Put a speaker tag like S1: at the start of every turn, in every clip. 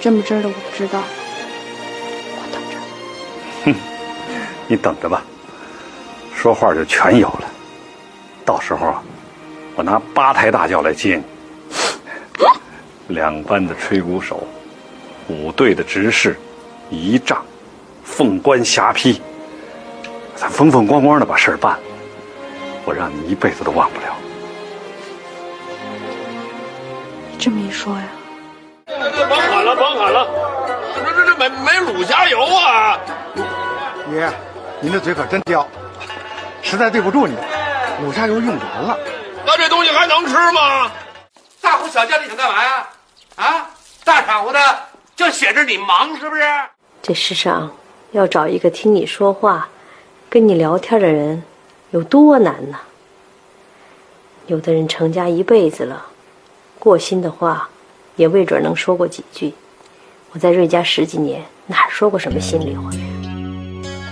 S1: 真不真的我不知道，我等着。
S2: 你等着吧，说话就全有了。到时候啊，我拿八抬大轿来接你，两班的吹鼓手，五队的执事，仪仗，凤冠霞披，咱风风光光的把事儿办了，我让你一辈子都忘不了。
S1: 这么一说呀，
S3: 甭喊了，甭喊了，这这这没没卤虾油啊！
S4: 爷，您这嘴可真刁，实在对不住你，卤虾油用完了。
S3: 那这东西还能吃吗？
S5: 大呼小叫你想干嘛呀？啊，大晌午的就写着你忙是不是？
S6: 这世上要找一个听你说话、跟你聊天的人，有多难呐！有的人成家一辈子了，过心的话，也未准能说过几句。我在瑞家十几年，哪儿说过什么心里话呀？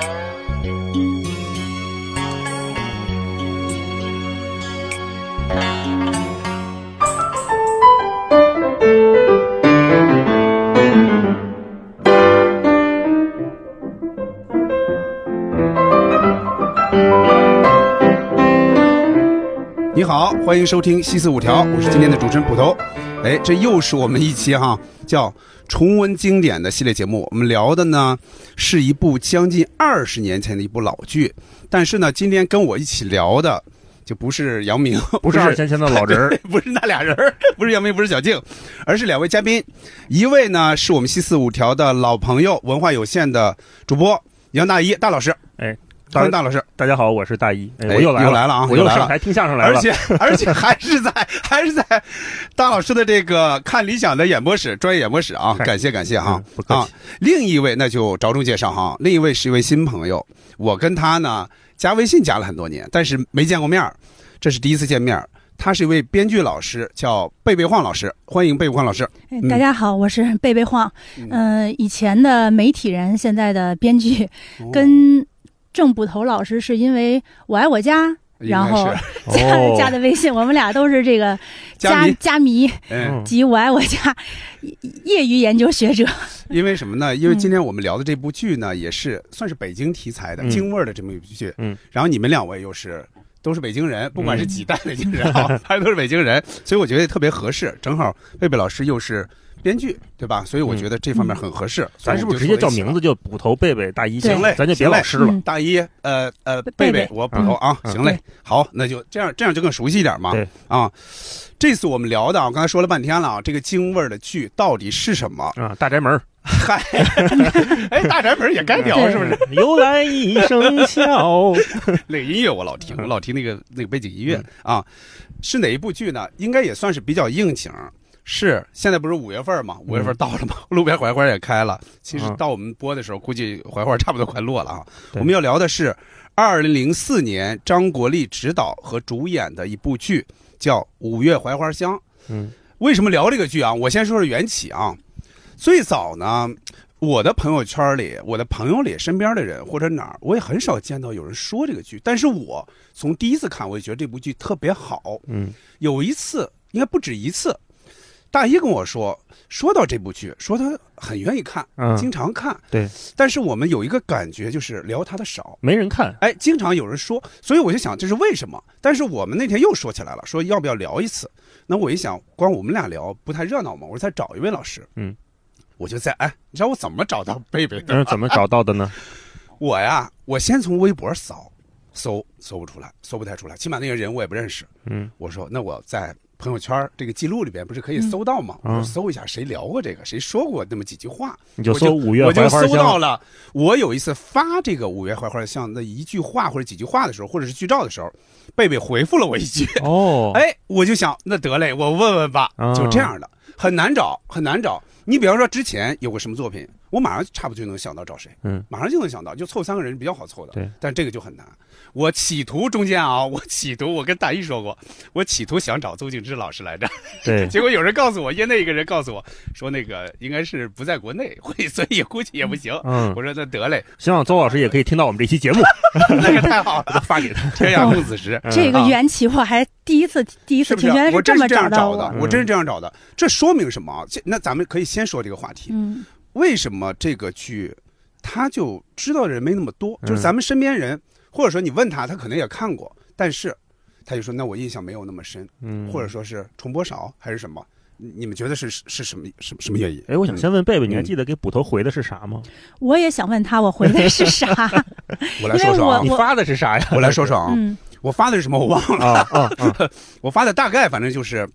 S7: 你好，欢迎收听《西四五条》，我是今天的主持人捕头。哎，这又是我们一期哈叫重温经典的系列节目。我们聊的呢是一部将近二十年前的一部老剧，但是呢，今天跟我一起聊的就不是杨明，不，
S8: 不是二十年前的老人儿
S7: 不是那俩人儿，不是杨明，不是小静，而是两位嘉宾。一位呢是我们西四五条的老朋友，文化有限的主播杨大一大老师，
S8: 哎，
S7: 欢迎大老师。
S8: 大家好，我是大一，哎
S7: 哎
S8: 我又来
S7: 又来了啊
S8: 我
S7: 又
S8: 又
S7: 来了
S8: 上台听相声来
S7: 而
S8: 了，
S7: 且 而且还是在还是在大老师的这个看理想的演播室专业演播室 啊，
S8: 嗨
S7: 感谢感谢哈
S8: 嗯不客气
S7: 啊！另一位那就着重介绍哈，另一位是一位新朋友，我跟他呢加微信加了很多年，但是没见过面儿这是第一次见面儿他是一位编剧老师，叫贝贝晃老师，欢迎贝贝晃老师。
S9: 哎
S7: 嗯
S9: 大家好，我是 贝贝晃。嗯、以前的媒体人，现在的编剧，
S7: 哦
S9: 跟郑捕头老师是因为《我爱我家》，
S7: 应该
S9: 然后
S7: 是
S9: 加、
S8: 哦
S9: 加的微信，我们俩都是这个
S7: 加
S9: 加
S7: 迷
S9: 加迷
S7: 嗯，
S8: 嗯
S9: 及《我爱我家》业余研究学者。
S7: 因为什么呢？因为
S9: 嗯
S7: 今天我们聊的这部剧呢，也是算是北京题材的、
S8: 嗯
S7: 京味儿的这么一部剧。
S8: 嗯，
S7: 然后你们两位又是都是北京人，不管是几代北京人
S8: 嗯
S7: 啊， 还都是北京人，所以我觉得特别合适。正好贝贝老师又是编剧，对吧？所以我觉得这方面很合适。所以
S8: 嗯咱是不是直接叫名字就捕头贝贝大一
S9: 对
S8: 行
S7: 嘞
S8: 咱就别
S7: 行嘞
S8: 老师了
S9: 嗯，
S7: 大一，呃呃，贝
S9: 贝贝
S7: 贝，我捕头啊，
S8: 嗯
S7: 行嘞，好，那就这样，这样就更熟悉一点嘛。
S8: 对
S7: 啊，这次我们聊的啊，我刚才说了半天了啊，这个京味儿的剧到底是什么？
S8: 啊，大宅门儿，
S7: 嗨，哎，大宅门也该聊是不是？
S8: 由来一声笑，
S7: 那个音乐我老听，
S8: 嗯
S7: 我老听那个那个背景音乐、啊，是哪一部剧呢？应该也算是比较应景儿。是现在不是五月份嘛？五月份到了嘛？路边槐花也开了。其实
S8: 嗯
S7: 到我们播的时候，估计槐花差不多快落了啊。
S8: 对
S7: 我们要聊的是二零零四年张国立执导和主演的一部剧，叫《五月槐花香》。
S8: 嗯，
S7: 为什么聊这个剧啊？我先说说缘起啊。最早呢，我的朋友圈里，我的朋友里，身边的人或者哪儿，我也很少见到有人说这个剧。但是我从第一次看，我就觉得这部剧特别好。
S8: 嗯，
S7: 有一次，应该不止一次，大一跟我说，说到这部剧，说他很愿意看，
S8: 嗯
S7: 经常看。
S8: 对，
S7: 但是我们有一个感觉，就是聊他的少。
S8: 没人看，
S7: 哎，经常有人说，所以我就想这是为什么？但是我们那天又说起来了，说要不要聊一次？那我一想，光我们俩聊不太热闹嘛，我说再找一位老师，
S8: 嗯，
S7: 我就在哎，你知道我怎么找到贝贝的？
S8: 但是怎么找到的呢？
S7: 我呀，我先从微博扫，搜搜不出来，搜不太出来，起码那个人我也不认识。
S8: 嗯，
S7: 我说那我在朋友圈这个记录里边不是可以搜到吗？
S8: 嗯
S7: 我搜一下谁聊过这个，谁说过那么几句话，
S8: 你就
S7: 我
S8: 搜五月
S7: 我就
S8: 槐花
S7: 搜到
S8: 香，
S7: 了。我有一次发这个五月槐花香的一句话或者几句话的时候，或者是剧照的时候，贝贝回复了我一句，
S8: 哦，
S7: 哎，我就想那得嘞，我问问吧，
S8: 啊
S7: 就这样的，很难找，很难找。你比方说之前有个什么作品，我马上差不多就能想到找谁，
S8: 嗯，
S7: 马上就能想到，就凑三个人比较好凑的。
S8: 对，
S7: 但这个就很难。我企图中间啊， 我企图，我跟大一说过，我企图想找邹静之老师来着，
S8: 对，
S7: 结果有人告诉我，业内一个人告诉我说，那个应该是不在国内， 我所以估计也不行。
S8: 嗯
S7: 我说那得嘞，
S8: 希望邹老师也可以听到我们这期节目。
S7: 那个太好了，发给 他。天涯共此时，
S8: 嗯
S9: 这个
S7: 啊
S9: 缘起我还第一次第一
S7: 是
S9: 次
S7: 不是啊
S9: 听，原来？
S7: 我真
S9: 么
S7: 是这样
S9: 到
S7: 找
S9: 我。
S7: 的，我真是这样找的。这说明什么啊？这那咱们可以先说这个话题，
S9: 嗯，
S7: 为什么这个剧他就知道的人没那么多？
S8: 嗯
S7: 就是咱们身边人，或者说你问他，他可能也看过，但是他就说那我印象没有那么深，
S8: 嗯，
S7: 或者说是重播少还是什么？你你们觉得是是是什么什么什么原因？
S8: 哎，我想先问贝贝，你还
S7: 嗯
S8: 记得给捕头回的是啥吗？
S9: 我也想问他，我回的是 啥？
S7: 我来说说啊
S9: 因为，
S8: 你
S9: 我
S8: 发的是啥呀？
S7: 我来说说啊，
S9: 嗯
S7: 我发的是什么我忘了，
S8: 啊啊啊！
S7: 我发的大概反正就是，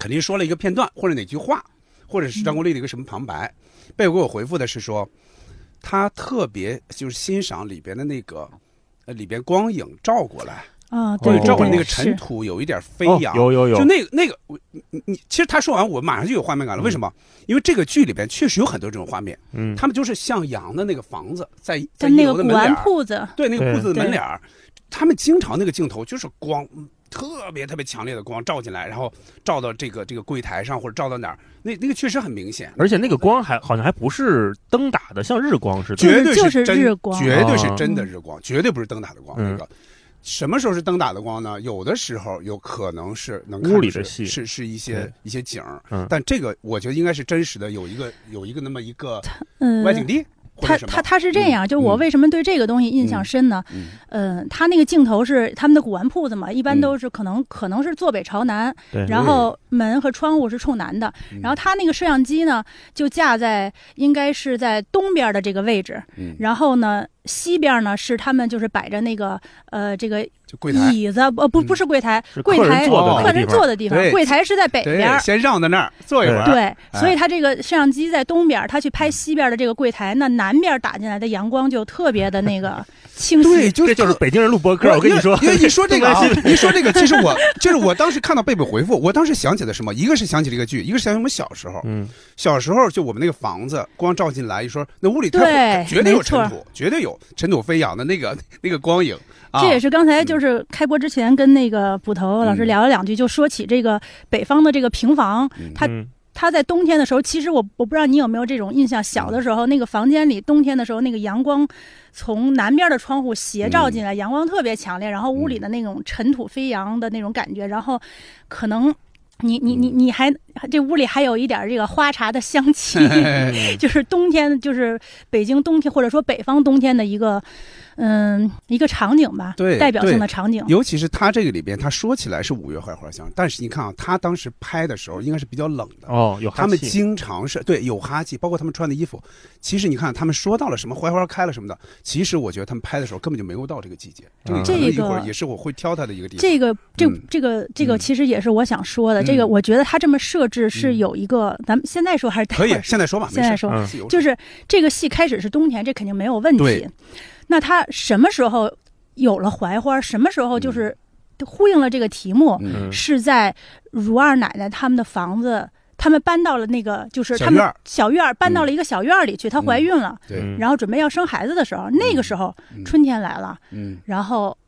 S7: 肯定说了一个片段或者哪句话，或者是张国立的一个什么旁白。贝贝给我回复的是说，他特别就是欣赏里边的那个，呃，里边光影照过来，
S9: 啊，
S8: 对
S9: 对
S7: 就
S9: 对
S7: 哦照过
S9: 对，
S7: 来那个
S9: 是
S7: 尘土有一点飞
S8: 哦
S7: 扬，
S8: 有有有
S7: 就那个那个，我你你其实他说完我马上就有画面感了，为什么？因为这个剧里边确实有很多这种画面，
S8: 嗯，
S7: 他们就是向阳的那个房子在在
S9: 跟
S7: 一
S9: 那
S7: 楼
S9: 个
S7: 的
S9: 古
S7: 门脸
S9: 玩
S7: 儿
S9: 铺子，
S7: 对，那个
S8: 对
S7: 铺子的门
S9: 对
S7: 脸儿，他们经常那个镜头就是光，嗯特别特别强烈的光照进来，然后照到这个这个柜台上或者照到哪儿，那那个确实很明显，
S8: 而且那个光还好像还不是灯打的，像日光似的。
S7: 绝对
S9: 就是
S7: 真
S9: 日光
S7: 绝对是
S8: 啊
S7: 真的日光，绝对不是灯打的光。
S8: 嗯
S7: 那个什么时候是灯打的光呢？有的时候有可能是能看
S8: 屋里的
S7: 出
S8: 戏
S7: 是是一些
S8: 对
S7: 一些景儿
S8: 嗯，
S7: 但这个我觉得应该是真实的，有一个有一个那么一个
S9: 嗯，
S7: 外景地或
S9: 他
S7: 者什
S9: 他
S7: 么。
S9: 他是这样，就我为什么对这个东西印象深呢？
S7: 嗯
S9: 嗯、他那个镜头是他们的古玩铺子嘛，一般
S7: 嗯哎
S9: 都是可能、可能是坐北朝南，
S8: 对
S9: 然后门和窗户是冲南的，
S7: 嗯
S9: 然后他那个摄像机呢就架在应该是在东边的这个位置，
S7: 嗯，
S9: 然后呢西边呢是他们就是摆着那个呃这个
S7: 就柜台嗯
S9: 椅子，呃不不是柜台，
S8: 是
S9: 柜
S8: 客人
S9: 台
S7: 的那个
S8: 坐
S9: 客
S8: 地
S9: 人
S8: 方
S9: 坐的地方
S7: 对，
S9: 柜台是在北边
S7: 对，
S9: 儿。
S7: 先让在那儿坐一会儿，
S9: 对，
S7: 哎
S9: 所以他这个摄像机在东边儿，他去拍西边的这个柜台，那南边打进来的阳光就特别的那个 清
S7: 对，
S9: 晰。
S7: 就
S8: 这就是北京人录播客，我跟你说，
S7: 因为因为你说 这个啊
S8: 东关，
S7: 你说这个，其实我就是我当时看到贝贝回复，我当时想起了什么？一个是想起了一个剧，一个是想起我们小时候，
S8: 嗯，
S7: 小时候就我们那个房子光照进来，一说那屋里太
S9: 对
S7: 绝对有
S9: 没错
S7: 尘土，绝对有尘土飞扬的那个那个光影啊，
S9: 这也是刚才就是开播之前跟那个捕头老师
S7: 嗯
S9: 聊了两句，就说起这个北方的这个平房，他
S8: 嗯
S9: 它在冬天的时候，其实我我不知道你有没有这种印象，小
S7: 嗯
S9: 的时候那个房间里，冬天的时候那个阳光从南边的窗户斜
S7: 嗯
S9: 照进来，阳光特别强烈，然后屋里的那种尘土飞扬的那种感觉，然后可能你你
S7: 嗯
S9: 你你还这屋里还有一点这个花茶的香 气，就是冬天就是北京冬天或者说北方冬天的一个嗯一个场景吧，
S7: 对
S9: 代表性
S7: 对
S9: 的场景，
S7: 尤其是他这个里边，他说起来是五月槐花香，但是你看啊，他当时拍的时候应该是比较冷的，
S8: 哦，有哈
S7: 他们
S8: 气
S7: 经常是对有哈气，包括他们穿的衣服。其实你看，他们说到了什么槐花开了什么的，其实我觉得他们拍的时候根本就没有到这个季节。这个
S8: 嗯
S7: 可能一会
S9: 这
S7: 儿
S9: 个
S7: 也是我会挑他的一个地方。
S9: 这个这
S7: 嗯
S9: 这个这个
S7: 嗯
S9: 其实也是我想说的，这个
S7: 嗯
S9: 我觉得他这么设置是
S7: 嗯
S9: 有一个，咱们现在说还是待
S7: 可
S9: 会
S7: 以
S9: 儿
S7: 现在说吧，
S9: 现在
S7: 没事
S9: 说
S8: 嗯
S7: 自由
S9: 就是这个戏开始是冬天，这肯定没有问
S7: 对
S9: 题。那他什么时候有了槐花？什么时候就是呼应了这个题目？
S7: 嗯
S9: 是在如二奶奶他们的房子，他们搬到了那个就是他
S7: 小
S9: 们
S7: 院儿嗯
S9: 小院儿，搬到了一个小院儿里去。她怀孕了，
S7: 对
S8: 嗯
S9: 然后准备要生孩子的时候，那个时候
S7: 嗯
S9: 春天来了，
S7: 嗯
S9: 然后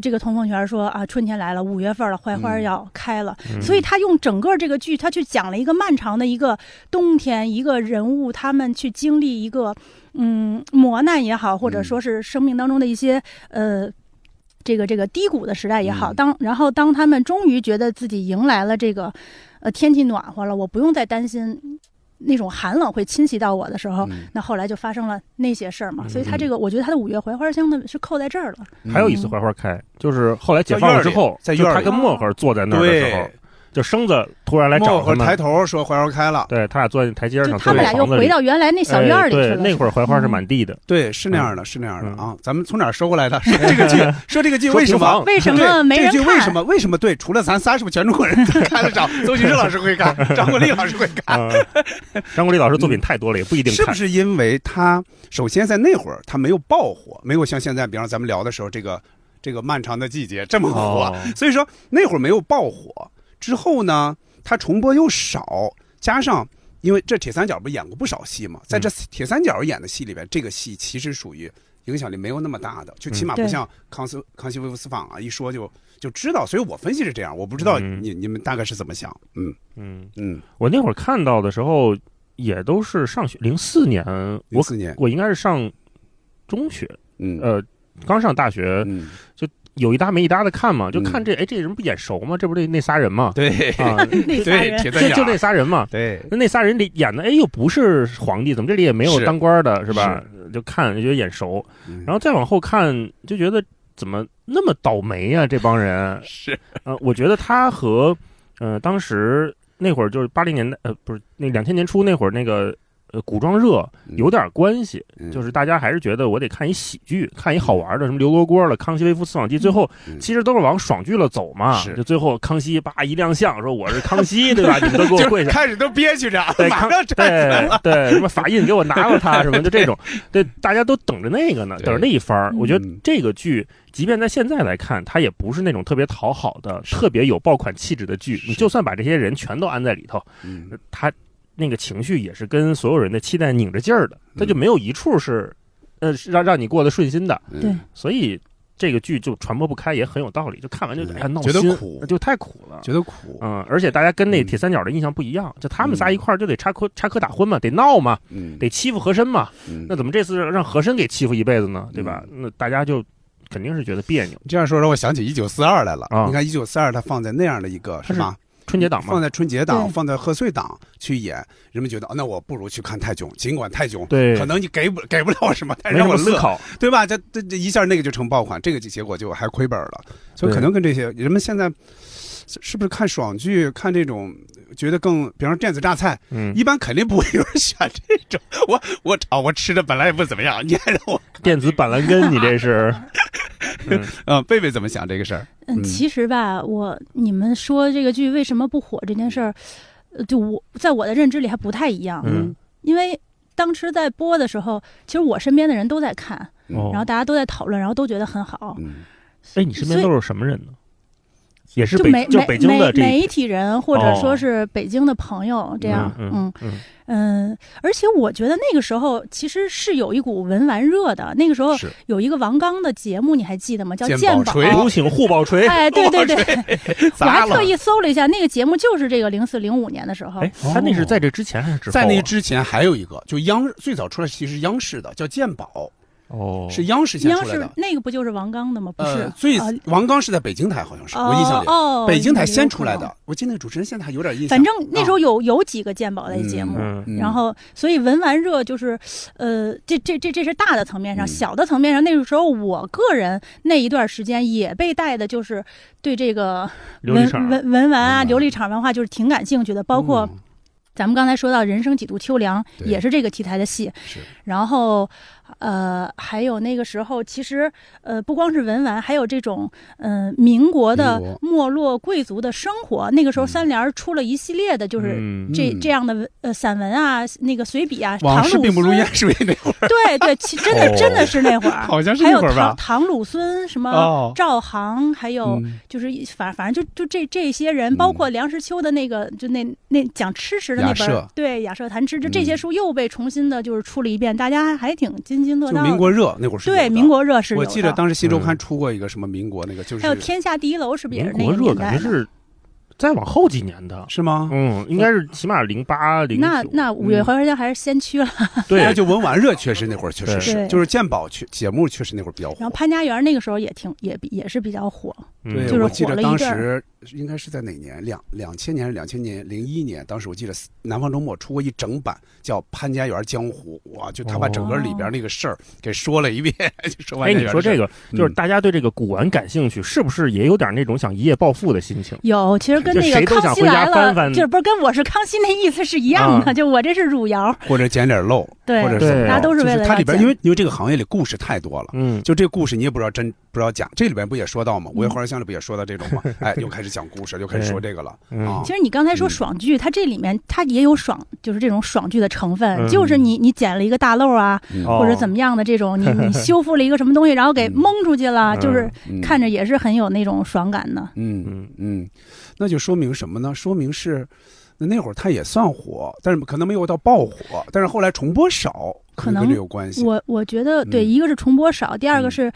S9: 这个童凤泉说啊，春天来了，五月份了，槐花
S7: 嗯
S9: 要开了，所以他用整个这个剧，他去讲了一个漫长的一个冬天，一个人物他们去经历一个嗯磨难也好，或者
S7: 嗯
S9: 说是生命当中的一些呃。这个这个低谷的时代也好，
S7: 嗯
S9: 当然后当他们终于觉得自己迎来了这个，呃天气暖和了，我不用再担心那种寒冷会侵袭到我的时候，
S7: 嗯
S9: 那后来就发生了那些事儿嘛。所以他这个，我觉得他的五月槐花香呢是扣在这儿了。
S8: 嗯还有一次槐花开，就是后来解
S7: 在
S8: 放
S7: 院
S8: 了
S7: 儿
S8: 之
S7: 里
S8: 后，
S7: 在
S8: 就
S7: 院儿
S8: 他
S7: 里
S8: 跟漠河坐在那儿的时候
S7: 对，
S8: 就生子突然来
S7: 漠
S8: 找他
S7: 河抬
S8: 们，
S7: 头说槐花开了，
S8: 对他俩坐在台阶
S9: 就
S8: 上，
S9: 他
S8: 坐
S9: 们
S8: 在
S9: 俩又
S8: 房子
S9: 回
S8: 里
S9: 到原来那小院儿里去
S8: 哎
S9: 了。
S8: 对，那会儿槐花是
S9: 嗯
S8: 满地的，
S7: 对，是那样
S8: 嗯
S7: 的，是那样的啊。咱们从哪儿说过来 的？说这个剧，说这个剧
S8: 说
S7: 为什
S8: 平
S7: 么
S8: 房？
S9: 为什么
S7: 对
S9: 没人
S7: 这个剧
S9: 看？
S7: 为什么？为什么对？除了咱仨，是不是全中国人都看得 上？邹菊芝老师会看，张国立老师会看。
S9: 嗯
S8: 啊， 张国立老师作品太多了，也不一定
S7: 是不
S8: 看。
S7: 是因为他首先在那会儿他没有爆火，没有像现在，比方说咱们聊的时候，这个这个漫长的季节这么火，
S8: 哦
S7: 所以说那会儿没有爆火。之后呢，他重播又少，加上因为这铁三角不演过不少戏嘛，在这
S8: 嗯
S7: 铁三角演的戏里边，这个戏其实属于影响力没有那么大的，就
S8: 嗯
S7: 起码不
S9: 对
S7: 像康斯康熙微服私访啊，一说就就知道。所以我分析是这样，我不知道
S8: 嗯
S7: 你你们大概是怎么想。嗯
S8: 嗯，
S7: 嗯，
S8: 我那会儿看到的时候，也都是上学，零四年，
S7: 零
S8: 我
S7: 四年，
S8: 我应该是上中学，
S7: 嗯
S8: 呃，刚上大学，
S7: 嗯，
S8: 有一搭没一搭的看嘛，就
S7: 嗯
S8: 看这，哎，这人不眼熟吗？这不是那那仨人 吗？
S7: 对
S8: 啊，
S9: 那 仨
S7: 对，
S9: 人
S7: 铁三
S8: 就
S7: 角
S8: 就那仨人嘛。
S7: 对，
S8: 那那仨人里演的，哎，又不是皇帝，怎么这里也没有
S7: 是
S8: 当官的，是吧？就看就觉得眼熟，
S7: 嗯
S8: 然后再往后看，就觉得怎么那么倒霉啊，这帮人
S7: 是
S8: 呃，我觉得他和呃当时那会儿就是八零年代，呃，不是那两千年初那会儿那个呃古装热
S7: 嗯
S8: 有点关系，
S7: 嗯
S8: 就是大家还是觉得我得看一喜剧，看一好玩的，什么刘罗锅了，康熙微服私访记，最后
S7: 嗯
S8: 其实都是往爽剧了走嘛，
S7: 是
S8: 就最后康熙叭一亮相，说我是 康熙，对吧？你们都给我跪
S7: 就
S8: 下。
S7: 开始都憋屈 着，
S8: 对，
S7: 马
S8: 康
S7: 上站起来
S8: 对
S7: 了。
S8: 对，什么法印给我拿了它，什么就这种， 对，大家都等着那个呢，
S7: 对
S8: 等着那一番儿。
S9: 嗯
S8: 我觉得这个剧，即便在现在来看，它也不是那种特别讨好的、特别有爆款气质的剧。你就算把这些人全都安在里头，
S7: 嗯
S8: 他那个情绪也是跟所有人的期待拧着劲儿的，他就
S7: 嗯
S8: 没有一处是，呃，是让让你过得顺心的。
S9: 对
S7: 嗯
S8: 所以这个剧就传播不开，也很有道理。就看完就
S7: 嗯
S8: 哎呀闹
S7: 觉
S8: 心，
S7: 得苦
S8: 就太苦了，
S7: 觉得苦，
S8: 嗯，而且大家跟那
S7: 嗯
S8: 铁三角的印象不一样，就他们仨
S7: 嗯
S8: 一块儿就得插科插科打诨嘛，得闹嘛，
S7: 嗯，
S8: 得欺负和珅嘛。
S7: 嗯
S8: 那怎么这次让和珅给欺负一辈子呢？对吧？那大家就肯定是觉得别扭。
S7: 这样说让我想起一九四二来了。
S8: 啊
S7: 你看一九四二，它放在那样的一个
S8: 它
S7: 是
S8: 是
S7: 吧？
S8: 春节档
S7: 放
S8: 嘛，
S7: 在春节档，
S9: 对
S7: 放在贺岁档去演，人们觉得、哦、那我不如去看泰囧，尽管泰囧
S8: 对
S7: 可能你给不给不了我什么，但是
S8: 没什
S7: 让我
S8: 么思
S7: 乐，
S8: 考。
S7: 对吧？这这这一下那个就成爆款，这个就结果就还亏本了，所以
S8: 对
S7: 可能跟这些人们现在是是不是看爽剧，看这种觉得更，比方说电子榨菜，
S8: 嗯，
S7: 一般肯定不会有人选这种。我我炒我吃的本来也不怎么样，你还让我
S8: 电子板蓝根，你这 是
S7: 啊？贝贝怎么想这个事儿？嗯
S9: 嗯，其实吧，我你们说这个剧为什么不火这件事儿，呃，就我在我的认知里还不太一样，
S8: 嗯，
S9: 因为当时在播的时候，其实我身边的人都在看，
S8: 哦
S9: 然后大家都在讨论，然后都觉得很好，
S7: 嗯
S8: 哎，你身边都是什么人呢？也是
S9: 就
S8: 北
S9: 媒
S8: 就
S9: 媒
S8: 北京的
S9: 媒
S8: 这一
S9: 媒体人或者
S8: 哦
S9: 说是北京的朋友这样，
S8: 嗯
S9: 嗯
S8: 嗯
S9: 嗯，而且我觉得那个时候其实是有一股文玩热的。那个时候
S7: 是
S9: 有一个王刚的节目，你还记得吗？叫
S7: 鉴
S9: 《
S7: 宝
S9: 鉴宝》。
S7: 锤
S8: 流行互爆锤。
S9: 哎，对对对，我
S7: 砸
S9: 还
S7: 了
S9: 特意搜了一下，那个节目就是这个零四零五年的时候
S8: 哎，，他那是在这之前还是之后啊？
S7: 在那之前还有一个，就央最早出来其实是央视的，叫鉴宝，
S8: 哦，
S7: 是央视先
S9: 央
S7: 出来
S9: 视
S7: 的。
S9: 那个不就是王刚的吗？不是
S7: 呃，，最
S9: 啊
S7: 王刚是在北京台，好像是
S9: 哦
S7: 我印象里，
S9: 哦
S7: 北京台先出来
S9: 有可
S7: 的。我记得那个主持人现在还有点印象。
S9: 反正那时候
S7: 啊
S9: 有有几个鉴宝类节目，
S8: 嗯
S7: 嗯
S9: 然后，所以文玩热就是，呃，这这这这是大的层面上，
S7: 嗯
S9: 小的层面上，那个时候我个人那一段时间也被带的就是对这个
S8: 琉璃
S9: 文
S8: 厂
S9: 文文玩啊、
S7: 文玩
S9: 琉璃厂文化就是挺感兴趣的，包括
S7: 嗯
S9: 咱们刚才说到《人生几度秋凉》
S7: 对
S9: 也是这个题材的戏，
S7: 是
S9: 然后，呃，还有那个时候其实，呃，不光是文玩，还有这种，嗯、民国的
S7: 民
S9: 没落贵族的生活，那个时候三联儿出了一系列的就是。
S8: 嗯
S9: 这
S7: 嗯
S9: 这样的文呃散文啊，那个随笔啊，
S7: 往
S9: 唐
S7: 事
S9: 鲁
S7: 并不如烟
S9: 孙，
S7: 水那会儿，
S9: 对 对，其真的
S7: 哦
S9: 真的是那会儿，
S7: 好像是
S9: 还
S7: 那
S9: 有
S7: 会儿吧
S9: 唐唐鲁孙什
S7: 哦
S9: 么赵航，还有
S7: 嗯
S9: 就是一反反正就就这这些人，包括梁实秋的那个就那那讲吃食的那
S7: 雅
S9: 本
S7: 舍
S9: 儿，对《雅舍谈吃》，就
S7: 嗯
S9: 这些书又被重新的就是出了一遍，大家还挺津津乐
S7: 就
S9: 道
S7: 民
S9: 的。
S7: 国热那会儿是有的
S9: 对民。国热是有
S7: 我
S9: 的，
S7: 记得当时《新周刊
S8: 嗯》
S7: 出过一个什么民国那个，就是
S9: 还有《天下第一楼》是不是也
S8: 民国
S9: 是那个
S8: 热
S9: 年代
S8: 感
S9: 的？
S8: 觉是再往后几年的，
S7: 是吗？
S8: 嗯，应该是起码零八零
S9: 那
S8: 九，嗯
S9: 那
S7: 嗯
S9: 五月回家还是先驱了，
S7: 那
S8: 对，
S7: 就文玩热确实那会儿确实
S8: 对
S7: 是，
S9: 对
S7: 就是鉴宝确节目确实那会儿比较
S9: 然
S7: 火
S9: 后。潘家园那个时候也挺也比也是比较火，
S8: 嗯
S7: 对，
S9: 就是
S7: 我记
S9: 火
S7: 得
S9: 了一
S7: 当
S9: 阵
S7: 时应该是在哪年？两两千年还是两千年零一年？当时我记得《南方周末》出过一整版叫《潘家园江湖》，哇，就他把整个里边那个事儿给说了一遍，就说完。
S8: 哎，你说这，个
S7: 嗯
S8: 就是大家对这个古玩感兴趣，是不是也有点那种想一夜暴富的心情？
S9: 有，其实跟
S8: 就
S9: 那
S8: 谁
S9: 个
S8: 都想
S9: 康熙
S8: 回家
S9: 来了，
S8: 翻翻
S9: 就是不是跟我是康熙那意思是一样的，
S8: 啊
S9: 就我这是汝窑，
S7: 或者捡点漏，
S9: 对
S7: 或者是
S8: 对大家
S9: 都是为
S7: 就
S9: 了
S7: 它里边，
S9: 要捡
S7: 因为因为这个行业里故事太多了。
S8: 嗯，
S7: 就这个故事，你也不知道真不知道假。这里边不也说到吗？《五月花香》里不也说到这种 吗？哎，又开始讲故事，又开始说这个了
S8: 嗯
S7: 啊
S9: 其！实你刚才说
S7: 嗯
S9: 爽剧，它这里面它也有爽，就是这种爽剧的成分，
S8: 嗯
S9: 就是你你捡了一个大漏啊，
S8: 哦
S9: 或者怎么样的这 种，你你修复了一个什么东西，然后给
S7: 嗯
S9: 蒙出去了，
S8: 嗯
S9: 就是
S7: 嗯
S9: 看着也是很有那种爽感的。
S7: 嗯
S8: 嗯
S7: 嗯，那就说明什么呢？说明是那那会儿他也算火，但是可能没有到爆火，但是后来重播少，
S9: 可
S7: 跟这
S9: 能
S7: 有关系。
S9: 我我觉得对，
S7: 嗯
S9: 一个是重播少，第二个是，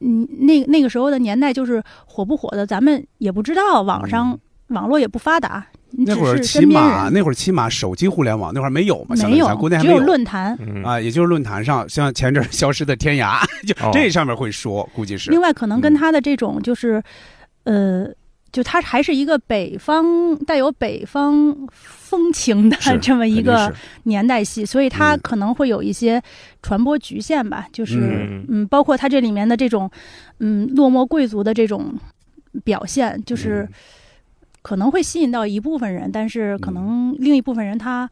S9: 嗯，那那个时候的年代就是火不火的，咱们也不知道，网上、网络也不发达，你只
S7: 嗯那会儿
S9: 是
S7: 起
S9: 身边
S7: 码
S9: 人
S7: 那会儿起码手机互联网那会儿没有嘛，相当
S9: 没
S7: 于
S9: 有
S7: 咱国内，还
S9: 只
S7: 没
S9: 有论坛。
S8: 嗯
S7: 啊，也就是论坛上，像前阵儿消失的天涯，就
S8: 哦
S7: 这上面会说，估计是
S9: 另外，可能
S7: 嗯
S9: 跟他的这种就是，呃，就他还是一个北方带有北方风情的
S7: 是
S9: 这么一
S7: 肯定
S9: 个
S7: 是
S9: 年代戏，所以它
S7: 嗯
S9: 可能会有一些传播局限吧，就是
S8: 嗯
S9: 嗯包括它这里面的这种嗯落寞贵族的这种表现，就是
S7: 嗯
S9: 可能会吸引到一部分人，但是可
S7: 嗯
S9: 能另一部分人他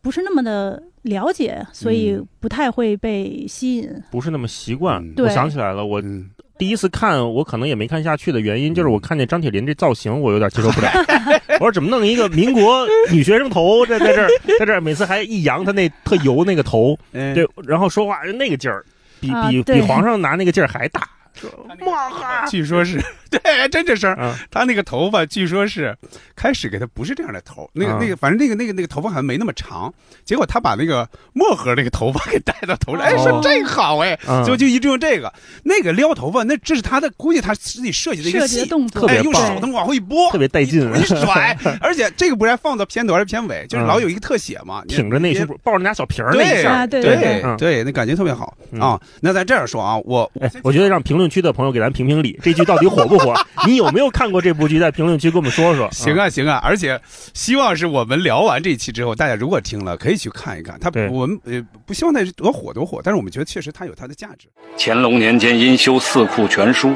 S9: 不是那么的了解，所以
S7: 嗯
S9: 不太会被吸引。
S8: 不是那么习惯
S7: 嗯。
S8: 我
S9: 对
S8: 想起来了，我
S7: 嗯，
S8: 第一次看，我可能也没看下去的原因，就是我看见张铁林这造型，我有点接受不了。 我说怎么弄一个民国女学生头在在这儿，在这儿，每次还一扬他那特油那个头，
S7: 对
S8: 对，然后说话就那个劲儿，比
S9: 啊
S8: 比比
S9: 对
S8: 皇上拿那个劲儿还大。
S7: 据说是 对，真这事儿。
S8: 嗯，
S7: 他那个头发，据说是开始给他不是这样的头，那个、
S8: 啊
S7: 那个，反正那个那个那个头发好像没那么长，结果他把那个墨盒那个头发给戴到头上，哎，
S8: 哦
S7: 说这个好哎，
S8: 嗯
S7: 就就一直用这个，那个撩头发，那这是他的，估计他自己设计的一个
S9: 设计
S7: 戏
S9: 的，动作
S8: 特
S7: 哎，
S8: 别
S7: 用
S8: 棒
S7: 手那么往后一拨
S8: 特。别带劲，
S7: 一甩，而且这个不是还放到片头还是片尾，就是
S8: 嗯
S7: 老有一个特写嘛，你
S8: 挺着那
S7: 也
S8: 胸部，抱着那俩小瓶儿那一
S7: 对
S8: 下
S9: 啊
S8: 儿。
S9: 对
S7: 对
S9: 对
S8: 嗯
S7: 对，那感觉特别好
S8: 嗯
S7: 啊。那咱这样说啊，我
S8: 哎， 我觉得让评论区的朋友给咱评评理，这剧到底火不火？你有没有看过这部剧？在评论区跟我们说说。
S7: 行啊，行啊，而且希望是我们聊完这一期之后，大家如果听了，可以去看一看。他
S8: 对
S7: 我们呃不希望它多火多火，但是我们觉得确实它有它的价值。
S2: 乾隆年间因修《四库全书》，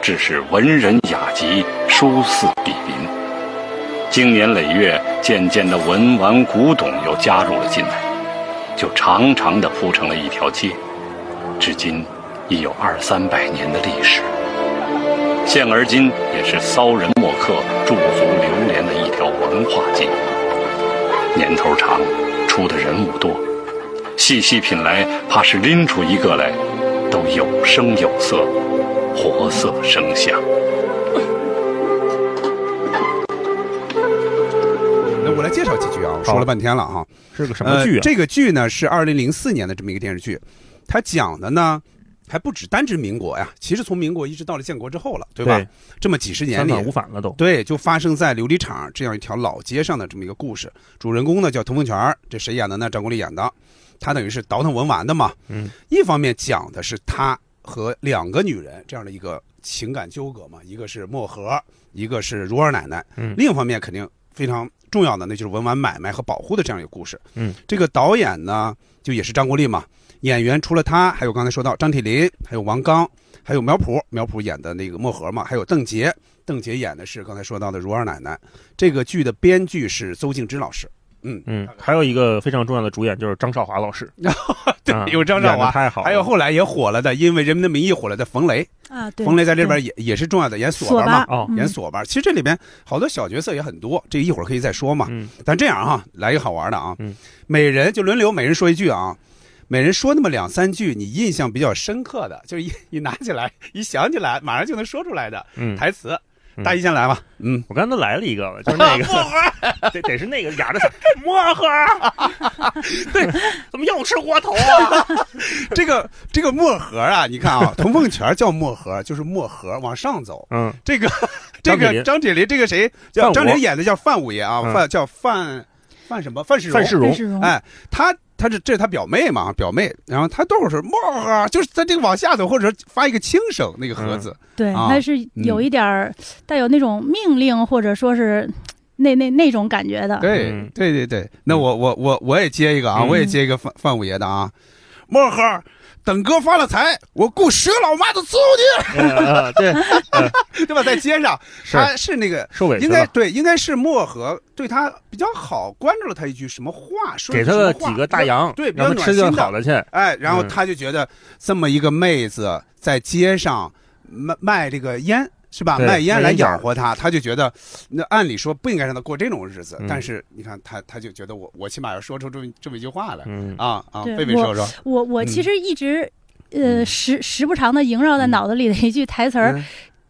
S2: 致使文人雅集，书肆比邻。经年累月，渐渐的文玩古董又加入了进来，就长长的铺成了一条街，至今已有二三百年的历史。现而今也是骚人墨客驻足流连的一条文化街。年头长，出的人物多，细细品来，怕是拎出一个来，都有声有色，活色生香。
S7: 那我来介绍几句啊，说了半天了哈。
S8: 是个什么剧
S7: 呃
S8: 啊？
S7: 这个剧呢是二零零四年的这么一个电视剧，它讲的呢还不止单指民国呀，其实从民国一直到了建国之后了，对吧？
S8: 对
S7: 这么几十年
S8: 三
S7: 里，
S8: 反五反了都。
S7: 对，就发生在琉璃厂这样一条老街上的这么一个故事。主人公呢叫滕凤全儿，这谁演的呢？张国立演的。他等于是倒腾文玩的嘛。
S8: 嗯，
S7: 一方面讲的是他和两个女人这样的一个情感纠葛嘛，一个是墨荷，一个是如儿奶奶。
S8: 嗯
S7: 另一方面肯定非常重要的，那就是文玩买卖和保护的这样一个故事。
S8: 嗯，
S7: 这个导演呢就也是张国立嘛。演员除了他，还有刚才说到张铁林，还有王刚，还有苗圃，苗圃演的那个墨荷嘛，还有邓婕，邓婕演的是刚才说到的如二奶奶。这个剧的编剧是邹静之老师，嗯，
S8: 嗯，还有一个非常重要的主演就是张少华老师，
S7: 对
S8: 啊，
S7: 有张少
S8: 演得
S7: 华，
S8: 太好了，
S7: 还有后来也火了的，因为《人民的名义》火了的冯雷，
S9: 啊，对，
S7: 冯雷在这边也也是重要的，演
S9: 索
S7: 索嘛，
S8: 哦
S9: 嗯
S7: 演索巴。其实这里边好多小角色也很多，这一会儿可以再说嘛。
S8: 嗯
S7: 咱这样啊，来一个好玩的啊，
S8: 嗯
S7: 每人就轮流，每人说一句啊，每人说那么两三句你印象比较深刻的，就是一一拿起来一想起来马上就能说出来的
S8: 嗯，
S7: 台词。
S8: 嗯
S7: 大家先来吧，嗯，
S8: 我刚才来了一个，就是那个得得是那个哑着嗓，墨盒儿，对，怎么又吃窝头 啊？
S7: 这个这个墨盒啊，你看啊，童凤全叫墨盒，就是墨盒往上走，
S8: 嗯，
S7: 这 个这
S8: 张铁
S7: 个
S8: 林
S7: 张铁林，这个谁叫
S8: 范武
S7: 张铁林演的叫范五爷啊，
S8: 嗯
S7: 范叫范范什么范世荣
S8: 范世
S9: 郑
S8: 荣
S9: 世荣，
S7: 哎，他他是这是他表妹嘛，表妹，然后他都是墨盒，就是在这个往下走，或者说发一个轻声那个盒子，
S9: 对，
S7: 啊
S9: 它是有一点儿带有那种命令或者说是那那那种感觉的。
S7: 对、
S8: 嗯
S7: 对对对，那我我我我也接一个啊，
S8: 嗯
S7: 我也接一个范范五爷的啊，墨盒，等哥发了财，我雇石老妈子伺候
S8: 呃 对，
S7: 你，对吧？在街上，
S8: 是
S7: 他是那个。
S8: 收尾
S7: 应
S8: 是
S7: 该
S8: 吧？
S7: 对，应该是漠河对他比较好，关注了他一句什么话，说
S8: 给
S7: 了
S8: 他
S7: 什么
S8: 个
S7: 话
S8: 几个大洋，
S7: 对，比较
S8: 让他
S7: 暖
S8: 吃
S7: 心
S8: 顿
S7: 的
S8: 好的去，
S7: 哎，然后
S8: 嗯
S7: 他就觉得这么一个妹子在街上卖卖这个烟。是吧？
S8: 对
S7: 卖烟
S8: 卖
S7: 来
S8: 烟
S7: 养
S8: 卷儿
S7: 活他，他就觉得，那按理说不应该让他过这种日子。
S8: 嗯
S7: 但是你看他，他就觉得我，我起码要说出这么这么一句话来、
S8: 嗯，
S7: 啊啊！
S9: 对
S7: 贝贝
S9: 我
S7: 说说，
S9: 我
S7: 嗯
S9: 我
S7: 嗯
S9: 其实一直。呃，时时不常的萦绕在脑子里的一句台词儿，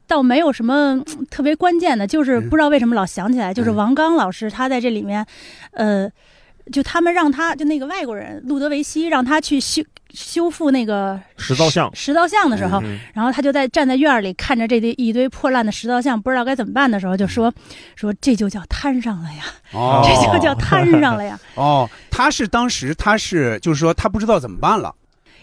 S9: 倒没有什么嗯特别关键的，就是不知道为什么老想起来，
S7: 嗯
S9: 就是王刚老师他在这里面，呃，就他们让他就那个外国人路德维希让他去修修复那个
S8: 石造像
S9: 石造像的
S7: 嗯
S9: 时
S7: 啊
S9: 候，
S8: 嗯
S9: 然后他就在站在院儿里看着这堆一堆破烂的石造像，不知道该怎么办的时候，就说说这就叫摊上了呀，
S7: 嗯哦
S9: 这就叫摊上 了呀，
S7: 哦，他是当时他是就是说他不知道怎么办了，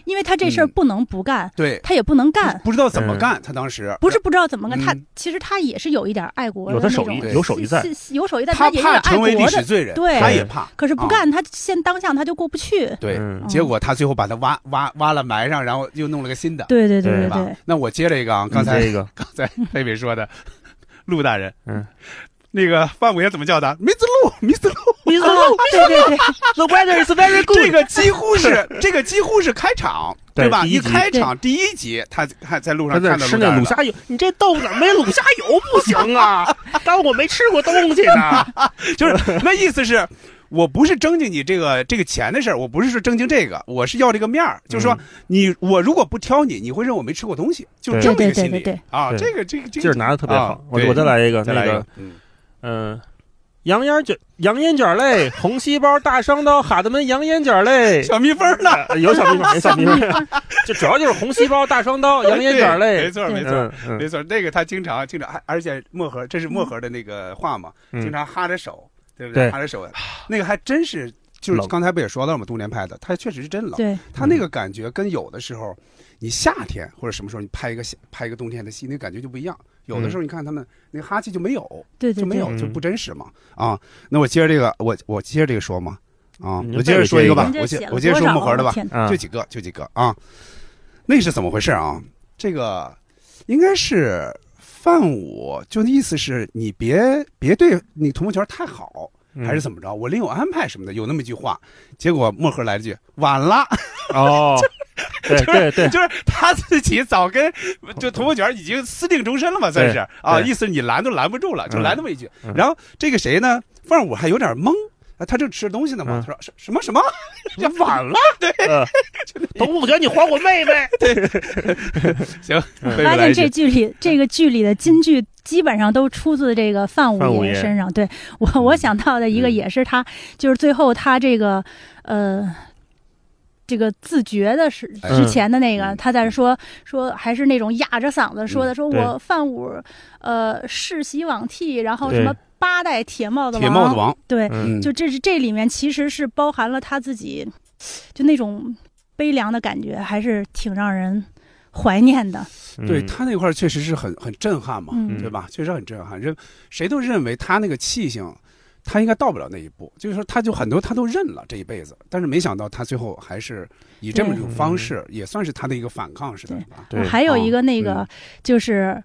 S9: 因为他这事
S7: 嗯
S9: 儿不能不干，
S7: 对，
S9: 他也不能干。
S7: 不知道怎
S8: 嗯
S7: 么干，他当时
S9: 不是不知道怎么干，他
S7: 嗯
S9: 其实他也是有一点爱国
S8: 有
S9: 的
S8: 他
S9: 那
S8: 手
S9: 种
S8: 艺
S7: 对
S8: 有手艺在，
S9: 是是有手艺，但
S7: 他
S9: 他也有
S7: 怕
S9: 点爱
S7: 成为历
S9: 国
S7: 史
S9: 的。
S7: 罪人，
S9: 对
S7: 他也怕，
S9: 可是不
S7: 啊
S9: 干，他现当下他就过不去。
S7: 对，
S8: 嗯
S7: 结果他最后把他挖挖挖了埋上，然后又弄了个新的，
S9: 对对
S8: 对
S9: 对对
S7: 吧
S9: 对，？
S7: 那我接了一个啊，刚才
S8: 这个
S7: 刚才贝贝说的，陆大人，
S8: 嗯，
S7: 那个范伟怎么叫他？Mr. 陆，Mr. 陆，
S8: Mr. Lu
S9: 对对对
S8: The weather is very
S7: 这个几乎是这个几乎是开场，
S8: 对
S7: 吧？
S8: 第
S7: 一
S8: 一集
S7: 开场第一集，他还在路
S8: 他
S7: 上
S8: 在
S7: 看到
S8: 吃
S7: 陆大
S8: 那
S7: 人
S8: 卤
S7: 了，
S8: 虾油，你这豆腐咋没卤虾油不行啊？当我没吃过东西呢？
S7: 就是那意思是。我不是正经你这个这个钱的事儿，我不是说正经这个，我是要这个面儿，就是
S8: 嗯
S7: 说你我如果不挑你，你会认为我没吃过东西，就是这么一个
S9: 对
S7: 心
S9: 对
S7: 理
S9: 对对对
S7: 啊。
S8: 对
S7: 这个这个这 个
S8: 劲儿拿的特别
S7: 啊
S8: 好，我
S7: 对
S8: 我再来一个，
S7: 再来一
S8: 那
S7: 个
S8: 个，，嗯，羊烟卷，羊烟卷嘞，红细胞大双刀，哈德门羊烟卷嘞，
S7: 小蜜蜂呢？
S8: 呃有小蜜蜂，有小蜜 蜂，就主要就是红细胞大双刀， 羊烟
S7: 对
S8: 卷嘞
S7: 没，错没错。
S8: 嗯嗯
S7: 没错，那个他经常经常，还而且漠河，这是漠河的那个话嘛，
S8: 嗯
S7: 经常哈着手，对不
S8: 对
S7: 哈着手，那个还真是，就是
S8: 冷
S7: 刚才不也说到了吗？冬天拍的，它确实是真冷。
S9: 对，
S7: 它那个感觉跟有的时候，你夏天或者什么时候你拍一个夏拍一个冬天的戏，那感觉就不一样。有的时候你看他们那个哈气就没有，
S9: 对
S7: 就
S9: 对
S7: 没
S9: 对。
S7: 有
S8: 对
S7: 就不真实嘛。啊，那我接着这个，我我接着这个说嘛。啊，
S8: 你
S7: 我
S8: 就
S7: 接着说一个吧
S9: 人，家
S7: 我接
S9: 写了
S7: 我接着
S9: 多
S7: 说
S9: 少哦
S7: 漠河的吧嗯
S9: 我。天
S8: 啊
S7: 就几个，就几个啊。那是怎么回事啊？这个应该是范武，就那意思是你别别对你童梦泉太好，还是怎么着？我另有安排什么的，有那么一句话。结果漠河来了句晚了，
S8: 哦，对对 对，
S7: 就是他自己早跟 就童梦泉已经私定终身了嘛，算是
S8: 对
S7: 啊，
S8: 对
S7: 意思是你拦都拦不住了，就
S8: 嗯
S7: 来那么一句。
S8: 嗯
S7: 然后这个谁呢？范武还有点懵。啊他正吃东西呢嘛，
S8: 嗯
S7: 他说什什么 什么，这晚了，
S8: 呃董不觉，你还我妹妹，
S7: 行，
S8: 嗯
S7: 贝贝
S9: 发
S7: 来
S9: 现
S7: 一句
S9: 这剧里这个剧里的金句基本上都出自这个范
S8: 范
S9: 武
S8: 武爷
S9: 爷身上。对我我想到的一个
S8: 嗯
S9: 也是他，就是最后他这个呃。这个自觉的是
S7: 哎
S9: 之前的那个，
S7: 嗯
S9: 他在说说还是那种哑着嗓子说的，说
S8: 对
S9: 我范武，呃，世袭罔替，然后
S8: 对
S9: 什么八代铁帽子王，
S7: 铁帽子王，
S9: 对，
S8: 嗯
S9: 就这是这里面其实是包含了他自己，就那种悲凉的感觉，还是挺让人怀念的。
S8: 嗯
S7: 对他那块儿确实是很很震撼嘛，
S9: 嗯
S7: 对吧？确实很震撼，认谁都认为他那个气性，他应该到不了那一步，就是说他就很多他都认了这一辈子，但是没想到他最后还是以这么一种方式，也算是他的一个反抗似的，
S9: 对
S7: 是吧？
S8: 对啊
S9: 还有一个那个、
S7: 嗯
S9: 就是，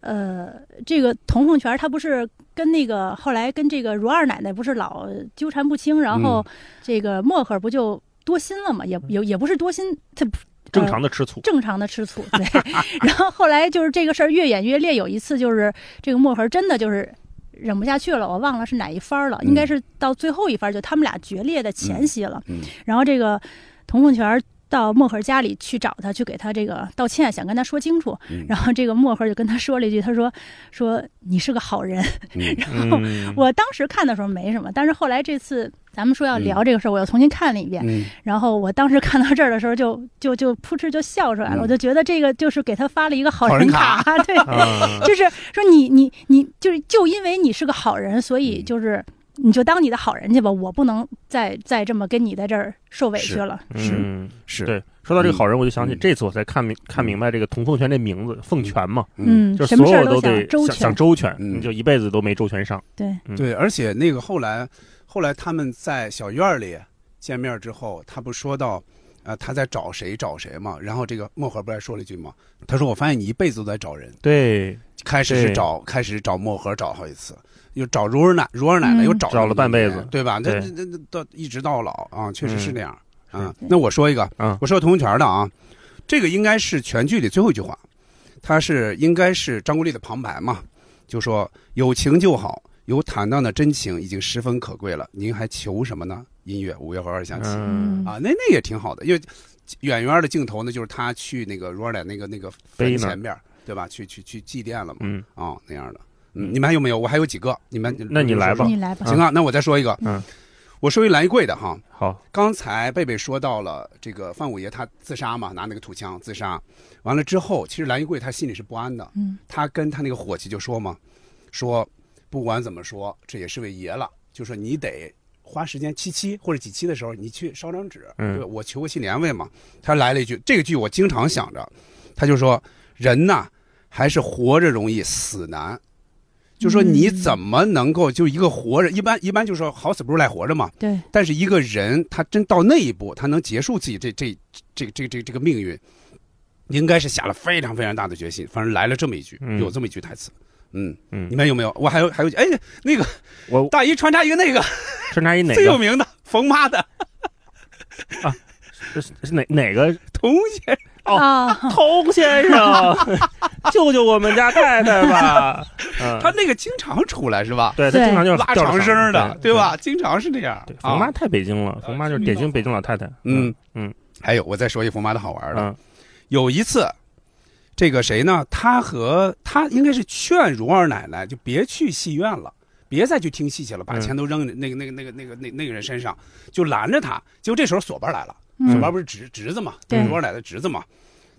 S9: 呃，这个童凤泉他不是跟那个后来跟这个如二奶奶不是老纠缠不清，然
S8: 嗯
S9: 后这个墨荷不就多心了嘛，也也也不是多心，他不呃
S8: 正常的吃醋，
S9: 正常的吃醋，对。 然后后来就是这个事儿越演越烈，有一次就是这个墨盒真的就是忍不下去了，我忘了是哪一番儿了，应该是到最后一番儿，就他们俩决裂的前夕了。
S7: 嗯嗯嗯
S9: 然后这个童凤泉。到墨盒家里去找他，去给他这个道歉，想跟他说清楚。
S7: 嗯
S9: 然后这个墨盒就跟他说了一句：“他说，说你是个好人。
S7: 嗯
S9: 然后
S8: 嗯
S9: 我当时看的时候没什么，但是后来这次咱们说要聊这个事儿，我又重新看了一遍。
S7: 嗯，
S9: 然后我当时看到这儿的时候就，就就扑哧就笑出来
S7: 嗯
S9: 了，我就觉得这个就是给他发了一个好
S7: 好人
S9: 人卡，对，
S8: 啊
S9: 就是说你你你就是就因为你是个好人，所以就是你就当你的好人去吧，我不能再再这么跟你在这儿受委屈了。
S7: 是
S8: 嗯
S7: 是，
S8: 对，说到这个好人，我就想起
S7: 嗯
S8: 这次我才看明看明白这个童凤泉这名字，凤泉嘛，
S9: 嗯，
S8: 就是
S9: 什么
S8: 所
S9: 事儿
S8: 有都
S9: 想
S8: 得
S9: 周
S8: 想想
S9: 全，
S8: 周全，
S7: 嗯
S8: 你就一辈子都没周全上。
S9: 对，
S8: 嗯
S7: 对，而且那个后来后来他们在小院儿里见面之后，他不说到。呃，他在找谁找谁嘛？然后这个墨盒不是还说了一句嘛？他说：“我发现你一辈子都在找人。”
S8: 对，
S7: 开始是
S8: 对
S7: 找开始找墨盒找好几次，又找如儿奶如儿奶奶
S9: 嗯
S7: 又找
S8: 找了半辈子
S7: 了对吧？那
S8: 对
S7: 那那那到一直到老啊，确实是那样
S8: 嗯
S7: 啊
S9: 是。
S7: 那我说一个
S8: 嗯，
S7: 我说童文泉的啊，这个应该是全剧里最后一句话，他是应该是张国立的旁白嘛，就说有情就好，有坦荡的真情已经十分可贵了，您还求什么呢？音乐五月花儿响起。
S8: 嗯，
S7: 啊，那那也挺好的，因为远远的镜头呢，就是他去那个如尔奶那个那个坟
S8: 碑那儿
S7: 前边儿，对吧？去去去祭奠了嘛，
S8: 嗯
S7: 啊、那样的。嗯，你们还有没有？我还有几个，你们
S8: 那你来吧
S9: 你来吧，
S7: 行啊，那我再说一个，
S8: 嗯，
S7: 我说一来一贵的哈，
S8: 好，
S7: 刚才贝贝说到了这个范五爷他自杀嘛，拿那个土枪自杀，完了之后，其实蓝衣贵他心里是不安的，
S9: 嗯，
S7: 他跟他那个伙计就说嘛，说不管怎么说，这也是位爷了，就说你得花时间七七或者几期的时候，你去烧张纸，
S8: 嗯
S7: 对吧？我求过心理安慰嘛，他来了一句，这个句我经常想着，他就说人呐还是活着容易死难。就说你怎么能够就一个活着，一般一般就说好死不如赖活着嘛，
S9: 对，
S7: 但是一个人他真到那一步，他能结束自己这这这这这这个命运，应该是下了非常非常大的决心。反正来了这么一句，
S8: 嗯
S7: 有这么一句台词。嗯
S8: 嗯
S7: 你们有没有？我还有还有，哎，那个
S8: 我
S7: 大姨穿插一个那个
S8: 穿插一哪
S7: 最有
S8: 个？
S7: 名的冯妈的
S8: 是是哪哪个？
S9: 嗯
S7: 童先生，
S8: 哦
S9: 啊，
S8: 童先生， 救救我们家太太吧！嗯，
S7: 他那个经常出来是吧？
S8: 对他
S9: 对
S8: 经常就是
S7: 拉
S8: 吊着
S7: 长声儿的，
S8: 对
S7: 对？吧？经常是这样
S8: 对，。冯
S7: 啊
S8: 妈，太北京了，冯妈就是典型北京老太太。
S7: 嗯
S8: 嗯
S7: 还有我再说一冯妈的好玩的，
S8: 嗯
S7: 有一次，这个谁呢？他和他应该是劝蓉儿奶奶就别去戏院了，别再去听戏去了，把
S8: 嗯
S7: 钱都扔那个那个那个那个那那个人身上，就拦着他。结果这时候索班来了，
S9: 嗯
S7: 索班不是侄侄子嘛，
S9: 对
S7: 蓉儿奶奶侄子嘛。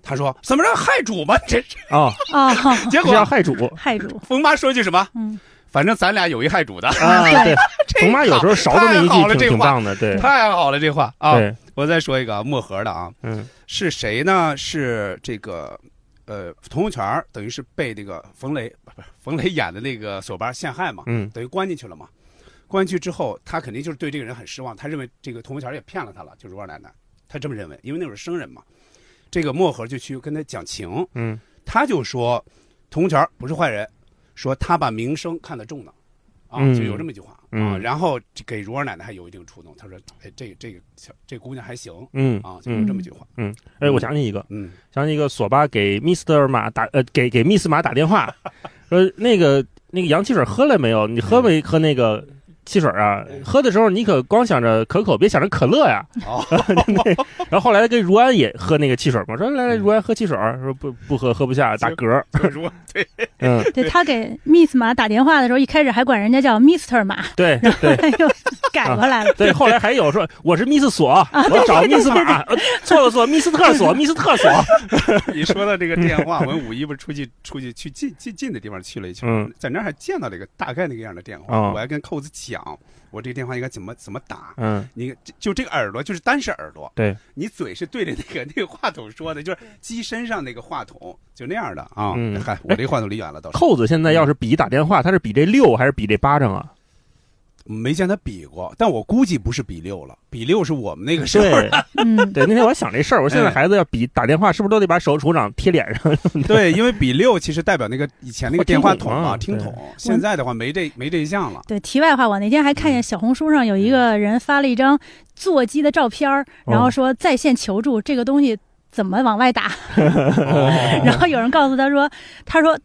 S7: 他说：“怎么着害主吧？这 是。
S8: 哦，
S9: 啊，”
S7: 结
S8: 这是要
S7: 果
S8: 害 主
S9: 害主，
S7: 冯妈说句什么？
S9: 嗯，
S7: 反正咱俩有一害 主的。
S8: 啊！对，
S7: 这
S8: 冯妈有时候勺这么一
S7: 太好了
S8: 句挺
S7: 这
S8: 挺
S7: 话
S8: 棒的，对
S7: 太好了，这话啊！
S8: 对，
S7: 我再说一个啊漠河的啊，
S8: 嗯
S7: 是谁呢？是这个呃，童友泉儿等于是被这个冯雷不不是冯雷演的那个索巴陷害嘛，
S8: 嗯
S7: 等于关进去了嘛。关进去之后，他肯定就是对这个人很失望，他认为这个童友泉儿也骗了他了，就是二奶奶，他这么认为，因为那会儿生人嘛。这个漠河就去跟他讲情，
S8: 嗯，
S7: 他就说童友泉儿不是坏人，说他把名声看得重呢，啊，
S8: 嗯
S7: 就有这么一句话啊。
S8: 嗯
S7: 然后给如儿奶奶还有一定触动，他说：“哎，这个这个小这姑娘还行
S8: 嗯
S7: 啊。”就有
S8: 嗯。
S7: 这么一句话，
S8: 哎，我想起一个，
S7: 嗯。
S8: 想起一个索巴给 Mr 马打呃给给 Miss 马打 电话，说那个那个洋汽水喝了没有？你喝没喝那个汽水啊？喝的时候你可光想着可口，别想着可 乐呀。
S7: 哦，
S8: 然后后来跟如安也喝那个汽水嘛，说来来如安喝汽水儿，说不不喝喝不下打嗝。
S7: 如 果
S8: 嗯，
S9: 对他给 Miss 马打电话的时候，一开始还管人家叫 Mister 马，
S8: 对对。
S9: 又改过
S7: 啊
S9: 来了，
S8: 对，后来还有说我是 Miss 索，我找 Miss 马，呃错了错，Miss 特索，Miss 特 索，
S7: 你说到这个电话，我们五一不是出去出去去近近近的地方去了一圈，
S8: 嗯
S7: 在那儿还见到了一个大概那个样的电话，
S8: 哦
S7: 我还跟扣子讲，我这个电话应该怎么怎么打。
S8: 嗯，
S7: 你就就这个耳朵就是单是耳朵，
S8: 对，
S7: 你嘴是对着那个那个话筒说的，就是机身上那个话筒，就那样的啊。
S8: 嗯
S7: 嗨，我离话筒离远了倒是，
S8: 扣子现在要是比打电话，他是比这六还是比这巴掌啊？
S7: 没见他比过，但我估计不是比六了，比六是我们那个时候
S8: 对，
S9: 嗯，
S8: 对，那天我还想这事儿，我现在孩子要比打电话，是不是都得把手手掌贴脸上？
S7: 对，因为比六其实代表那个以前那个
S8: 哦听
S7: 电话
S8: 筒
S7: 筒
S8: 啊
S7: 嘛，听
S8: 对
S7: 筒。现在的话没这没这一项了。
S9: 对，题外话，我那天还看
S7: 嗯
S9: 见小红书上有一个人发了一张座机的照片儿，然
S7: 哦
S9: 后说在线求助，这个东西怎么往外打？ 然后有人告诉他说，他说。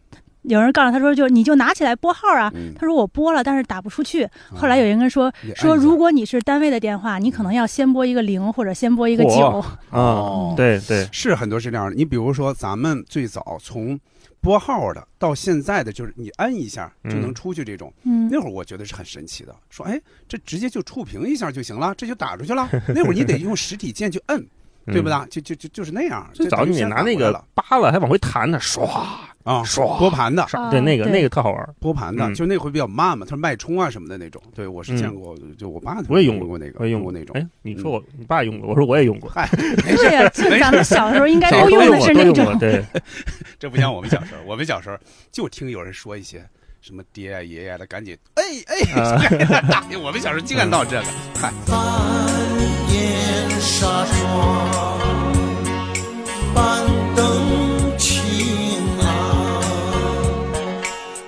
S9: 有人告诉他说，就是你就拿起来拨号啊。
S7: 嗯哦
S9: 他说我拨了，但是打不出去。后来有人跟说
S7: 也按一下
S9: 说，如果你是单位的电话，你可能要先拨一个零或者先拨一个九
S8: 嚯。
S7: 哦
S8: 啊，对对，
S7: 是很多是这样的。你比如说，咱们最早从拨号的到现在的，就是你摁一下就能出去这种，
S9: 嗯
S7: 那会儿我觉得是很神奇的。说，哎，这直接就触屏一下就行了，这就打出去 了。那会儿你得用实体键去摁，对不
S8: 对？
S7: 啦？就就就就是那样。
S8: 嗯最早
S7: 就等于
S8: 你
S7: 现在
S8: 拿那
S7: 反过来
S8: 个
S7: 了
S8: 扒了，还往回弹呢，唰，
S7: 啊，
S8: 唰
S7: 拨盘的，
S9: 啊
S8: 对，那个
S9: 对
S8: 那个特好玩儿，
S7: 拨盘的，
S8: 嗯
S7: 就那会儿比较慢嘛，它是脉冲啊什么的那种。对，我是
S8: 嗯
S7: 见过，就我爸
S8: 我也用
S7: 过那个，
S8: 我也用
S7: 过那种。
S8: 哎， 你说我你爸用过，我说我也用过，
S7: 嗨，
S9: 对呀，就咱们小时候应该
S8: 都
S9: 都用的
S8: 过
S9: 是
S8: 都
S9: 那
S8: 用过，
S9: 种。
S8: 对，
S7: 这不像我们小时候，我们小时候就听有人说一些什么爹呀、爷呀的，赶紧哎
S8: 啊
S7: 哎，打、我们小时候净干闹这个，
S8: 嗯
S7: 嗨，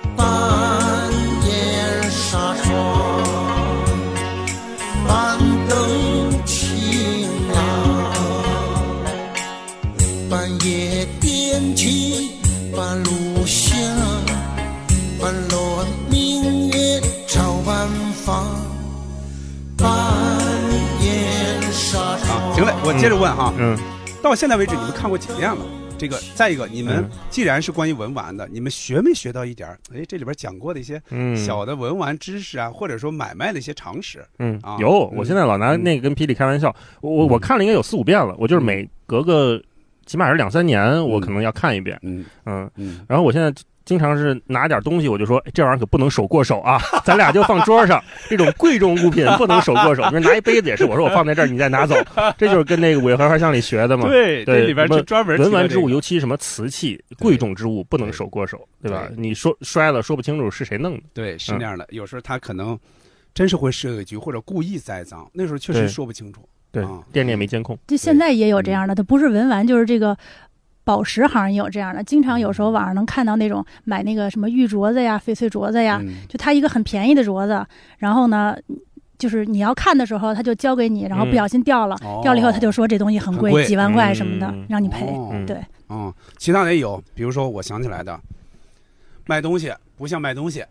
S7: 啊，行了，我接着问哈，
S8: 嗯，
S7: 啊
S8: 嗯
S7: 到现在为止你们看过几遍了？这个，再一个，你们
S8: 嗯
S7: 既然是关于文玩的，你们学没学到一点儿？哎，这里边讲过的一些
S8: 嗯，
S7: 小的文玩知识啊，或者说买卖的一些常识。
S8: 嗯
S7: 啊，
S8: 有，我现在老拿那个跟霹雳开玩笑，我我我看了应该有四五遍了，我就是每隔个起码是两三年，我可能要看一遍，
S2: 嗯
S8: 嗯，
S2: 嗯，
S8: 然后我现在经常是拿点东西，我就说哎这玩意儿可不能手过手啊， 咱俩就放桌上， 这种贵重物品不能手过手。你说拿一杯子也是，我说我放在这儿，你再拿走，这就是跟那个《尾和花香》里学的嘛。
S10: 对，
S8: 对
S10: 这里边
S8: 什么
S10: 就专门提
S8: 文
S10: 到
S8: 玩
S10: 这
S8: 之物，
S10: 个
S8: 尤其什么瓷器、贵重之物，不能手过手，对吧？你说摔了，说不清楚是谁弄的。
S7: 对，是
S8: 嗯
S7: 那样的。有时候他可能真是会设个局，或者故意栽赃，那时候确实
S8: 对
S7: 说不清楚。
S8: 对
S7: 啊，
S8: 店里也没监控。
S9: 就现在也有这样的，它不是文玩，就是这个宝石行也有这样的。经常有时候网上能看到那种买那个什么玉镯子呀、翡翠镯子呀，
S2: 嗯
S9: 就它一个很便宜的镯子，然后呢，就是你要看的时候，他就交给你，然后不小心掉了，
S7: 哦
S9: 掉了以后他就说这东西很
S7: 很贵
S9: 几万块什么的，
S8: 嗯
S9: 让你赔。
S7: 哦
S9: 对，
S7: 嗯，其他的也有，比如说我想起来的，卖东西不像卖东西，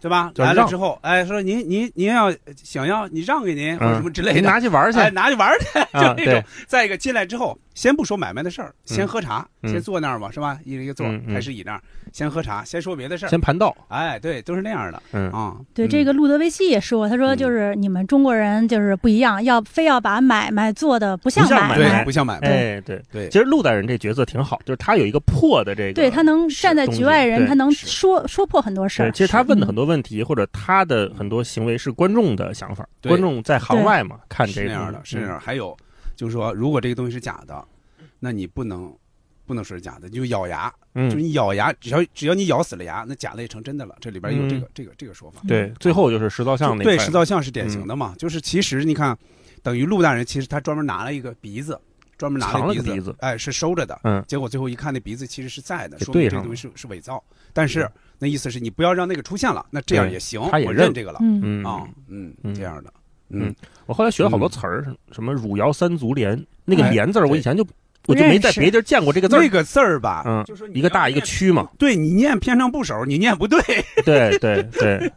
S7: 对吧？
S8: 就是
S7: 来
S8: 让
S7: 了之后，哎，说您您您要想要，你让给您或者什么之类
S8: 嗯你
S7: 的，
S8: 拿去玩儿去。
S7: 哎，拿去玩儿去，就
S8: 啊
S7: 那种
S8: 对。
S7: 再一个进来之后，先不说买卖的事儿，先
S8: 嗯
S7: 喝茶，
S8: 嗯
S7: 先坐那儿嘛，是吧？一人一个座
S8: 嗯，嗯
S7: 开始椅那儿，先喝茶，先说别的事儿。
S8: 先盘道，
S7: 哎，对，都是那样的
S8: 嗯，
S7: 啊。
S9: 对，
S7: 嗯
S9: 这个路德维希也说，他说
S7: 嗯
S9: 就是你们中国人就是不一样，要非要把买卖做的不像
S8: 不像
S9: 买
S8: 买
S7: 对
S8: 卖
S7: 不像买卖，
S8: 哎，对
S7: 对
S8: 其实陆大人这角色挺好，就是他有一个破的这个，
S9: 对他能站在
S8: 东
S9: 局
S8: 西
S9: 外人，
S8: 对
S9: 他能
S8: 是
S9: 说说破很多事
S8: 对
S9: 儿。
S8: 其实他问的
S9: 嗯
S8: 很多问题，或者他的很多行为是观众的想法，
S7: 嗯对
S8: 观众在行外嘛，看这嗯
S7: 是
S8: 个
S7: 那样的，是那样的。还有就是说，如果这个东西是假的，那你不能不能说是假的，你就咬牙，
S8: 嗯，
S7: 就是
S8: 嗯
S7: 你咬牙，只要只要你咬死了牙，那假的也成真的了。这里边有这个、这个这个说法。
S8: 嗯对，最后就是石造像
S7: 就
S8: 那
S7: 嗯对，
S8: 块嗯
S7: 石造像是典型的嘛，就是其实你看，等于陆大人其实他专门拿了一个鼻子，专门拿
S8: 藏了
S7: 鼻
S8: 个
S7: 子，
S8: 鼻子
S7: 哎，是收着的。
S8: 嗯，
S7: 结果最后一看，那鼻子其实是在的，
S8: 给
S7: 说明
S8: 对
S7: 这
S8: 上
S7: 个东西是是伪造。但是那意思是你不要让那个出现了，那这
S8: 对
S7: 样也行，
S8: 他也
S7: 我
S8: 认
S7: 认这个了。
S9: 嗯，
S8: 嗯
S7: 啊，嗯，
S8: 嗯
S7: 这样的，
S8: 嗯我后来学了好多词儿，什么“汝窑三足联”，那
S7: 哎
S8: 个“联”字儿，我以前就我就没在别地儿见过这个字儿
S7: 那，个字儿吧，
S8: 嗯
S7: 就说，你
S8: 一个
S7: 要
S8: 大一个
S7: 念
S8: 区嘛，
S7: 对你念偏上部首，你念不对。
S8: 对对对，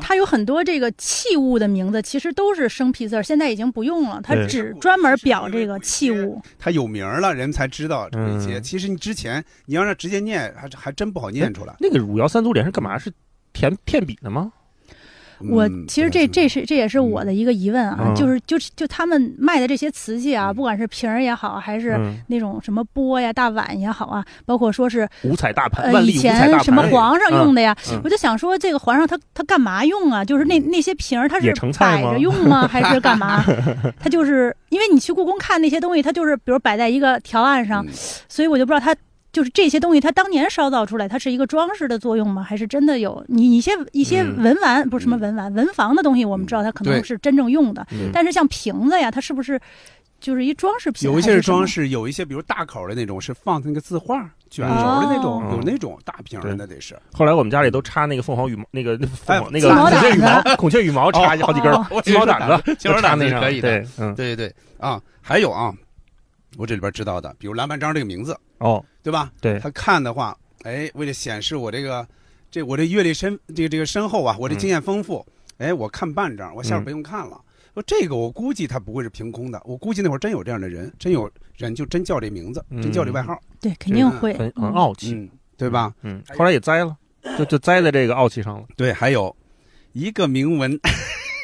S9: 它有很多这个器物的名字，其实都是生僻字儿，现在已经不用了，它
S8: 对
S9: 只专门表这个器物。
S7: 他有名儿了，人才知道这一节。
S8: 嗯
S7: 其实你之前你要让直接念，还还真不好念出来。
S8: 那个“汝窑三足联”是干嘛？是填片笔的吗？
S9: 我
S7: 嗯
S9: 其实这这是这也是我的一个疑问啊，
S8: 嗯
S9: 就是就就他们卖的这些瓷器啊，
S7: 嗯
S9: 不管是瓶儿也好，还是
S8: 嗯，
S9: 那种什么钵呀、大碗也好啊，包括说是
S8: 五彩大盘，
S9: 呃
S8: 万
S9: 以
S8: 历五彩大
S9: 前
S8: 盘，
S9: 什么皇上用的呀，
S8: 嗯嗯嗯
S9: 我就想说这个皇上他他干嘛用啊？就是那那些瓶儿他是
S8: 也盛菜
S9: 摆
S8: 吗
S9: 着用吗？还是 干嘛？他就是因为你去故宫看那些东西，它就是比如摆在一个条案上，
S2: 嗯
S9: 所以我就不知道它就是这些东西，它当年烧造出来，它是一个装饰的作用吗？还是真的有你一些一些
S8: 嗯
S9: 文玩、不是什么文玩文房的东西，我们知道它可能是真正用的，
S8: 嗯，
S9: 但是像瓶子呀，它是不是就是一装饰品？
S7: 有一些
S9: 还
S7: 是
S9: 是什么
S7: 装，饰，有一些比如大口的那种是放那个字画卷轴的那种，
S8: 哦
S7: 有那种大瓶儿
S8: 对
S7: 的得是。
S8: 后来我们家里都插那个凤凰羽毛，那个那凤凰
S7: 哎
S8: 那个
S9: 鸡毛
S8: 孔雀
S9: 掸
S8: 羽毛，孔雀
S9: 子
S8: 羽毛插好几根儿
S9: 哦，
S8: 鸡毛掸子，
S10: 鸡毛掸子
S8: 插那上
S10: 可以的
S8: 对，嗯，
S10: 对对对，
S7: 啊，还有啊，我这里边知道的，比如蓝半张这个名字，
S8: 哦，
S7: 对吧？
S8: 对
S7: 他看的话，哎，为了显示我这个这我这阅历深这个这个深厚啊，我这经验丰富，哎，我看半张，我下边不用看了。说这个我估计他不会是凭空的，我估计那会儿真有这样的人，真有人就真叫这名字，
S8: 嗯
S7: 真叫这外号，
S9: 对，肯定会
S8: 很很
S9: 嗯
S8: 傲气，
S7: 嗯，对吧？
S8: 嗯，后来也栽了，就就栽在这个傲气上了，
S7: 对，还有一个铭文，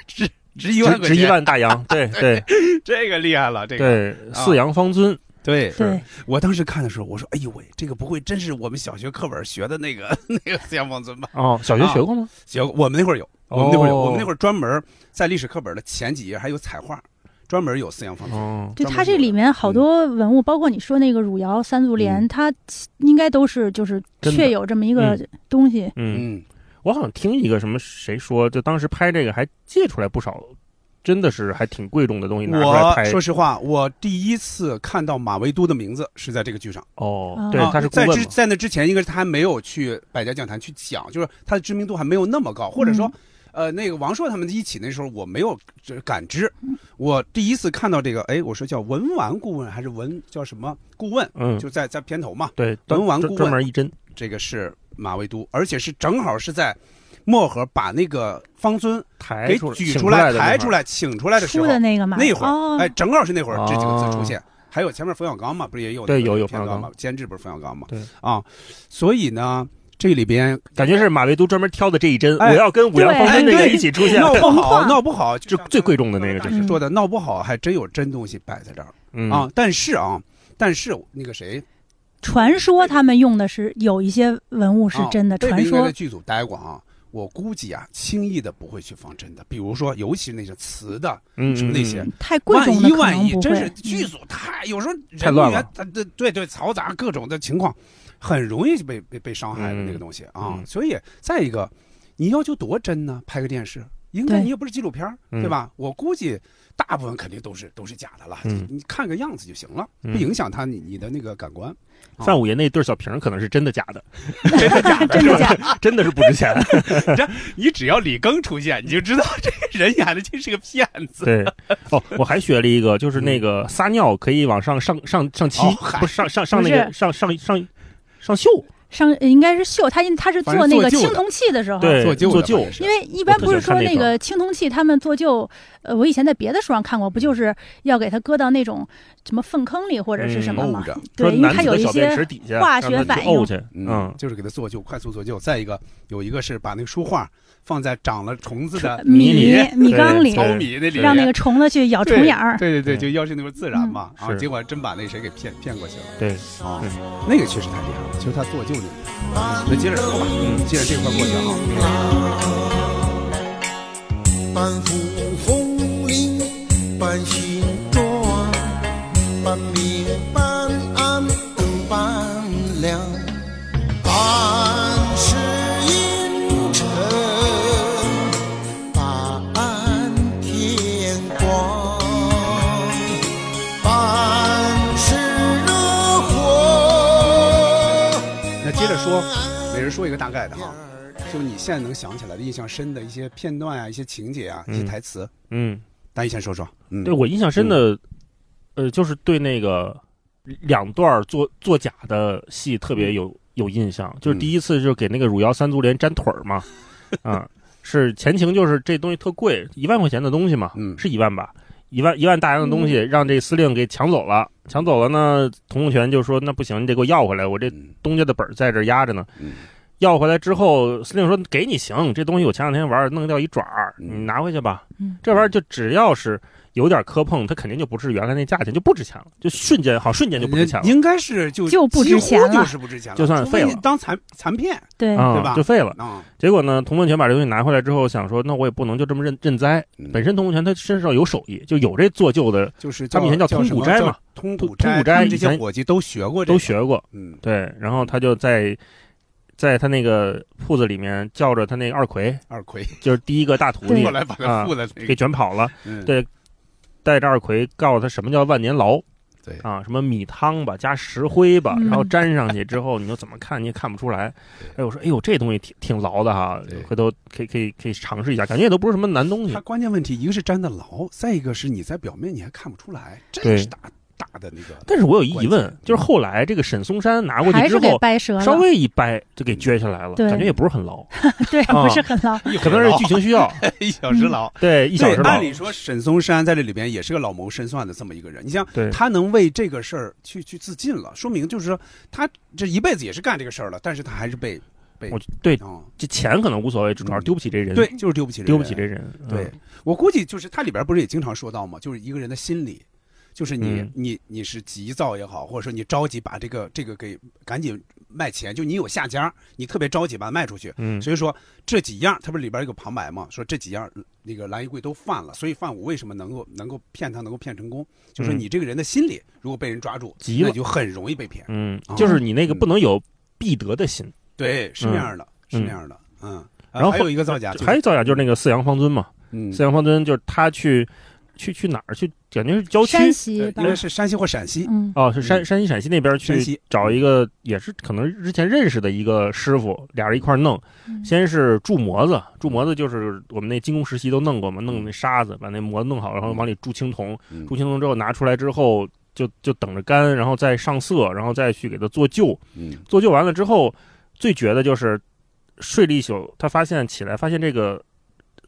S7: 值值一万
S8: 值
S7: 块
S8: 值一
S7: 钱，
S8: 万大洋，对对
S7: 这个厉害了，这个
S8: 对，四羊方尊，
S7: 对
S9: 对。
S7: 我当时看的时候，我说：“哎呦喂，这个不会真是我们小学课本学的那个 那个四羊方尊吧？”
S8: 哦，小学学过吗？
S7: 行，我们那会儿有，我们那会儿有，
S8: 哦
S7: 我们那会儿专门在历史课本的前几页还有彩画，专门有四羊方尊。
S8: 哦，
S9: 对
S7: 专
S9: 它
S7: 门
S9: 这
S7: 有的
S9: 里面好多文物，包括你说那个汝窑三足联，
S7: 嗯
S9: 它应该都是就是
S8: 真的
S9: 确有这么一个东西。
S8: 嗯，
S7: 嗯，
S8: 我好像听一个什么谁说，就当时拍这个还借出来不少，真的是还挺贵重的东西嗯拿出来
S7: 我
S8: 拍，
S7: 说实话，我第一次看到马未都的名字是在这个剧上。
S8: 哦
S9: 啊，
S8: 对，他是顾
S7: 在
S8: 问
S7: 之
S8: 嘛，
S7: 在那之前，应该是他还没有去百家讲坛去讲，就是他的知名度还没有那么高，或者说，
S8: 嗯
S7: 呃，那个王朔他们一起那时候我没有这感知。我第一次看到这个，哎，我说叫文玩顾问还是文叫什么顾问？
S8: 嗯，
S7: 就在在片头嘛，
S8: 对，
S7: 文玩
S8: 专
S7: 顾问
S8: 专门一针，
S7: 这个是马未都，而且是正好是在漠河把那个方尊
S8: 抬
S7: 给
S8: 出
S7: 举
S8: 请
S7: 出来、
S8: 的
S7: 抬
S8: 那
S7: 出
S8: 块儿，
S7: 来、请出来的时
S9: 出
S7: 候，
S9: 的那个嘛，
S7: 那会儿，哎
S9: 哦
S7: 哎，正好是那会儿这几个字出现，还有前面冯小刚嘛，不是也有
S8: 哦对
S7: 那个
S8: 有有
S7: 片
S8: 冯小
S7: 段
S8: 刚
S7: 嘛，监制不是冯小刚嘛？
S8: 对
S7: 啊，所以呢，这里边
S8: 感觉是马未都专门挑的这一针，
S7: 哎
S8: 我要跟五羊方
S7: 哎
S8: 分这个
S7: 对
S8: 一起出 现，
S7: 闹不
S9: 疯
S7: 好，
S9: 狂
S7: 闹不好，
S8: 就最贵重的那个，这是
S9: 嗯
S7: 说的闹不好，还真有真东西摆在这儿
S8: 嗯
S7: 啊。但是啊，但是那个谁，
S9: 传说他们用的是有一些文物是
S7: 啊
S9: 真的，
S7: 贝
S9: 传
S7: 贝应该
S9: 说
S7: 在剧组待过啊。我估计啊，轻易的不会去放真的，比如说，尤其是那些瓷的，
S8: 嗯
S7: 什么那些
S8: 嗯嗯
S9: 太 贵
S7: 万
S9: 重的
S7: 一
S9: 可
S7: 万
S9: 能
S7: 一
S9: 不，
S7: 真是
S9: 会。嗯
S7: 剧组太有时候人
S8: 太乱
S7: 员
S8: 了，
S7: 他对对对，嘈杂各种的情况，很容易就被被被伤害的
S8: 嗯
S7: 那个东西啊。
S8: 嗯
S7: 所以再一个，你要求多真呢？拍个电视，应该
S9: 对
S7: 你又不是纪录片儿，
S8: 嗯
S7: 对吧？我估计大部分肯定都是都是假的了，
S8: 嗯
S7: 你看个样子就行了，
S8: 嗯
S7: 不影响他你你的那个感官。啊
S8: 范五爷那对小瓶儿可能是真的假的，
S7: 真的假的？
S9: 真的假？
S8: 真的是不值钱。
S7: 你只要李庚出现，你就知道这个人演的就是个骗子。
S8: 对， 哦，我还学了一个，就是那个撒尿可以往上上上上漆
S7: 哦，嗨
S8: 不是上上上那
S9: 不
S8: 个
S9: 是
S8: 上上上上锈，
S9: 上应该是绣，他他是
S7: 反正
S9: 做
S7: 做
S9: 那个
S7: 旧的
S9: 青铜器的时候，
S8: 对，
S7: 做
S8: 做
S7: 旧的吧
S8: 旧
S7: 也，是
S9: 因为一般不是说那个青铜器他们做旧，呃，我以前在别的书上看过，不
S7: 嗯
S9: 就是要给它搁到那种什么粪坑里或者是什么
S7: 嗯
S9: 吗
S7: 沤着？
S8: 说
S9: 对，因为
S8: 男
S9: 它
S8: 子
S9: 有
S8: 的
S9: 一
S8: 小便池
S9: 些
S8: 底下
S9: 化学
S8: 让它
S9: 反
S8: 去
S9: 应
S8: 沤去，嗯，
S7: 就是给他做旧，快速做旧。再一个，有一个是把那个书画放在长了虫子 的
S9: 米
S8: 泥
S9: 米缸里
S8: 对
S7: 糙米那里面，
S9: 让那个虫子去咬虫眼儿。
S7: 对对对，
S8: 嗯
S7: 就要求那个自然嘛。
S8: 嗯
S7: 啊，
S8: 是
S7: 结果真把那谁给骗骗过去了。
S8: 对，
S7: 啊，那个确实太厉害了，就是他做旧那个。那接着说吧，嗯，接着这块过去啊。
S10: 半扶风铃，半醒妆，半明半暗更半亮，半是阴沉，半天光，半是热火。
S7: 那接着说，每人说一个大概的哈，就你现在能想起来的印象深的一些片段啊、一些情节啊、一些台词，
S8: 嗯，
S7: 大家先说说。嗯，
S8: 对我印象深的，呃，就是对那个两段儿做做假的戏特
S7: 嗯
S8: 别有有印象，就是第一次就给那个汝窑三足莲粘腿 儿嘛，啊，是前情就是这东西特贵，一万块钱的东西嘛，
S7: 嗯
S8: 是一万吧。一万一万大洋的东西让这司令给抢走了，抢走了呢，童凤泉就说那不行，你得给我要回来，我这
S7: 嗯
S8: 东家的本儿在这儿压着呢。
S7: 嗯
S8: 要回来之后，司令说给你行，这东西我前两天玩儿弄掉一爪儿，
S7: 嗯
S8: 你拿回去吧。
S9: 嗯
S8: 这玩意儿就只要是有点磕碰，它肯定就不是原来那价钱，就不值钱了，就瞬间好瞬间就不值钱了
S7: 应该是就
S9: 就不值钱了
S7: 几乎就是不值钱了，
S8: 就算
S7: 除非
S8: 废了
S7: 你当残残片
S9: 对，
S8: 啊、
S7: 对吧
S8: 就废了。
S7: 啊。
S8: 结果呢，童文泉把这东西拿回来之后，想说那我也不能就这么认认栽
S7: 嗯。
S8: 本身童文泉他身上有手艺，就有这做旧的
S7: 就是
S8: 他们以前叫通
S7: 什么
S8: 古斋嘛，
S7: 叫通古
S8: 通古斋
S7: 他们这
S8: 以
S7: 些
S8: 前
S7: 伙计都学过这个，
S8: 都学过，
S7: 嗯，
S8: 对。然后他就在在他那个铺子里面叫着他那个二奎，
S7: 二奎
S8: 就是第一个大徒弟
S7: 后来把他
S8: 啊
S7: 附在那
S8: 给
S7: 个，
S8: 卷跑了。
S7: 嗯
S8: 对带着二奎告诉他什么叫万年牢，
S7: 对
S8: 啊，什么米汤吧，加石灰吧，
S9: 嗯
S8: 然后粘上去之后，你就怎么看你也看不出来。哎，我说，哎呦，这东西挺挺牢的哈
S7: 对，
S8: 回头可以可以可以尝试一下，感觉也都不是什么难东西
S7: 他。关键问题一个是粘的牢，再一个是你在表面你还看不出来，这
S8: 对
S7: 是大大的那个。
S8: 但是我有一疑
S7: 关
S8: 问
S7: 键，
S8: 就是后来这个沈松山拿过去
S9: 还
S8: 之
S9: 是给
S8: 后，
S9: 掰折了，
S8: 稍微一掰就给撅下来了，
S9: 对
S8: 感觉也不是很牢，
S9: 对，
S8: 啊
S9: 不是很牢。
S7: 一会儿
S8: 可能是剧情需要。
S7: 牢一小时牢。
S8: 对，一小
S7: 对
S8: 时，牢
S7: 按。理说沈松山在这里边也是个老谋深算的这么一个人。你像
S8: 对
S7: 他能为这个事儿去去自尽了，说明就是说他这一辈子也是干这个事儿了，但是他还是被
S8: 我对
S7: 啊、
S8: 这钱可能无所谓，主要
S7: 嗯
S8: 是丢不起这人，
S7: 对，就是丢不起
S8: 丢不起
S7: 人
S8: 这人。嗯
S7: 对，我估计就是它里边不是也经常说到吗？就是一个人的心理，就是你、
S8: 嗯
S7: 你你是急躁也好，或者说你着急把这个这个给赶紧卖钱，就你有下家，你特别着急把它卖出去。
S8: 嗯
S7: 所以说这几样，它不是里边有个旁白嘛，说这几样那个蓝衣柜都犯了，所以范武为什么能够能够骗他能够骗成功，就说
S8: 嗯
S7: 你这个人的心理，如果被人抓住，
S8: 急了
S7: 那就很容易被骗。
S8: 嗯
S7: 啊，
S8: 就是你那个
S7: 嗯
S8: 不能有必得的心。
S7: 对，是那样的，是
S8: 嗯
S7: 那样的，嗯。啊
S8: 然后
S7: 还有一个造假，就是
S8: 还有一造假就是那个四羊方尊嘛，
S7: 嗯
S8: 四，羊方尊就是他去去去哪儿去，感觉是郊区
S9: 山西
S7: 对
S9: 吧
S7: 应，该是山西或陕西，
S9: 嗯，
S8: 哦，是山
S7: 嗯
S8: 山西陕西那边
S7: 山
S8: 去
S7: 西嗯
S8: 找一个也是可能之前认识的一个师傅，俩人一块儿弄，
S9: 嗯
S8: 先是铸模子，铸模
S7: 嗯
S8: 子就是我们那精工实习都弄过嘛，弄那沙子把那模子弄好，然后往里铸青铜，
S7: 嗯
S8: 铸青铜之后拿出来之后就就等着干，然后再上色，然后再去给它做旧，
S7: 嗯
S8: 做旧完了之后，最绝的就是睡了一宿，他发现起来发现这个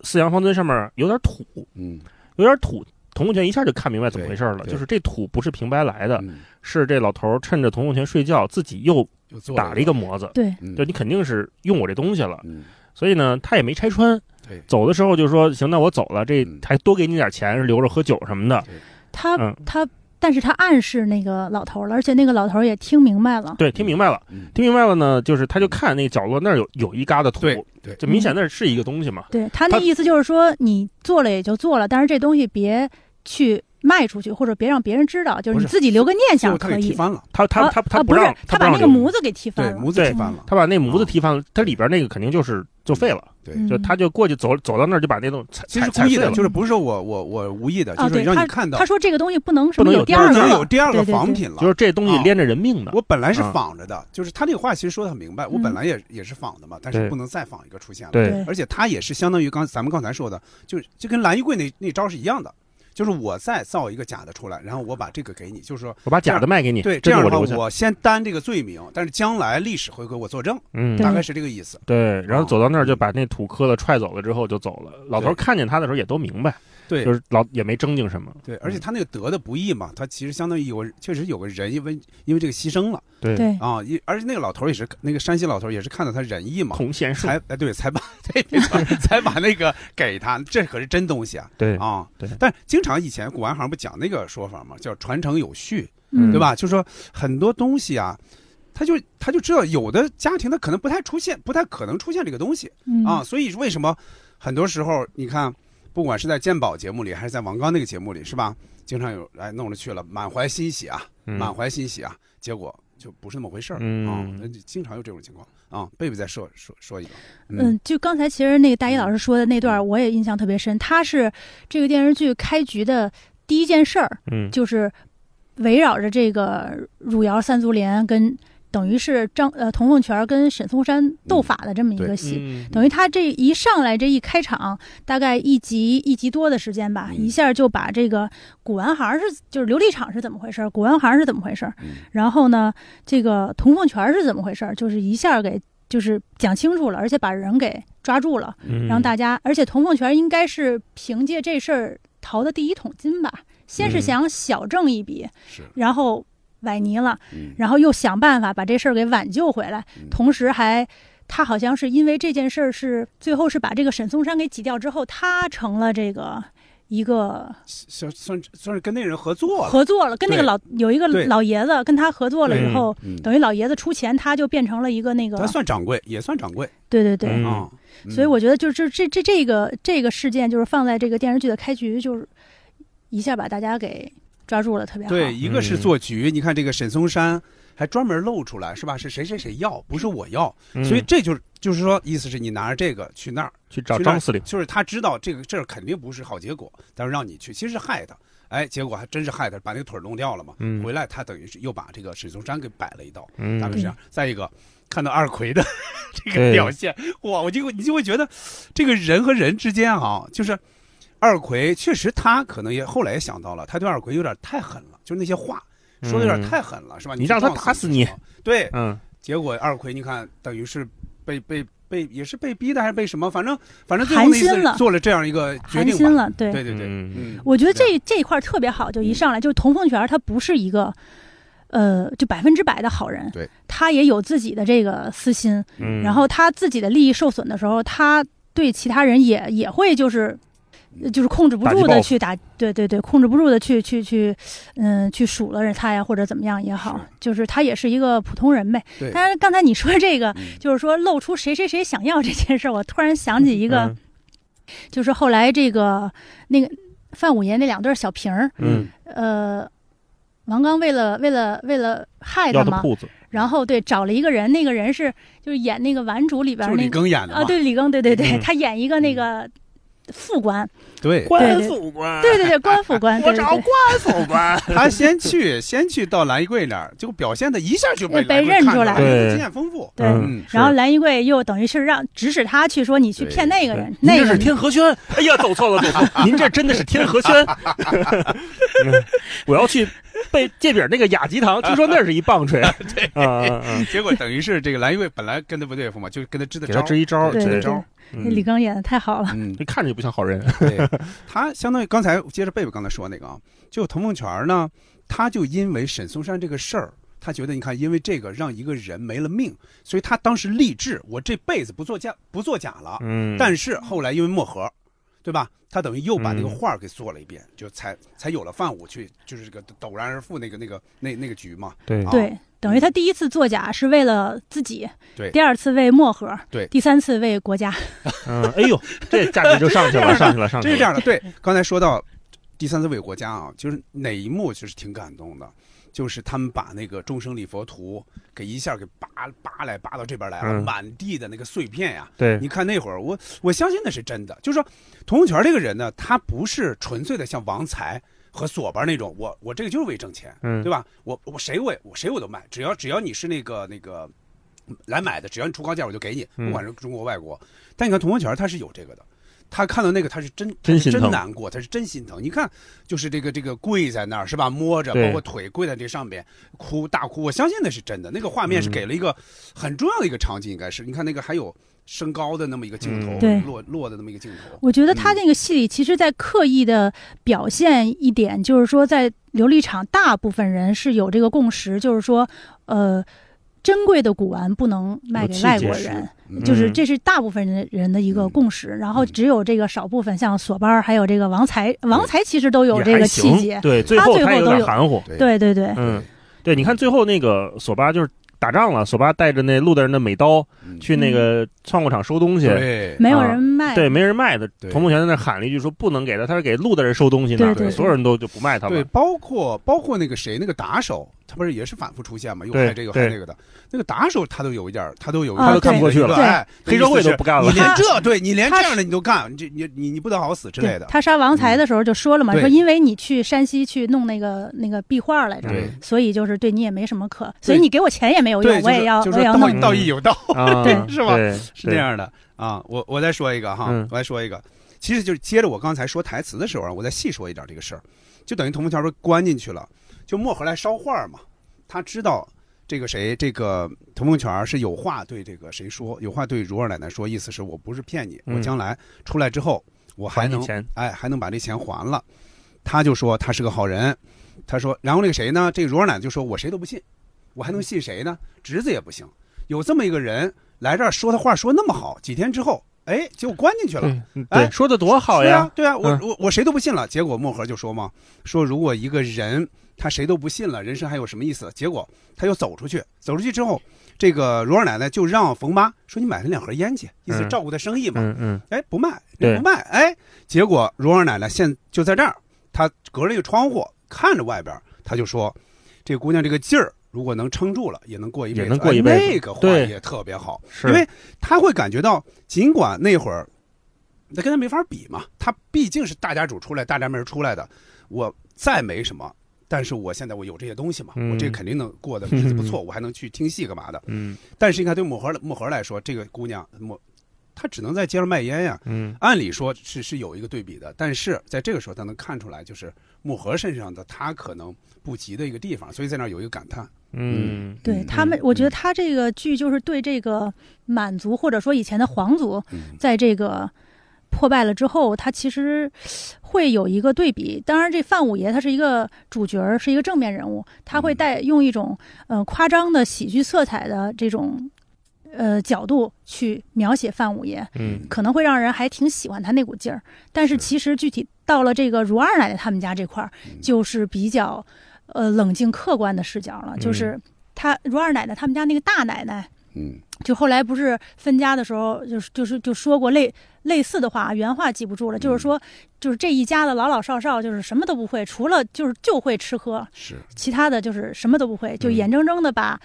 S8: 四羊方尊上面有点土，
S7: 嗯
S8: 有点土，童凤泉一下就看明白怎么回事了，
S7: 对对
S8: 就是这土不是平白来的，
S7: 嗯
S8: 是这老头儿趁着童凤泉睡觉，自己又
S7: 又做
S8: 打了一个模子，
S9: 对，
S7: 嗯
S8: 就你肯定是用我这东西了，
S7: 嗯
S8: 所以呢，他也没拆穿
S7: 对。
S8: 走的时候就说行，那我走了，这
S7: 嗯
S8: 还多给你点钱，是留着喝酒什么的。
S9: 他、
S8: 嗯
S9: 他，但是他暗示那个老头了，而且那个老头也听明白了。
S8: 对，听明白了，
S7: 嗯
S8: 听明白了呢，就是他就看那个角落那儿有有一疙瘩土，
S7: 对嗯对
S8: 就明显那是一个东西嘛。
S9: 对他那
S8: 他
S9: 意思就是说，你做了也就做了，但是这东西别去卖出去，或者别让别人知道，就是
S7: 不
S9: 你
S7: 是
S9: 自己留个念
S7: 最后
S9: 想
S7: 他
S9: 可
S7: 给踢
S9: 以。
S7: 翻了，
S8: 他他
S9: 啊
S8: 他
S9: 啊
S8: 他
S9: 不
S8: 让，
S9: 是，
S8: 他
S9: 把
S8: 不
S9: 那
S8: 让
S9: 个
S8: 留
S9: 模子给踢翻
S7: 对，
S9: 了。
S7: 模子踢翻了，
S8: 他把那模子踢翻了，他里边那个肯定就是作废了，
S7: 对。
S9: 嗯
S8: 就他就过去走走到那儿就把那栋踩
S7: 其实
S8: 踩
S7: 故
S8: 踩
S7: 意
S8: 碎
S7: 的，
S8: 了。
S7: 就是不是说我我我无意的，
S9: 啊，
S7: 就是
S9: 对
S7: 让
S9: 他
S7: 你看到
S9: 他，说这个东西不能什么
S8: 不能有
S9: 第
S8: 第二
S9: 二
S8: 个
S9: 个
S7: 能
S9: 了，
S7: 有第二个
S9: 对对
S7: 仿
S9: 对
S7: 品了。
S8: 就是这东西连着人命的，
S7: 啊我本来是
S8: 啊
S7: 仿着的，就是他这个话其实说的很明白，我本来也也是仿的嘛，但是
S8: 对
S7: 不能再仿一个出现了。
S8: 对
S9: 嗯对
S7: 而且他也是相当于刚咱们刚才说的，就是就跟蓝衣柜那那招是一样的，就是我再造一个假的出来，然后我把这个给你，就是说
S8: 我把假的卖给你，
S7: 对这
S8: 真
S7: 样
S8: 我
S7: 的话
S8: 留下，
S7: 我先担这个罪名，但是将来历史会给我作证，
S8: 嗯，
S9: 对
S7: 大概是这个意思。
S8: 对，然后
S7: 啊
S8: 走到那儿就把那土磕了踹走了之后就走了。老头儿
S7: 对
S8: 看见他的时候也都明白，
S7: 对
S8: 就是老也没争竞什么，
S7: 对，而且他那个得的不易嘛，他其实相当于有确实有个人因为因为这个牺牲了
S8: 对
S9: 对
S7: 啊，一而且那个老头儿也是那个山西老头儿也是看到他仁义嘛，
S8: 红线树，
S7: 才哎对，才把 才把那个给他，这可是真东西啊
S8: 对
S7: 啊！
S8: 对
S7: 但是经常以前古玩行不讲那个说法嘛，叫传承有序，
S9: 嗯
S7: 啊对吧？就说很多东西啊，他就他就知道有的家庭他可能不太出现，不太可能出现这个东西
S9: 嗯
S7: 啊，所以为什么很多时候你看，不管是在鉴宝节目里，还是在王刚那个节目里，是吧？经常有来弄着去了，满怀欣喜啊，
S8: 嗯
S7: 满怀欣喜啊，结果就不是那么回事儿啊
S8: 嗯，
S7: 那就经常有这种情况啊。贝贝再说说说一个，
S9: 嗯，就刚才其实那个大一老师说的那段，我也印象特别深。他是这个电视剧开局的第一件事儿，
S8: 嗯，
S9: 就是围绕着这个汝窑三足联跟等于是张呃童凤泉跟沈从山斗法的这么一个戏。
S8: 嗯
S9: 等于他这一上来这一开场，大概一集一集多的时间吧，
S7: 嗯
S9: 一下就把这个古玩行是就是琉璃厂是怎么回事，古玩行是怎么回事，
S7: 嗯
S9: 然后呢，这个铜凤泉是怎么回事，就是一下给就是讲清楚了，而且把人给抓住了，
S8: 嗯
S9: 让大家，而且铜凤泉应该是凭借这事儿淘的第一桶金吧，先是
S8: 嗯
S9: 想小挣一笔，
S7: 是，
S9: 然后崴泥了。
S7: 嗯
S9: 然后又想办法把这事儿给挽救回来
S7: 嗯，
S9: 同时还。他好像是因为这件事儿是最后是把这个沈松山给挤掉之后，他成了这个一个
S7: 算算算是跟那人合作了，
S9: 合作了，跟那个
S7: 对
S9: 老有一个
S7: 对
S9: 老爷子跟他合作了以后，
S7: 嗯，
S9: 等于老爷子出钱，他就变成了一个那个
S7: 他算掌柜，也算掌柜
S9: 对对对，
S8: 嗯
S7: 啊。
S9: 所以我觉得就是这这这个这个事件就是放在这个电视剧的开局，就是一下把大家给抓住了，特别好。
S7: 对，一个
S8: 嗯
S7: 是做局，你看这个沈松山还专门露出来，是吧？是谁谁谁要，不是我要，
S8: 嗯
S7: 所以这就是就是说，意思是你拿着这个去那儿，
S8: 去找
S7: 去那儿
S8: 张司令，
S7: 就是他知道这个这儿肯定不是好结果，但是让你去，其实是害他。哎，结果还真是害他，把那个腿儿弄掉了嘛。
S8: 嗯
S7: 回来他等于是又把这个沈松山给摆了一道，
S8: 嗯
S7: 大概是这样。再一个，看到二奎的这个
S8: 对
S7: 表现，哇，我就会你就会觉得，这个人和人之间啊，就是二奎确实他可能也后来也想到了，他对二奎有点太狠了，就是那些话说的有点
S8: 嗯
S7: 太狠了，是吧？
S8: 你让他
S7: 去撞
S8: 打死你
S7: 什么，对，
S8: 嗯，
S7: 结果二奎，你看，等于是被被被，也是被逼的，还是被什么？反正反正最后
S9: 寒
S7: 那一
S9: 心
S7: 次
S9: 了
S7: 做了这样一个决
S9: 寒
S7: 定
S9: 心
S7: 吧。
S9: 了，对
S7: 对对对，
S8: 嗯
S7: 嗯，
S9: 我觉得
S7: 是
S9: 这这一块儿特别好，就一上来就是童凤泉，他不是一个，呃，就百分之百的好人，
S7: 对，
S9: 他也有自己的这个私心，
S8: 嗯
S9: 然后他自己的利益受损的时候，他对其他人也也会就是。呃就是控制不
S8: 打击
S9: 住
S8: 报
S9: 的
S8: 复
S9: 去打，对对对，控制不住的去去去，嗯、去数落人他呀，或者怎么样也好
S7: 是，
S9: 就是他也是一个普通人呗。
S7: 对
S9: 但是刚才你说这个，
S7: 嗯
S9: 就是说露出谁谁谁想要这件事儿，我突然想起一
S8: 嗯
S9: 个，就是后来这个那个范五爷那两对儿小瓶儿，
S8: 嗯
S9: 呃，王刚为了为了为了害
S8: 要
S9: 他
S8: 的
S9: 嘛，
S8: 铺子，
S9: 然后对找了一个人，那个人是就是演那个《顽主》里
S7: 就
S9: 边
S7: 是
S9: 儿
S7: 李
S9: 那个
S7: 庚演的
S9: 啊，
S7: 嘛，
S9: 对李庚，对对对，
S8: 嗯
S9: 他演一个那个副官，
S7: 对，
S9: 对对
S3: 副官
S9: 对对 对，官副官，对对对。
S3: 官副官。
S7: 他先去 先去到蓝衣柜那儿，结果表现的一下就被蓝
S9: 被
S7: 衣柜
S9: 认
S7: 看
S9: 出
S7: 了
S9: 来
S8: 对
S7: 经验丰富，
S9: 对
S7: 嗯，
S9: 然后蓝衣柜又等于是让指使他去说你去骗那个人，
S8: 您
S9: 那
S8: 这
S9: 个
S8: 是
S9: 人
S8: 天河轩， 哎呀，走错了，走错了，您这真的是天河轩，嗯我要去被借饼那个雅集堂，听说那是一棒 槌，啊啊啊！
S7: 结果等于是 这个蓝玉本来跟他不对付嘛，就跟他支的
S8: 给他
S7: 招
S8: 支一招
S7: 对
S9: 对
S7: 支
S9: 对
S7: 一招，
S9: 那李刚演的太好了，
S7: 嗯，
S8: 这看着就不像好人，
S7: 对，他相当于刚才接着贝贝刚才说那个啊，就滕凤全儿呢，他就因为沈松山这个事儿，他觉得你看，因为这个让一个人没了命，所以他当时立志，我这辈子不做假不做假了。
S8: 嗯，
S7: 但是后来因为漠河，对吧？他等于又把那个
S8: 嗯
S7: 画儿给做了一遍，就才才有了范武去，就是这个陡然而富那个那个那那个局嘛。
S8: 对
S7: 啊
S9: 对，等于他第一次作假是为了自己，
S7: 对
S9: 第二次为漠河，
S7: 对
S9: 第三次为国家，
S8: 嗯，哎呦， 这价值就上去了，上去了，上去
S7: 真
S8: 了，
S7: 是这样的。对，刚才说到第三次为国家啊，就是哪一幕就是挺感动的，就是他们把那个终生礼佛图给一下给扒扒来扒到这边来了，
S8: 嗯
S7: 满地的那个碎片呀、
S8: 对
S7: 你看那会儿，我我相信那是真的，就是说童洪泉这个人呢，他不是纯粹的像王才。和锁班那种，我我这个就是为挣钱，
S8: 嗯
S7: 对吧？我我谁我也我谁我都卖，只要只要你是那个那个来买的，只要你出高价我就给你，
S8: 嗯
S7: 不管是中国外国。但你看童洪泉他是有这个的，他看到那个他是真
S8: 真
S7: 他是
S8: 心
S7: 真
S8: 疼
S7: 难过，他是真心疼。你看，就是这个这个跪在那儿是吧？摸着，
S8: 对
S7: 包括腿跪在这上面哭大哭，我相信那是真的。那个画面是
S8: 嗯
S7: 给了一个很重要的一个场景，应该是你看那个还有升高的那么一个镜头，
S8: 嗯
S9: 对
S7: 落落的那么一个镜头。嗯
S9: 我觉得他那个戏里其实在刻意的表现一点，就是说在琉璃厂，大部分人是有这个共识，就是说，呃，珍贵的古玩不能卖给外国人，
S7: 嗯
S9: 就是这是大部分人人的一个共识。然后只有这个少部分，像索班儿还有这个王才，王才其实都有这
S8: 也还
S9: 个
S8: 行
S9: 细节。
S8: 对，最
S9: 他
S8: 后
S9: 最
S8: 他
S9: 后
S8: 有
S9: 都
S8: 点
S9: 有
S8: 含糊，
S9: 对对对，
S8: 嗯，对，你看最后那个索巴就是打仗了，索巴带着那路德人的美刀
S7: 嗯
S8: 去那个创货场收东西，
S7: 对，
S9: 没有
S8: 啊
S9: 人卖。
S8: 对，没人卖的。
S7: 对
S8: 童梦泉在那喊了一句说不能给他，他是给路的人收东西呢，
S9: 对对对
S8: 所有人都就不卖他
S7: 对，
S8: 了。
S7: 包括包括那个谁，那个打手，他不是也是反复出现嘛，又
S8: 对
S7: 拍这个
S8: 对
S7: 拍那个的。那个打手他都有一点儿，他都有一
S9: 啊
S7: 点儿
S9: 他都看不
S8: 过去了
S7: 对哎
S8: 黑社会都不干了
S7: 你连
S9: 他
S7: 这，对你连这
S9: 他
S7: 样的你都干，你这你你你不得好死之类
S9: 对
S7: 的。
S9: 他杀王才的时候就说了嘛，
S7: 对
S9: 说因为你去山西去弄那个那个壁画来着，
S7: 对
S8: 嗯
S9: 所以就是对你也没什么可，所以你给我钱也没有
S7: 对，
S9: 用，
S7: 就
S9: 我也
S7: 是
S9: 要
S7: 就
S9: 我
S7: 是
S9: 也要
S7: 道
S9: 弄
S7: 义
S8: 你
S7: 道义有道，
S8: 啊，
S9: 对
S7: 是吧
S8: 对，
S7: 是这样的啊。我我再说一个哈，
S8: 嗯
S7: 我再说一个，其实就是接着我刚才说台词的时候啊，我再细说一点这个事儿，就等于童梦桥被关进去了，就漠河来捎话嘛，他知道。这个谁，这个童梦泉是有话对这个谁说，有话对如二奶奶说，意思是我不是骗你，
S8: 嗯
S7: 我将来出来之后，我还
S8: 还你
S7: 能
S8: 钱
S7: 哎还能把这钱还了。他就说他是个好人，他说，然后那个谁呢？这个如二奶奶就说我谁都不信，我还能信谁呢？侄子也不行，有这么一个人来这儿说他话说那么好，几天之后，哎，结果关进去了。
S8: 对嗯
S7: 哎
S8: 对，说的多好
S7: 对
S8: 呀
S7: 啊，！对啊，我、
S8: 嗯
S7: 我我谁都不信了。结果漠河就说嘛，说如果一个人他谁都不信了，人生还有什么意思？结果他又走出去，走出去之后，这个罗二奶奶就让冯妈说你买他两盒烟去，意思
S8: 嗯
S7: 照顾他生意嘛。
S8: 嗯嗯，
S7: 哎，不卖，
S8: 对
S7: 不卖，哎，结果蓉儿奶奶现就在这儿，她隔着一个窗户看着外边儿，她就说，这姑娘这个劲儿，如果能撑住了，也能过一辈子，
S8: 也能过一辈子
S7: 哎那个话
S8: 对
S7: 也特别好，
S8: 是
S7: 因为她会感觉到，尽管那会儿，那跟她没法比嘛，她毕竟是大家主出来，大家门儿出来的，我再没什么。但是我现在我有这些东西嘛，我这
S8: 嗯
S7: 肯定能过得日子不错，我还能去听戏干嘛的。
S8: 嗯
S7: 但是你看，对漠河漠河来说，这个姑娘漠，她只能在街上卖烟呀。
S8: 嗯，
S7: 按理说是是有一个对比的，但是在这个时候，她能看出来，就是漠河身上的她可能不及的一个地方，所以在那儿有一个感叹。
S8: 嗯，
S9: 对他们，我觉得他这个剧就是对这个满族或者说以前的皇族，
S7: 嗯
S9: 在这个破败了之后，他其实会有一个对比。当然，这范五爷他是一个主角儿，是一个正面人物，他
S7: 嗯
S9: 会带用一种呃夸张的喜剧色彩的这种呃角度去描写范五爷，
S8: 嗯，
S9: 可能会让人还挺喜欢他那股劲儿。但是其实具体到了这个如二奶奶他们家这块儿，就是比较呃冷静客观的视角了，就是他如二奶奶他们家那个大奶奶。
S7: 嗯，
S9: 就后来不是分家的时候，就是就是就说过类类似的话，原话记不住了，就是说，就是这一家的老老少少就是什么都不会，除了就是就会吃喝，
S7: 是
S9: 其他的就是什么都不会，就
S8: 嗯
S9: 眼睁睁的把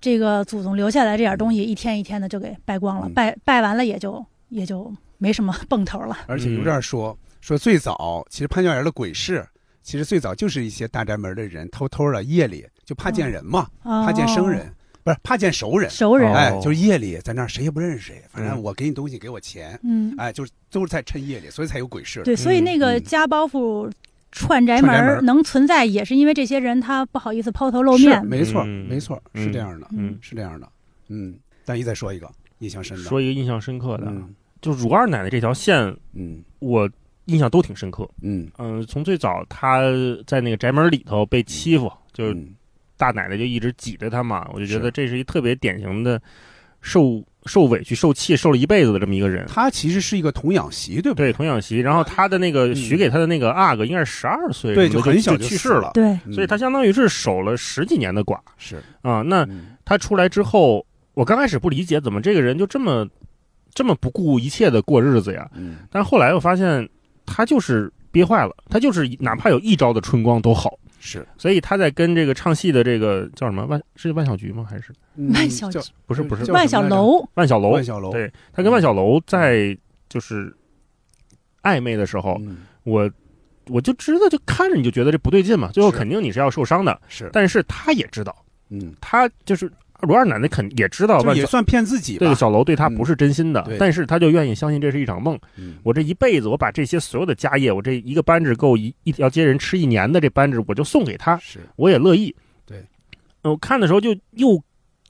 S9: 这个祖宗留下来这点东西一天一天的就给败光了，
S7: 嗯
S9: 败败完了也就也就没什么蹦头了。
S7: 而
S8: 嗯
S7: 且有点说、说最早，其实潘家园的鬼市，其实最早就是一些大宅门的人偷偷的夜里就怕见人嘛，
S9: 哦
S7: 怕见生人，不是怕见熟人，
S9: 熟人，
S8: 哦
S7: 哎，就是夜里在那儿谁也不认识谁，反正
S8: 嗯
S7: 我给你东西，给我钱，
S9: 嗯，
S7: 哎，就是都是在趁夜里，所以才有鬼市。
S9: 对，所以
S8: 嗯
S9: 那个
S7: 嗯
S9: 家包袱串宅
S7: 串宅门
S9: 门能存在，也是因为这些人他不好意思抛头露面
S7: 是，没错，
S8: 嗯
S7: 没错，
S8: 嗯
S7: 是这样的，
S8: 嗯
S7: 是这样的，嗯。但一再说一个印象深的，
S8: 说一个印象深刻的，啊
S7: 嗯
S8: 就乳二奶奶这条线，
S7: 嗯
S8: 我印象都挺深刻。
S7: 嗯
S8: 嗯、从最早她在那个宅门里头被欺负，就是
S7: 嗯
S8: 大奶奶就一直挤着她嘛，我就觉
S7: 是
S8: 得这是一特别典型的受受委屈、受气、受了一辈子的这么一个人。
S7: 他其实是一个童养媳， 对不
S8: 对，童养媳，然后她的那个
S7: 嗯
S8: 许给她的那个阿哥应该是十二岁什么
S7: 对，
S8: 的，
S7: 就很小
S8: 就
S7: 就
S8: 去世
S7: 死
S8: 了，，
S9: 对，
S7: 嗯
S8: 所以她相当于是守了十几年的寡
S7: 是，
S8: 啊。那
S7: 嗯
S8: 他出来之后，我刚开始不理解，怎么这个人就这么这么不顾一切的过日子呀？
S7: 嗯
S8: 但后来我发现，他就是憋坏了，他就是哪怕有一朝的春光都好。
S7: 是，
S8: 所以他在跟这个唱戏的这个叫什么万是万小菊吗？还是
S7: 嗯
S9: 万小
S7: 叫
S8: 不是不是
S7: 叫
S9: 万小楼
S8: 万小楼？
S7: 万小楼，嗯
S8: 对，他跟万小楼在就是暧昧的时候，
S7: 嗯，
S8: 我我就知道，就看着你就觉得这不对劲嘛。最后
S7: 是
S8: 肯定你是要受伤的，
S7: 是，
S8: 但是他也知道，
S7: 嗯，
S8: 他就是罗二奶奶肯也知道
S7: 就
S8: 万小
S7: 也算骗自己吧
S8: 对，小楼对他不是真心的
S7: 嗯，对
S8: 但是他就愿意相信这是一场梦。
S7: 嗯
S8: 我这一辈子，我把这些所有的家业，我这一个扳指够一一条街人吃一年的这扳指，我就送给他，
S7: 是，
S8: 我也乐意。
S7: 对
S8: 呃，我看的时候就又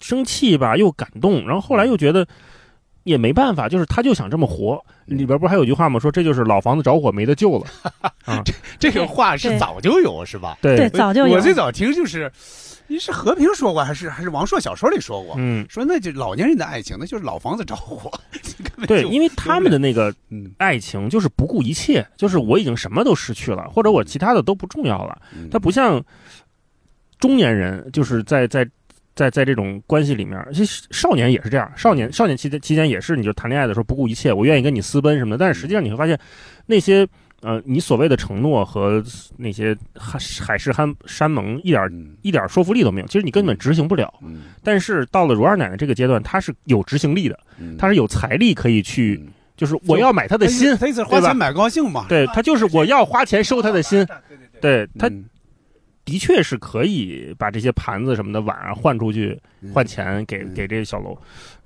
S8: 生气吧，又感动，然后后来又觉得也没办法，就是他就想这么活。
S7: 嗯
S8: 里边不是还有句话吗？说这就是老房子着火没得救了。
S11: 这个话是
S9: 对
S11: 早就有是吧？
S8: 对
S9: 对，早就有
S7: 我最早听就是，你是和平说过还是还是王朔小说里说过？
S8: 嗯，
S7: 说那就老年人的爱情，那就是老房子着火， 根本
S8: 对，
S7: 就
S8: 因为他们的那个
S7: 嗯
S8: 爱情就是不顾一切，就是我已经什么都失去了，或者我其他的都不重要了。
S7: 嗯
S8: 他不像中年人，就是在在在在这种关系里面，其实少年也是这样，少年少年期间期间也是，你就谈恋爱的时候不顾一切，我愿意跟你私奔什么的，但是实际上你会发现，那些呃你所谓的承诺和那些海海誓山山盟一点。
S7: 嗯
S8: 一点说服力都没有，其实你根本执行不了。
S7: 嗯
S8: 但是到了如二奶奶这个阶段，她是有执行力的，
S7: 嗯
S8: 她是有财力可以去，
S7: 嗯
S8: 就是我要买她的心，
S7: 他意思花
S8: 对吧
S7: 钱买高兴嘛？啊
S8: 对她就是我要花钱收她的心，
S7: 对对对，
S8: 对她
S7: 嗯
S8: 的确是可以把这些盘子什么的碗啊换出去换钱给
S7: 嗯
S8: 给这小楼，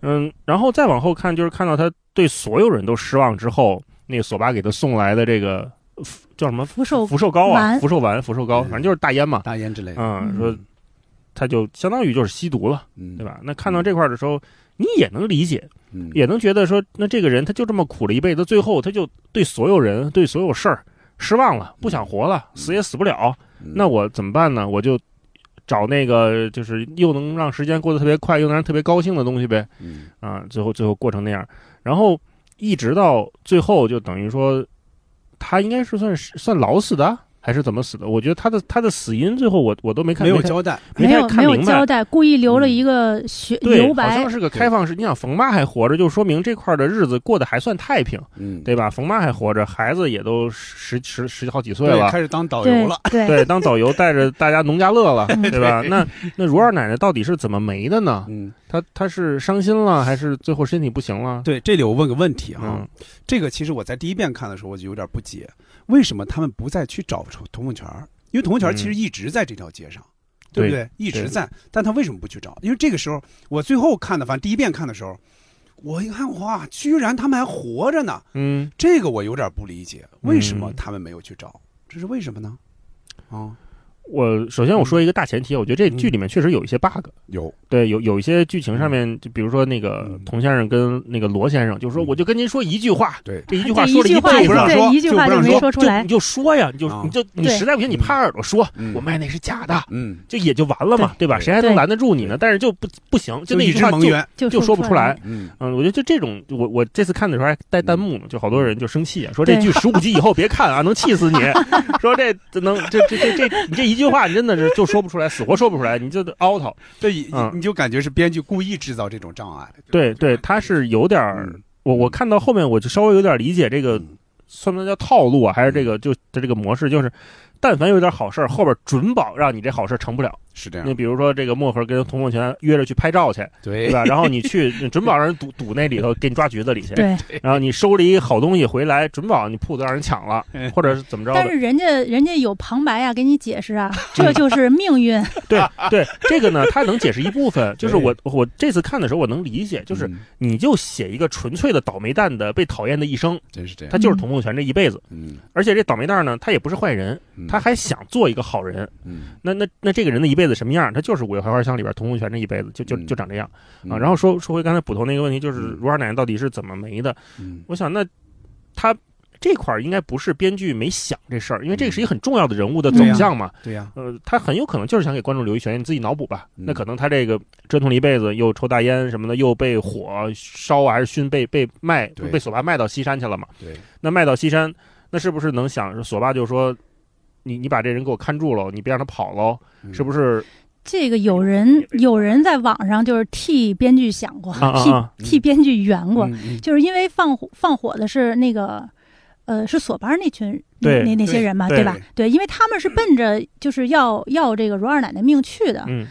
S8: 嗯，然后再往后看，就是看到他对所有人都失望之后，那个索巴给他送来的这个呃福叫什么
S9: 福寿
S8: 福寿膏啊，
S9: 丸
S8: 福寿丸、福寿膏，
S7: 嗯
S8: 反正就是大烟嘛，
S7: 大烟之类的，
S8: 嗯，
S9: 嗯
S8: 说他就相当于就是吸毒了，
S7: 嗯
S8: 对？吧？那看到这块儿的时候，你也能理解，
S7: 嗯
S8: 也能觉得说，那这个人他就这么苦了一辈子，最后他就对所有人、对所有事儿失望了，不想活了，死也死不了，
S7: 嗯
S8: 那我怎么办呢？我就找那个就是又能让时间过得特别快，又能让特别高兴的东西呗。
S7: 嗯
S8: 啊，最后最后过成那样，然后一直到最后，就等于说他应该是算是算老死的，还是怎么死的？我觉得他的他的死因最后我我都没看
S7: 没有
S8: 没太
S7: 交代，
S8: 没
S9: 没有
S8: 太
S9: 没
S8: 看
S9: 有
S8: 明
S9: 交
S8: 白。
S9: 代，故意留了一个悬
S8: 对，
S9: 留
S8: 好
S9: 白
S8: 像，是个开放式。你想，冯妈还活着，就说明这块儿的日子过得还算太平，
S7: 嗯，
S8: 对吧？冯妈还活着，孩子也都十十十好几岁
S7: 对，
S8: 了，
S7: 开始当导
S9: 对
S7: 游了，
S9: 对
S8: 对，当导游带着大家农家乐了，
S9: 嗯
S8: 对吧？那那如二奶奶到底是怎么没的呢？
S7: 嗯，
S8: 她她是伤心了，还是最后身体不行了？
S7: 对，这里我问个问题啊哈
S8: 嗯，
S7: 这个其实我在第一遍看的时候我就有点不解，为什么他们不再去找童童凤泉儿？因为童凤泉儿其实一直在这条街上，对不对？一直
S8: 嗯对
S7: 在，但他为什么不去找？因为这个时候我最后看的，反正第一遍看的时候，我一看哇，居然他们还活着呢，
S8: 嗯，
S7: 这个我有点不理解，为什么
S8: 嗯
S7: 他们没有去找？这是为什么呢？啊，
S8: 我首先我说一个大前提，我觉得这剧里面确实有一些 bug，
S7: 有，
S8: 对，有有一些剧情上面，就比如说那个
S7: 嗯
S8: 童先生跟那个罗先生，就是说
S7: 嗯
S8: 我就跟您说一句话，
S7: 对
S8: 这一句
S9: 这
S8: 话
S9: 一
S8: 说了
S9: 句
S8: 一
S9: 话
S8: 辈子
S7: 不。让
S9: 对
S7: 说
S9: 一句
S7: 就
S9: 话
S7: 不
S9: 就
S7: 让
S9: 没
S7: 说
S9: 说出
S8: 就
S9: 来
S8: 你，就说呀，你就
S7: 啊
S8: 你就你
S9: 对
S8: 实在不行，你拍耳朵说，
S7: 嗯
S8: 我卖那是假的，
S7: 嗯，
S8: 就也就完了嘛，对吧？
S7: 对
S8: 谁还能
S9: 对
S8: 拦得住你呢？但是就不不行，就那
S7: 一
S8: 一
S7: 只
S8: 句话
S7: 蒙
S8: 就
S7: 冤，
S9: 就
S8: 就说不出来，
S7: 嗯，
S8: 嗯，我觉得就这种，我我这次看的时候还带弹幕呢，就好多人就生气啊，说这剧十五集以后别看啊，能气死你。说这这能这这这这你这一句话，你真的是就说不出来，死活说不出来，你就得凹槽。
S7: 对，你
S8: 嗯
S7: 你就感觉是编剧故意制造这种障碍，
S8: 对对，他是有点儿，
S7: 嗯
S8: 我我看到嗯后面我就稍微有点理解这个，算不算叫套路啊？还是这个就的这个模式，就是但凡有点好事儿，后边准保让你这好事儿成不了。
S7: 是这样
S8: 你比如说这个漠河跟童梦泉约着去拍照去，
S7: 对
S8: 吧？然后 你去，你准保让人堵堵那里头，给你抓局子里去。
S9: 对。
S8: 然后你收了一好东西回来，准保你铺子让人抢了，或者是怎么着的？
S9: 但是人家人家有旁白啊，给你解释啊，这就是命运。
S8: 对对，这个呢，它能解释一部分。就是我我这次看的时候，我能理解，
S7: 嗯
S8: 就是你就写一个纯粹的倒霉蛋的被讨厌的一生，
S7: 真是这样
S8: 他就是童梦泉这一辈子。
S7: 嗯，
S8: 而且这倒霉蛋呢，他也不是坏人，他还想做一个好人。
S7: 嗯
S8: 那那那这个人的一辈子什么样？他就是《五月槐花香》里边童梦泉这一辈子就
S7: 嗯
S8: 就就长这样啊。然后说说回刚才捕头那个问题，就是如二奶奶到底是怎么没的？我想那他。这块儿应该不是编剧没想这事儿，因为这个是一个很重要的人物的走向嘛。
S7: 嗯对呀，嗯
S8: 呃，他很有可能就是想给观众留一悬念，你自己脑补吧。那可能他这个折腾了一辈子，又抽大烟什么的，又被火烧啊还是熏，被被卖
S7: 对
S8: 被索巴卖到西山去了嘛。
S7: 对，
S8: 那卖到西山，那是不是能想索巴就说，你你把这人给我看住喽，你别让他跑喽，
S7: 嗯
S8: 是不是？
S9: 这个有人有人在网上就是替编剧想过，
S8: 啊啊啊
S9: 替替编剧圆过，
S8: 嗯嗯
S9: 就是因为放火放火的是那个，呃，是索班那群那
S8: 对
S9: 那那些人嘛，
S8: 对
S9: 吧？对，因为他们是奔着就是要要这个如二奶奶命去的，
S8: 嗯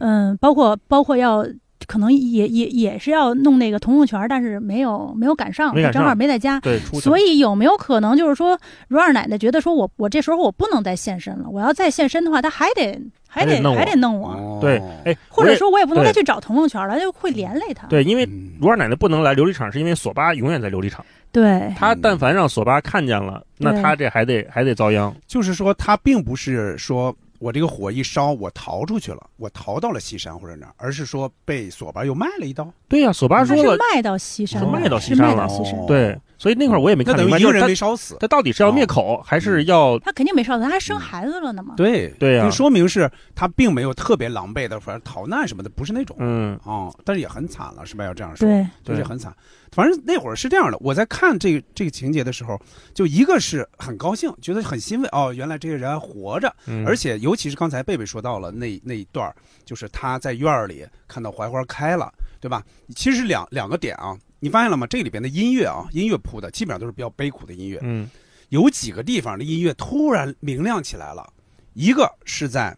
S9: 嗯，包括包括要。可能也也也是要弄那个童梦泉，但是没有没有赶上，
S8: 没赶上
S9: 正好没在家，
S8: 对出去了
S9: 所以有没有可能就是说，如二奶奶觉得说我我这时候我不能再现身了，我要再现身的话，她还得还
S8: 得
S9: 得
S8: 弄我
S9: 还得
S7: 哦
S9: 弄我，
S8: 对，哎，
S9: 或者说我也不能
S8: 对
S9: 再去找童梦泉了，就会连累他。
S8: 对，
S7: 嗯
S8: 因为如二奶奶不能来琉璃厂，是因为索巴永远在琉璃厂。
S9: 对，
S8: 他但凡让索巴看见了，
S7: 嗯
S8: 那
S7: 对
S8: 他这还得还得遭殃。
S7: 就是说他并不是说我这个火一烧，我逃出去了，我逃到了西山或者哪儿，而是说被索巴又卖了一刀。哦
S8: 对呀、索巴
S9: 他
S8: 说
S9: 是
S8: 了，
S9: 卖到西山了，
S8: 哦卖到
S9: 是
S8: 西山
S9: 卖
S8: 了哦
S9: 到西山，
S8: 对，所以那会儿我也没看
S7: 嗯那等于
S8: 明白，
S7: 一个
S8: 就是
S7: 人
S8: 他
S7: 没哦烧死
S8: 他到底是要灭口还是要？
S9: 他肯定没烧死，他还生孩子了呢嘛。
S7: 对啊
S8: 对呀
S7: 就说明是他并没有特别狼狈的，反正逃难什么的，不是那种。
S8: 嗯
S7: 哦，但是也很惨了，是吧？要这样说，
S9: 对
S7: 就是
S8: 对
S7: 很惨。反正那会儿是这样的，我在看这个这个情节的时候，就一个是很高兴，觉得很欣慰，哦，原来这个人还活着，
S8: 嗯
S7: 而且尤其是刚才贝贝说到了那那一段儿，就是他在院儿里看到槐花开了，对吧？其实两两个点啊，你发现了吗？这里边的音乐啊，音乐铺的基本上都是比较悲苦的音乐，
S8: 嗯，
S7: 有几个地方的音乐突然明亮起来了，一个是在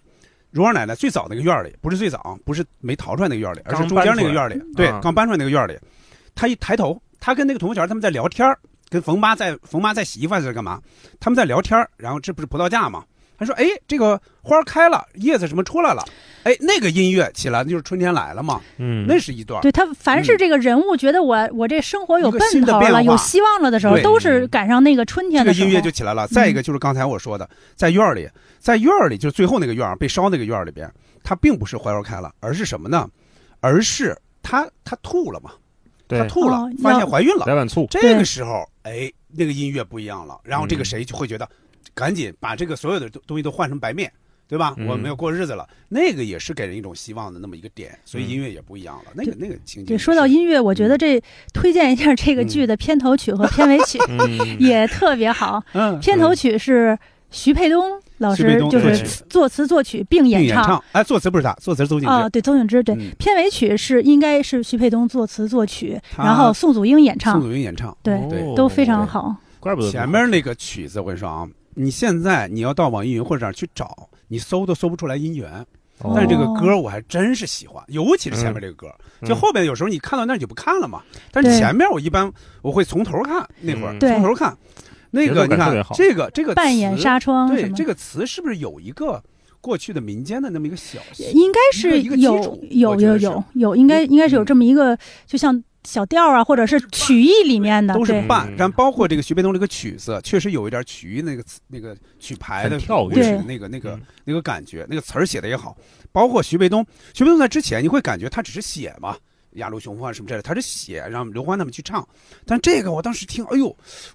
S7: 蓉儿奶奶最早那个院儿里，不是最早啊，不是没逃出来那个院儿里，而是
S8: 刚
S7: 中间
S8: 搬
S7: 那个
S8: 出来
S7: 院儿里
S8: 嗯，
S7: 对
S8: 啊，
S7: 刚搬出来那个院儿里，她一抬头，她跟那个童梦泉他们在聊天儿跟冯妈在冯妈在洗衣服还是干嘛？他们在聊天儿然后这不是葡萄架嘛？他说：“哎，这个花儿开了，叶子什么出来了？哎，那个音乐起来，就是春天来了嘛。
S8: 嗯
S7: 那是一段儿。
S9: 对他，凡是
S7: 嗯
S9: 这个人物觉得我我这生活有
S7: 一个
S9: 奔
S7: 新的
S9: 头
S7: 变化
S9: 了，有希望了的时候，
S7: 对
S9: 都是赶上那个春天
S7: 这
S9: 的
S7: 个
S9: 时候。嗯
S7: 音乐就起来了。再一个就是刚才我说的，在院儿里，在院儿里就是最后那个院儿被烧那个院儿里边，它并不是槐花开了，而是什么呢？而是它它吐了嘛，
S8: 对
S7: 它吐了
S8: 哦，
S7: 发
S8: 要
S7: 现怀孕了，
S8: 来碗醋
S7: 这
S8: 对
S7: 个时候，哎，那个音乐不一样了，然后
S8: 嗯
S7: 这个谁就会觉得，赶紧把这个所有的东东西都换成白面。对吧？
S8: 嗯
S7: 我们要过日子了，那个也是给人一种希望的那么一个点，所
S8: 嗯
S7: 以音乐也不一样了。那个那个情景
S9: 对，说到音乐，我觉得这推荐一下这个剧的片头曲和片尾曲，
S7: 嗯
S9: 也特别好。
S7: 嗯
S9: 片头曲是徐沛东老
S7: 徐沛
S9: 师
S7: 东
S9: 就
S7: 作
S9: 是
S7: 曲
S9: 作词作曲并
S7: 并
S9: 演
S7: 演唱，嗯哎，作词不是他，作词是邹静之。
S9: 啊，对，邹景之对。片尾曲是应该是徐沛东作词作曲，
S7: 他
S9: 然后宋祖英演唱，
S7: 宋祖英演唱，
S9: 对，
S8: 哦
S7: 对
S9: 都非常好。
S8: 怪不得
S7: 前面那个曲子，我跟你说啊，你现在你要到网易云或者哪儿去找，你搜都搜不出来音源。
S8: 哦
S7: 但是这个歌我还真是喜欢，尤其是前面这个歌，
S8: 嗯
S7: 就后边有时候你看到那儿你就不看了嘛。但是
S9: 对嗯
S7: 前面我一般我会从头看，那会儿
S9: 对
S7: 从头看。那个
S8: 节奏感
S7: 你
S8: 特别
S7: 看
S8: 好
S7: 这个这个
S9: 扮演
S7: 词
S9: 纱窗什
S7: 对
S9: 么的
S7: 这个词是不是有一个过去的民间的那么一个小
S9: 也应该是
S7: 一个一个基
S9: 有
S7: 础
S9: 有
S7: 我觉
S9: 有
S7: 得是嗯
S9: 有有，应该应该是有这么一个，就像小调啊，或者是曲艺里面的，
S7: 都是
S9: 对
S7: 伴，
S8: 嗯
S7: 但包括这个徐悲东这个曲子，确实有一点曲艺那个词那个曲牌的
S8: 很
S7: 舞
S8: 跳跃嗯
S7: 曲
S8: 对
S7: 那个那个那个感觉，那个词儿写的也好。包括徐悲东，徐悲东在之前你会感觉他只是写嘛，雅鲁雄欢什么之类的，他是写让刘欢他们去唱。但这个我当时听，哎呦，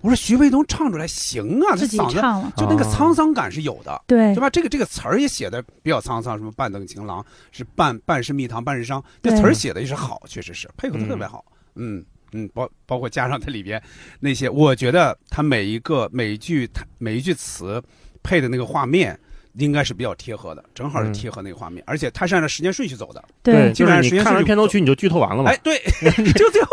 S7: 我说徐悲东唱出来行啊，他
S9: 自己
S7: 嗓子
S9: 唱了
S7: 就那个
S8: 哦
S9: 啊
S7: 沧桑感是有的，
S9: 对
S8: 哎
S7: 对吧？这个这个词儿也写的比较沧桑，什么半等情郎是半半是蜜糖半是伤，这
S8: 对
S7: 词儿写的也是好，确实是配合的特别
S8: 嗯
S7: 好。嗯嗯，包包括加上它里边那些，我觉得它每一个每一句它每一句词配的那个画面，应该是比较贴合的，正
S8: 嗯
S7: 好是贴合那个画面，而且它是按照时间顺序走的。
S8: 对，
S7: 基
S8: 就
S7: 本上
S8: 是
S7: 时
S8: 你
S7: 间
S8: 看
S7: 顺
S8: 完
S7: 序
S8: 片头曲你就剧透完了嘛。
S7: 哎，对， 就最后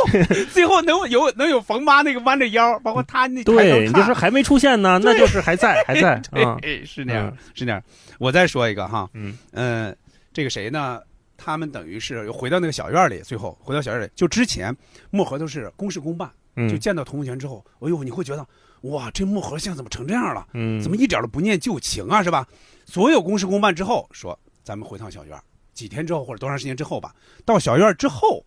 S7: 最后能有能有冯妈那个弯着腰，包括她那
S8: 对，你就说
S7: 是
S8: 还没出现呢，那就是还 在，还在
S7: 对
S8: 啊。
S7: 对是那样是那样。我再说一个哈，嗯呃，这个谁呢？他们等于是又回到那个小院儿里，最后回到小院儿里，就之前漠河都是公事公办，
S8: 嗯
S7: 就见到童文泉之后，哎呦，你会觉得哇，这漠河现在怎么成这样了？
S8: 嗯
S7: 怎么一点儿都不念旧情啊，是吧？所有公事公办之后，说咱们回趟小院儿，几天之后或者多长时间之后吧，到小院儿之后，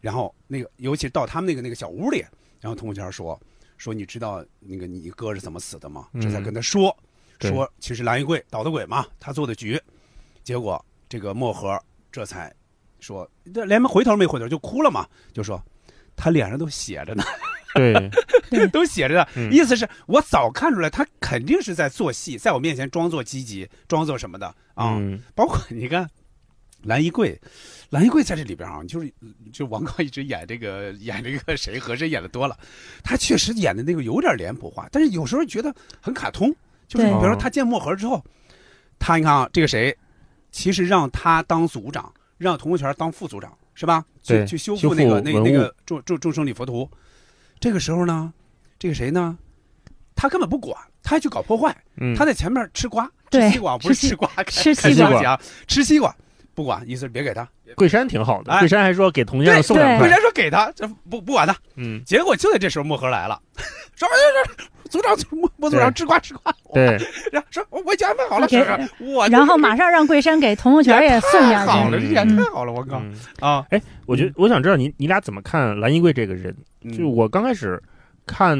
S7: 然后那个尤其是到他们那个那个小屋里，然后童文泉说说你知道那个你哥是怎么死的吗？这才
S8: 嗯
S7: 跟他说、
S8: 对
S7: 说其实蓝玉贵捣的鬼嘛，他做的局，结果这个漠河这才说这连回头没回头就哭了嘛，就说他脸上都写着呢。
S8: 对，
S7: 都写着呢，
S8: 嗯
S7: 意思是我早看出来他肯定是在做戏，在我面前装作积极，装作什么的啊。
S8: 嗯
S7: 包括你看蓝衣柜，蓝衣柜在这里边啊，就是就王刚一直演这个演这个谁和谁演的多了，他确实演的那个有点脸谱化，但是有时候觉得很卡通，就是
S8: 对
S7: 比如说他见漠河之后，他你看啊，这个谁，其实让他当组长，让童文泉当副组长。是吧？去
S8: 对
S7: 去修
S8: 修
S7: 复那个
S8: 复
S7: 那
S8: 文
S7: 那
S8: 物
S7: 个众众众生礼佛图，这个时候呢，这个谁呢？他根本不管，他还去搞破坏。
S8: 嗯
S7: 他在前面吃瓜，吃
S9: 对
S7: 西瓜不是
S9: 吃西
S7: 吃瓜，
S9: 吃
S7: 看看
S9: 西
S8: 瓜
S7: 消息啊，吃西瓜不管，意思是别给他。
S8: 桂山挺好的，
S7: 哎
S8: 桂山还说给同学
S7: 对
S8: 送
S9: 哎
S8: 两
S7: 本
S8: 块
S7: 来。说给他，这不不管他。
S8: 嗯，
S7: 结果就在这时候，漠河来了， 说哎哎哎组长莫莫组长
S8: 对
S7: 吃瓜吃瓜，
S8: 对，
S7: 然后说我我已经安排好了，
S9: 给
S7: 是是我
S9: 然后马上让桂山给童文泉也送
S7: 太
S9: 下
S7: 好
S9: 去。
S7: 了，这演太好了，王刚
S8: 嗯
S7: 啊，
S8: 哎，我觉得我想知道你你俩怎么看蓝衣柜这个人？就是
S7: 嗯
S8: 我刚开始看，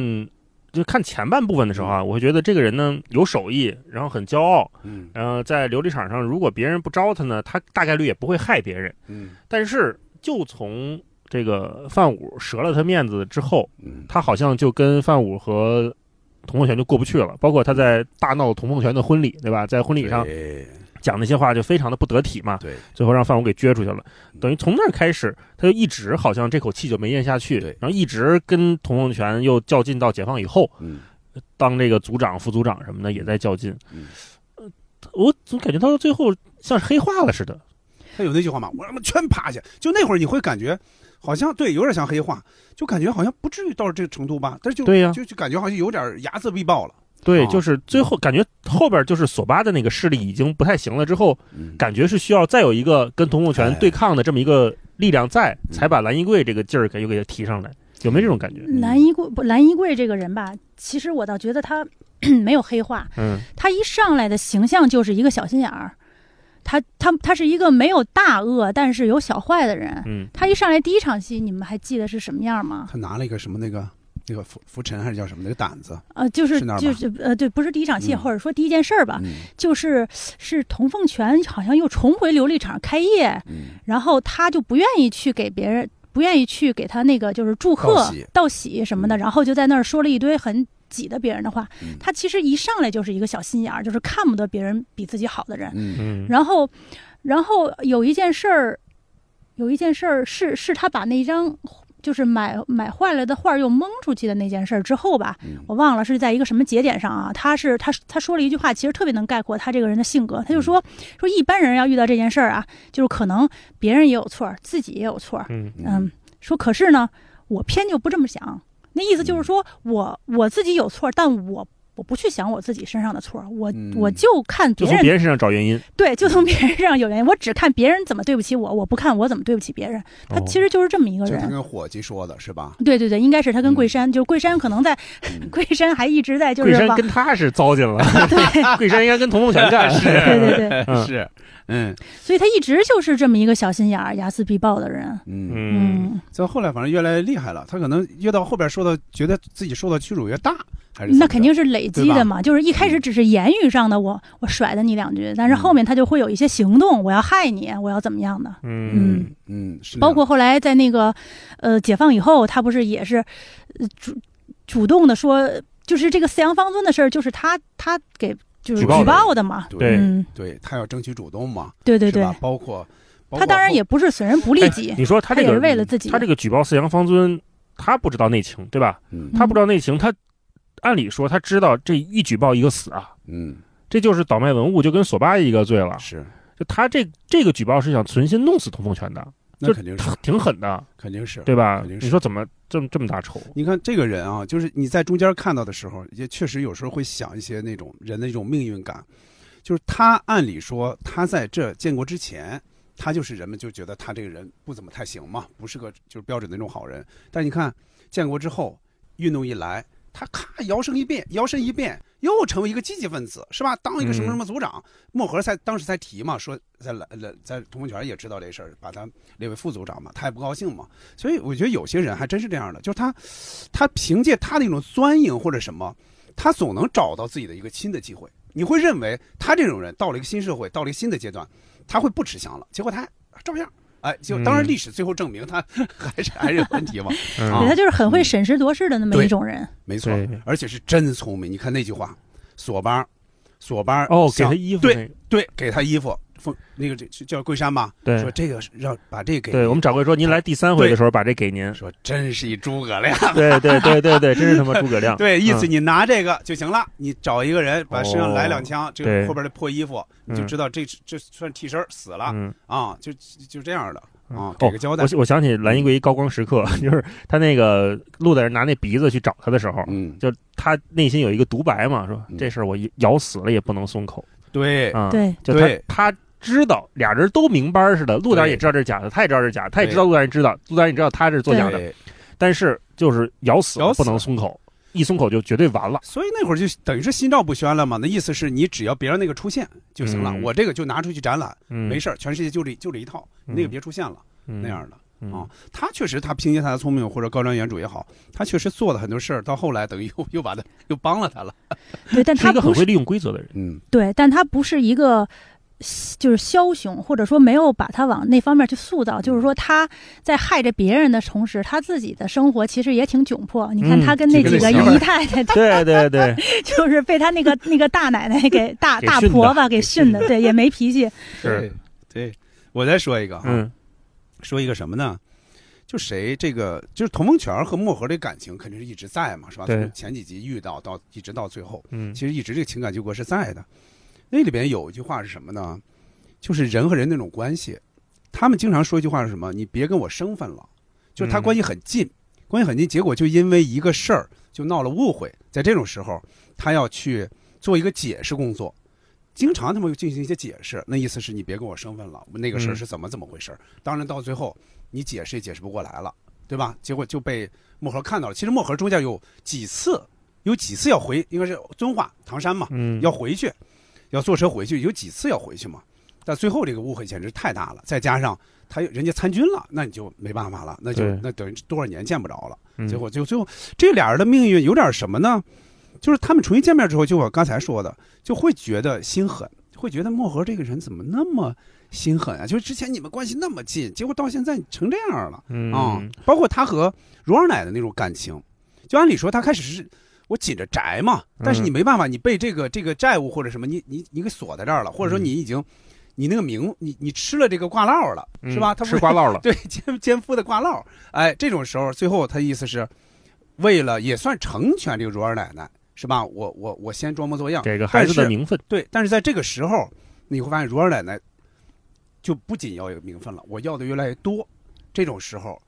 S8: 就看前半部分的时候啊，我会觉得这个人呢有手艺，然后很骄傲，
S7: 嗯
S8: 然后在琉璃厂上，如果别人不招他呢，他大概率也不会害别人。
S7: 嗯
S8: 但是就从这个范武折了他面子之后，
S7: 嗯
S8: 他好像就跟范武和童凤泉就过不去了，包括他在大闹童凤泉的婚礼，对吧？在婚礼上
S7: 嗯对
S8: 讲那些话就非常的不得体嘛，
S7: 对
S8: 最后让范武给撅出去了。
S7: 嗯
S8: 等于从那儿开始，他就一直好像这口气就没咽下去
S7: 对，
S8: 然后一直跟童凤泉又较劲到解放以后，
S7: 嗯
S8: 当这个组长、副组长什么的也在较劲。
S7: 嗯
S8: 呃我总感觉他到最后像是黑化了似的。
S7: 他有那句话嘛，我他妈全趴下。就那会儿你会感觉，好像对，有点像黑化，就感觉好像不至于到这个程度吧，但是就
S8: 对呀
S7: 就就感觉好像有点睚眦必报了。
S8: 对，
S7: 哦
S8: 就是最后感觉后边就是索巴的那个势力已经不太行了之后，感觉是需要再有一个跟童梦泉对抗的这么一个力量在，
S7: 嗯
S8: 才把蓝衣柜这个劲儿给又给它提上来，有没有这种感觉？
S7: 嗯
S9: 蓝衣柜不，蓝衣柜这个人吧，其实我倒觉得他 没有黑化，
S8: 嗯
S9: 他一上来的形象就是一个小心眼儿，他他他是一个没有大恶，但是有小坏的人。
S8: 嗯，
S9: 他一上来第一场戏，你们还记得是什么样吗？
S7: 他拿了一个什么那个那个浮浮尘还是叫什么那个胆子，
S9: 呃，就是
S7: 是那儿吧
S9: 就是呃，对，不是第一场戏，
S7: 嗯
S9: 或者说第一件事儿吧，
S7: 嗯
S9: 就是是童凤泉好像又重回琉璃厂开业，
S7: 嗯
S9: 然后他就不愿意去给别人，不愿意去给他那个就是祝贺、
S7: 道
S9: 道
S7: 喜
S9: 喜什么的，
S7: 嗯
S9: 然后就在那儿说了一堆很挤的别人的话。
S7: 嗯
S9: 他其实一上来就是一个小心眼儿，就是看不得别人比自己好的人。
S7: 嗯
S8: 嗯
S9: 然后，然后有一件事儿，有一件事儿是是他把那张就是买买坏了的画儿又蒙出去的那件事儿之后吧，
S7: 嗯
S9: 我忘了是在一个什么节点上啊，他是他他说了一句话，其实特别能概括他这个人的性格。他就说说一般人要遇到这件事儿啊，就是可能别人也有错儿，自己也有错儿，
S8: 嗯
S9: 嗯，说可是呢，我偏就不这么想。那意思就是说我我自己有错儿，但我我不去想我自己身上的错儿，我
S7: 嗯
S9: 我就看
S8: 就
S9: 别
S8: 从
S9: 人
S8: 别人身上找原因。
S9: 对，就从别人身上有原因，我只看别人怎么对不起我，我不看我怎么对不起别人。他
S8: 哦
S9: 其实就是这么一个
S7: 就
S9: 人。
S7: 他跟伙计说的是吧？
S9: 对对对，应该是他跟
S7: 嗯
S9: 桂山，就是桂山可能在， 桂山还一直在就
S8: 桂
S9: 是
S8: 山
S9: 往
S8: 跟他是糟践了，
S9: 对
S8: 桂山应该跟童梦泉干。是，
S9: 对对 对，
S8: 嗯
S7: 哎是，嗯
S9: 所以他一直就是这么一个小心眼儿、睚眦必报的人。
S7: 嗯，
S8: 嗯，
S9: 嗯，
S7: 再后来反正越来越厉害了，他可能越到后边受到觉得自己受到屈辱越大，还是怎么
S9: 那
S7: 着
S9: 肯定是累积的嘛，就是一开
S7: 嗯
S9: 始只是言语上的我我甩了你两句，但是后面他就会有一些行动，我要害你，我要怎么样的。
S8: 嗯
S9: 嗯
S7: 嗯嗯是那样
S9: 包括后来在那个，呃，解放以后，他不是也是呃主主动的说，就是这个四羊方尊的事儿，就是他他给就是
S8: 举
S9: 举
S8: 报的
S9: 报的嘛。
S8: 对
S9: 嗯，
S7: 对他要争取主动嘛，
S9: 对对
S7: 是
S9: 对
S7: 吧，？包括包括
S9: 他当然
S7: 后
S9: 也不是损人不利己，
S8: 哎你说他这
S9: 也
S8: 个
S9: 是为了自己。
S8: 他这个举报四羊方尊，他不知道内情，对吧？
S7: 嗯
S8: 他不知道内情，他按理说他知道这一举报一个死啊，
S7: 嗯
S8: 这就是倒卖文物，就跟索八一个罪了。
S7: 是，
S8: 就他这这个举报是想存心弄死童凤全的，
S7: 那
S8: 就
S7: 肯定
S8: 挺
S7: 是
S8: 挺狠的，
S7: 肯定是
S8: 对吧？
S7: 肯定是
S8: 你说怎么这么这么大仇？
S7: 你看这个人啊，就是你在中间看到的时候，也确实有时候会想一些那种人的一种命运感，就是他按理说他在这建国之前，他就是人们就觉得他这个人不怎么太行嘛，不是个就是标准的那种好人。但你看建国之后，运动一来，他咔摇身一变，摇身一变又成为一个积极分子，是吧？当一个什么什么组长，漠河才当时才提嘛，说在来来在同盟权也知道这事儿，把他列为副组长嘛，他也不高兴嘛。所以我觉得有些人还真是这样的，就是他他凭借他的一种钻营或者什么，他总能找到自己的一个新的机会。你会认为他这种人到了一个新社会，到了一个新的阶段，他会不吃香了，结果他照样。哎，就当然，
S8: 嗯
S7: 历史最后证明他 还是还是有问题嘛。
S8: 嗯
S7: 啊
S9: 对他就是很会审时度势的那么
S7: 对
S9: 一种人。
S7: 没错
S8: 对，
S7: 而且是真聪明。你看那句话，索巴，索巴
S8: 哦，给
S7: 想
S8: 他衣服那
S7: 对
S8: 个，
S7: 对，给他衣服，封那个这这叫桂山吧？
S8: 对
S7: 说这个是让把这个给
S8: 对
S7: 您
S8: 我们掌柜说，您来第三回的时候把这 给您。
S7: 说真是一诸葛亮。
S8: 对对对对对，真是他妈诸葛亮。
S7: 对，意思
S8: 嗯哦
S7: 你拿这个就行了，你找一个人把身上来两枪，这
S8: 对
S7: 个后边的破衣服，你就
S8: 嗯
S7: 知道这这算替身儿死了
S8: 嗯。
S7: 啊，就就这样的啊
S8: 哦，，
S7: 给个交代
S8: 我。我想起蓝衣龟高光时刻， 就是他那个陆大人拿那鼻子去找他的时候，
S7: 嗯，
S8: 就他内心有一个独白嘛，说
S7: 嗯
S8: 这事儿我咬死了也不能松口
S7: 对，
S8: 啊。，
S9: 对，
S8: 就他
S7: 对
S8: 他知道俩人都明白似的，陆大人也知道这是假的，他也知道这是假的，他也知道陆大人知道，陆大人也知道他是做假的，
S7: 对
S8: 但是就是咬死了
S7: 咬死
S8: 不能松口，一松口就绝对完了。
S7: 所以那会儿就等于是心照不宣了嘛。那意思是你只要别让那个出现就行了，
S8: 嗯
S7: 我这个就拿出去展览，
S8: 嗯，
S7: 没事儿，全世界就这就这一套，你那个别出现了
S8: 嗯
S7: 那样的。
S8: 嗯
S7: 啊，他确实，他凭借他的聪明或者高瞻远瞩也好，他确实做了很多事儿，到后来等于又又把他又帮了他了。
S9: 对，
S8: 嗯
S9: 但
S8: 是
S9: 他
S8: 一个
S9: 不
S8: 很
S9: 是
S8: 会利用规则的 人。
S7: 嗯，
S9: 对，但他不是一个就是枭雄，或者说没有把他往那方面去塑造。就是说他在害着别人的同时，他自己的生活其实也挺窘迫。你看
S8: 嗯
S9: 他跟那
S8: 就
S9: 几
S8: 跟那
S9: 个
S8: 媳妇儿
S9: 姨太太，
S8: 对对对，
S9: 就是被他那个那个大奶奶给大
S8: 给
S9: 大
S8: 训
S9: 婆
S8: 的
S9: 吧给训的，对，也没脾气。
S8: 是，
S7: 对，我再说一个啊，
S8: 嗯
S7: 说一个什么呢？就谁这个就是童梦泉和漠河这感情肯定是一直在嘛，是吧？
S8: 对
S7: 从前几集遇到到一直到最后，
S8: 嗯
S7: 其实一直这个情感纠葛是在的。那里边有一句话是什么呢？就是人和人那种关系，他们经常说一句话是什么？你别跟我生分了，就是他
S8: 嗯
S7: 关系很近，关系很近，结果就因为一个事儿就闹了误会。在这种时候，他要去做一个解释工作，经常他们会进行一些解释，那意思是你别跟我生分了，那个事儿
S8: 嗯
S7: 是怎么怎么回事儿。当然到最后你解释也解释不过来了，对吧？结果就被漠河看到了。其实漠河中间有几次，有几次要回，应该是遵化唐山嘛，
S8: 嗯，
S7: 要回去，要坐车回去，有几次要回去嘛。但最后这个误会简直太大了，再加上他人家参军了，那你就没办法了，那就
S8: 对
S7: 那等于多少年见不着了。
S8: 嗯
S7: 结果就最后这俩人的命运有点什么呢？就是他们重新见面之后，就我刚才说的，就会觉得心狠，会觉得漠河这个人怎么那么心狠啊？就是之前你们关系那么近，结果到现在成这样了。
S8: 嗯
S7: 啊、包括他和蓉二奶的那种感情，就按理说他开始是我紧着宅嘛，但是你
S8: 嗯
S7: 没办法，你被这个这个债务或者什么，你你你给锁在这儿了，或者说
S8: 嗯
S7: 你已经。你那个名，你你吃了这个挂烙了，
S8: 嗯
S7: 是吧？他不
S8: 吃瓜烙 了
S7: 对，奸奸夫的挂烙，哎，这种时候，最后他意思是，为了也算成全这个蓉二奶奶，是吧？我我我先装模作样，
S8: 给个孩子
S7: 但
S8: 的
S7: 是
S8: 名分。
S7: 对，但是在这个时候，你会发现如儿奶奶就不仅要有名分了，我要的越来越多。这种时候，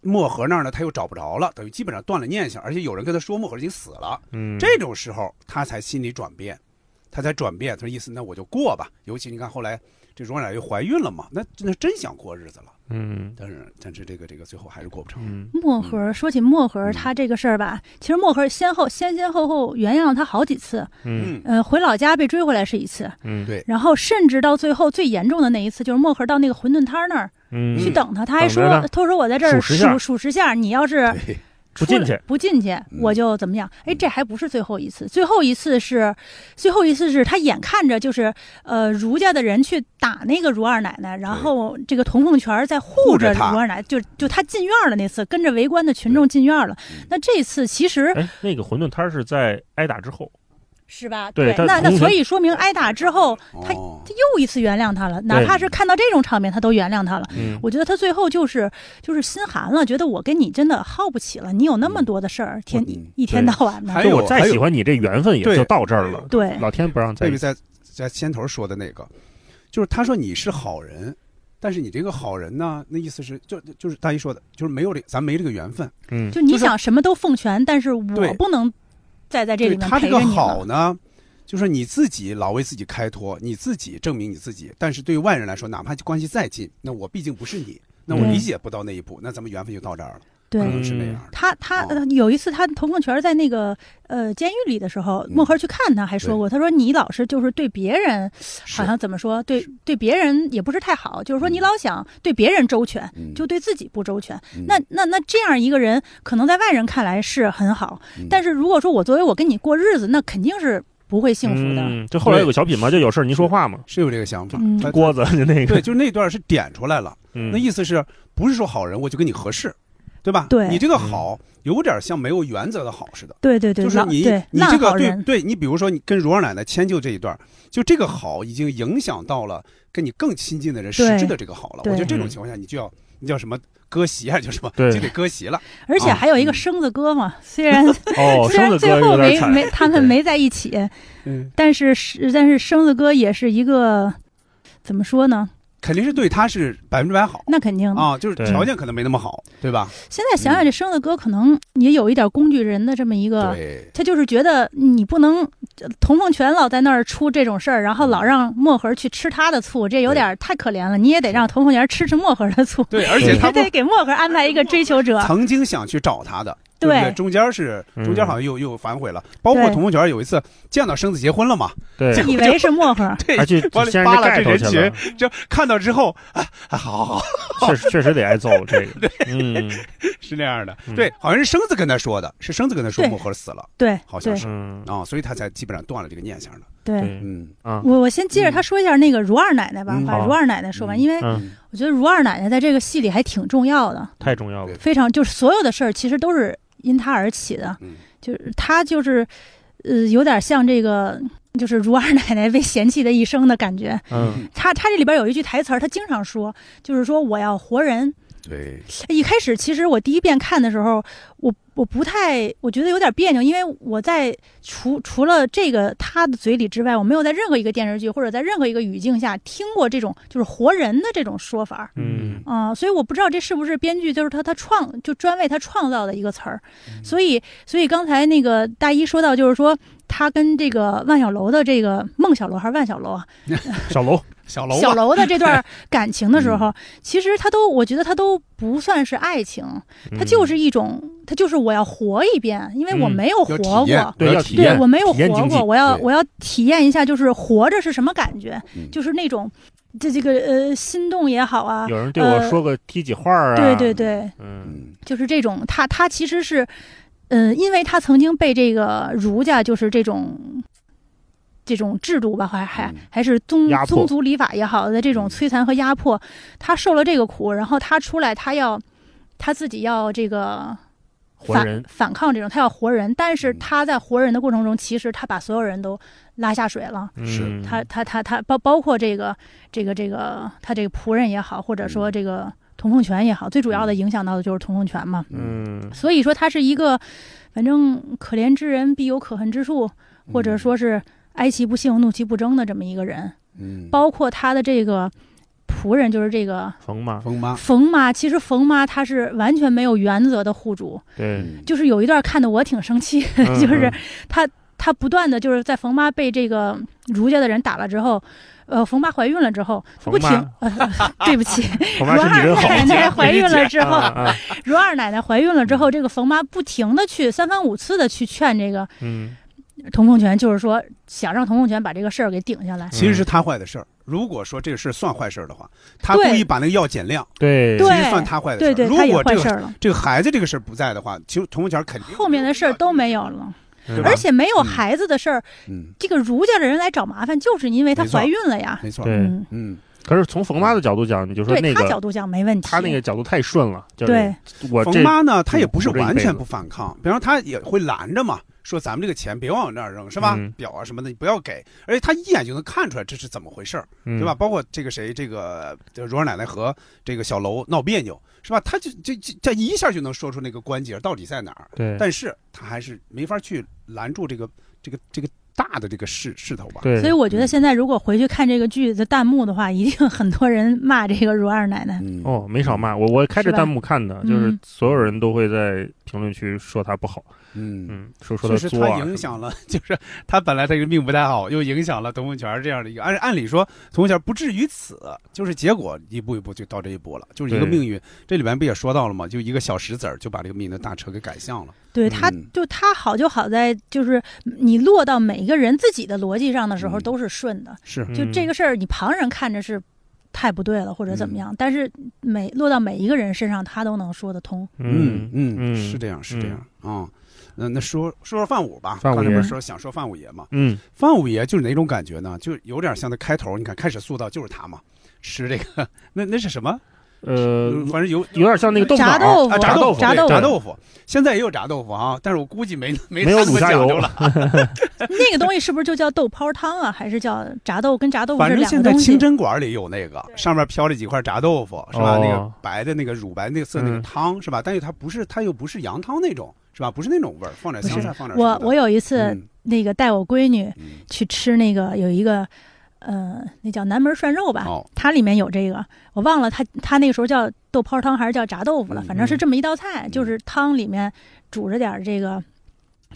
S7: 漠河那儿呢，他又找不着了，等于基本上断了念想，而且有人跟他说漠河已经死了。
S8: 嗯，
S7: 这种时候，他才心理转变，他才转变，他说意思那我就过吧。尤其你看后来这如儿奶奶又怀孕了嘛，那那真想过日子了，
S8: 嗯
S7: 但是但是这个这个最后还是过不成。
S8: 嗯
S9: 漠河，说起漠河，他这个事儿吧，其实漠河先后先先后后原谅了他好几次，
S8: 嗯
S9: 呃，回老家被追回来是一次，
S8: 嗯，
S7: 对
S9: 然后甚至到最后最严重的那一次，就是漠河到那个馄饨摊儿那儿
S8: 嗯，
S9: 去等他，他还说
S8: 等着呢
S9: 他说我在这儿
S8: 数十下
S9: 数数十下，你要是
S7: 对，
S8: 不
S9: 出
S8: 进
S9: 来
S8: 去，嗯
S9: 不进去，我就怎么样？哎，这还不是最后一次，最后一次是，最后一次是他眼看着就是呃儒家的人去打那个儒二奶奶，然后这个童凤全儿在
S7: 护
S9: 护着
S7: 着她
S9: 儒二奶奶，就就他进院了那次，跟着围
S8: 嗯
S9: 观的群众进院了。那这次其实
S8: 哎，那个馄饨摊儿是在挨打之后，
S9: 是吧？
S8: 对他
S9: 那那
S8: 同学
S9: 所以说明挨打之后，
S7: 哦
S9: 他他又一次原谅他了，哪怕是看到这种场面，他都原谅他了。
S8: 嗯
S9: 我觉得他最后就是就是心寒了，觉得我跟你真的耗不起了，你有那么多的事儿，天一天到晚的。
S7: 嗯还
S8: 就
S7: 有
S8: 我再
S7: 哎还有
S8: 喜欢你，这缘分也
S7: 对
S8: 就到这儿了。
S9: 对
S8: 老天不让再
S7: 贝比在在先头说的那个，就是他说你是好人，但是你这个好人呢，那意思是就就是大姨说的，就是没有这咱没这个缘分。
S8: 嗯
S9: 就你想什么都奉全，但是我
S7: 对
S9: 不能再在这
S7: 对
S9: 里面
S7: 他
S9: 陪
S7: 这
S9: 着
S7: 个
S9: 你
S7: 好
S9: 了。
S7: 呢，就是你自己老为自己开脱，你自己证明你自己。但是对外人来说，哪怕关系再近，那我毕竟不是你，那我
S8: 嗯
S9: 对
S7: 理解不到那一步，那咱们缘分就到这儿了，可
S9: 对
S7: 能，是那样。
S9: 他他、呃有一次他童凤全在那个呃监狱里的时候，
S7: 嗯
S9: 孟鹤去看他还说过，他说你老是就是对别人好像怎么说，对对别人也不是太好，就是说
S7: 嗯
S9: 你老想对别人周全，就对自己不周全。
S7: 嗯
S9: 那那那这样一个人，可能在外人看来是很好，
S7: 嗯
S9: 但是如果说我作为我跟你过日子，那肯定是不会幸福的。
S8: 嗯，就后来有个小品嘛，就有事儿您说话嘛，
S7: 是有这个想法
S9: 嗯
S7: 他
S8: 锅子就那个，
S7: 对，就是那段是点出来了，
S8: 嗯
S7: 那意思是不是说好人我就跟你合适，对吧？
S9: 对
S7: 你这个好
S8: 嗯
S7: 有点像没有原则的好似的。
S9: 对对对，
S7: 就是
S9: 浪
S7: 你
S9: 对
S7: 你这
S9: 浪
S7: 个
S9: 好
S7: 对
S9: 人，
S7: 对，你比如说你跟蓉儿奶奶迁就这一段，就这个好已经影响到了跟你更亲近的人实
S9: 对
S7: 质的这个好了。我
S9: 对
S7: 觉得这
S8: 嗯
S7: 种情况下，你就要你叫什么割席啊，叫 什么
S8: 对
S7: 就得割席了。
S9: 而且
S7: 啊
S9: 还有一个生子 哥嘛，虽然
S8: 哦，
S9: 虽
S8: 生
S9: 然
S8: 的
S9: 最
S8: 歌
S9: 后
S8: 有点
S9: 没
S8: 惨，
S9: 没他们没在一起，
S7: 嗯，
S9: 但是是但是生子哥也是一个怎么说呢？
S7: 肯定是对他是百分之百好
S9: 那肯定的。
S7: 啊，就是
S8: 对
S7: 条件可能没那么好，对吧？
S9: 现在想想，这生子哥可能也有一点工具人的这么一个，
S7: 嗯对，
S9: 他就是觉得你不能童凤全老在那儿出这种事儿，然后老让墨盒去吃他的醋，这有点太可怜了。你也得让童凤全吃吃墨盒的醋，
S7: 对，而且
S9: 还
S7: 他不
S9: 得给墨盒安排一个追求者。
S7: 曾经想去找他的，对不
S9: 对
S7: 中间是
S8: 嗯
S7: 中间好像又又反悔了，包括
S9: 对
S7: 童梦泉有一次见到生子结婚了嘛，
S8: 对，
S9: 以为是墨盒，
S7: 对
S8: 还去
S7: 完了
S8: 先
S7: 扒
S8: 人家
S7: 拉这
S8: 盖头
S7: 人
S8: 去了，
S7: 群，就看到之后，啊，啊好好好，
S8: 确实确实得 挨揍这个，嗯
S7: 是那样的，
S8: 嗯
S7: 对，好像是生子跟他说的，是生子跟他说
S9: 对
S7: 墨盒死了
S9: 对，
S7: 好像
S9: 对
S7: 是
S8: 嗯，
S7: 啊、所以他才基本上断了这个念想了，
S9: 对。
S8: 对
S7: 嗯，
S8: 啊，
S9: 我我先接着他说一下那个如二奶奶吧
S7: 嗯，
S9: 把
S8: 好
S9: 如二奶奶说完，
S7: 嗯
S9: 因为
S8: 嗯，
S9: 我觉得如二奶奶在这个戏里还挺重要的。
S8: 太重要了，
S9: 非常就是所有的事儿其实都是因他而起的，
S7: 嗯
S9: 就是他就是呃有点像这个就是如二奶奶被嫌弃的一生的感觉。
S8: 嗯
S9: 他他这里边有一句台词儿，他经常说，就是说我要活人。
S7: 对，
S9: 一开始其实我第一遍看的时候，我我不太我觉得有点别扭，因为我在除除了这个他的嘴里之外，我没有在任何一个电视剧或者在任何一个语境下听过这种就是活人的这种说法儿。
S8: 嗯，
S9: 啊、所以我不知道这是不是编剧就是他他创就专为他创造的一个词儿，所以所以刚才那个大一说到就是说他跟这个万小楼的这个孟小楼还是万小楼啊
S8: 小楼，啊嗯
S7: 小楼啊
S9: 小
S7: 吧，
S9: 楼的 这段感情的时候，其实他都我觉得他都不算是爱情，他就
S8: 嗯
S9: 是一种他就是我要活一遍，因为我
S8: 嗯
S9: 没有
S7: 要
S9: 活过
S7: 体，验，
S8: 对
S7: 我
S8: 要
S7: 要
S8: 体
S7: 体
S8: 验
S9: 对我没有
S8: 体验
S9: 活
S8: 经济
S9: 过，我要
S7: 对
S9: 我要体验一下就是活着是什么感觉，
S7: 嗯
S9: 就是那种这这个呃心动也好啊，
S8: 嗯有人对我说个踢几画儿啊，
S9: 对对，对。
S8: 嗯
S7: 嗯，
S9: 就是这种，他他其实是，呃，因为他曾经被这个儒家就是这种这种制度吧，还还
S7: 嗯
S9: 还是宗
S8: 压迫嗯
S9: 宗族礼法也好的这种摧残和压迫，他受了这个苦，然后他出来，他要他自己要这个。
S8: 活人
S9: 反反抗这种，他要活人，但是
S7: 嗯
S9: 他在活人的过程中，其实他把所有人都拉下水了。
S7: 是
S8: 嗯
S9: 他他他他包包括这个这个这个他这个仆人也好，或者说这个童凤泉也好，最主要的影响到的就是童凤泉嘛。
S8: 嗯
S9: 所以说他是一个，反正可怜之人必有可恨之处，或者说是哀其不幸，怒其不争的这么一个人。
S7: 嗯，
S9: 包括他的这个仆人，就是这个
S8: 冯嘛，
S7: 疯妈，
S9: 冯妈。其实冯妈她是完全没有原则的户主，
S8: 对，
S7: 嗯
S9: 就是有一段看得我挺生气，
S8: 嗯
S9: 就是她她不断的就是在冯妈被这个儒家的人打了之后，呃，冯妈怀孕了之后，她不
S8: 冯妈
S9: 停，呃， 对 不起，
S8: 冯妈
S9: 如二
S8: 身体真好，
S9: 奶奶怀孕了之后，
S8: 啊啊
S9: 如二奶奶怀孕了之后，这个冯妈不停的去三番五次的去劝这个
S8: 嗯，
S9: 童凤全，就是说想让童凤全把这个事儿给顶下来。
S8: 嗯
S7: 其实是他坏的事儿。如果说这个事儿算坏事儿的话，他故
S9: 对
S7: 意把那个药减量，
S8: 对
S7: 其
S9: 对
S7: 实算他坏的事儿。
S9: 对对，
S7: 如
S9: 他也
S7: 果
S9: 坏
S7: 这
S9: 事
S7: 个
S9: 儿了，
S7: 这个孩子这个事儿不在的话，其实童梦泉肯定
S9: 后面的事儿都没有了，
S8: 对吧
S9: 而且没有孩子的事儿，
S7: 嗯，
S9: 这个儒家的人来找麻烦，就是因为她
S7: 没错
S9: 怀孕了呀。
S7: 没错，
S8: 对
S9: 嗯，
S7: 嗯，
S8: 可是从冯妈的角度讲，你就说
S9: 对
S8: 那
S9: 她角
S8: 个
S9: 度讲没问题。
S8: 她那个角度太顺了，就是
S9: 对
S8: 我
S7: 冯
S8: 这
S7: 妈呢，她也
S8: 嗯
S7: 不是
S8: 我这一
S7: 完
S8: 辈
S7: 全
S8: 子
S7: 不反抗，比方说她也会拦着嘛，说咱们这个钱别往我那儿扔，是吧？
S8: 嗯
S7: 表啊什么的你不要给，而且他一眼就能看出来这是怎么回事儿，
S8: 嗯
S7: 对吧？包括这个谁，这个这个蓉儿奶奶和这个小楼闹别扭，是吧？他就就就他一下就能说出那个关节到底在哪儿，
S8: 对
S7: 但是他还是没法去拦住这个这个这个大的这个势势头吧？
S9: 所以我
S7: 嗯
S9: 觉得现在如果回去看这个剧的弹幕的话，一定很多人骂这个如二奶奶。
S7: 嗯
S8: 哦，没少骂我，我开着
S9: 嗯是吧
S8: 弹幕看的，就是
S9: 嗯
S8: 所有人都会在评论区说他不好，
S7: 嗯
S8: 嗯，说说
S7: 确
S8: 他
S7: 实，
S8: 作
S7: 他
S8: 啊什么
S7: 影
S8: 的，
S7: 响了， 就是他本来他这个命不太好，又影响了董文泉这样的一个。按按理说，董文泉不至于此，就是结果一步一步就到这一步了，就是一个
S8: 对
S7: 命运。这里边不也说到了吗？就一个小石子儿就把这个命运的大车给改向了。
S9: 对，他
S7: 嗯
S9: 就他好就好在就是你落到每一个人自己的逻辑上的时
S7: 嗯
S9: 候都是顺的，
S7: 是
S9: 就这个事儿你旁人看着是太不对了或者怎
S7: 嗯
S9: 么样，但是每落到每一个人身上他都能说 得通。
S7: 嗯嗯
S8: 嗯
S7: 是这样，是这样啊
S8: 嗯、
S7: 那那说说说范武吧，
S8: 范武
S7: 刚才不
S8: 爷
S7: 是说想说范武爷嘛？
S8: 嗯，
S7: 范武爷就是哪种感觉呢？就有点像他开头，你看开始塑造就是他嘛，吃这个 那那是什么？
S8: 呃，
S7: 反正有
S8: 有点像那个豆腐
S7: 炸
S8: 炸脑豆腐
S7: 啊，炸豆腐，
S8: 炸豆
S7: 对炸
S8: 腐
S7: 豆腐。现在也有炸豆腐啊，但是我估计没没
S8: 没
S7: 他
S8: 有
S7: 那
S8: 卤
S7: 么
S8: 下
S7: 讲
S8: 油
S7: 究了。
S9: 那个东西是不是就叫豆泡汤啊？还是叫炸豆跟炸豆腐
S7: 反
S9: 是
S7: 正
S9: 两
S7: 现
S9: 个
S7: 在
S9: 东西
S7: 清？真馆里有那个，上面飘着几块炸豆腐，是吧？
S8: 哦
S7: 那个白的那个乳白那个色那个
S8: 嗯
S7: 汤是吧？但是它不是，它又不是羊汤那种，是吧？不是那种味儿，放点香菜，放点什么
S9: 我
S7: 的
S9: 我有一次
S7: 嗯
S9: 那个带我闺女去吃那个有一个。呃，那叫南门涮肉吧，
S7: 哦
S9: 它里面有这个，我忘了它它那个时候叫豆泡汤还是叫炸豆
S7: 嗯
S9: 腐了，反正是这么一道菜，就是汤里面煮着点儿这个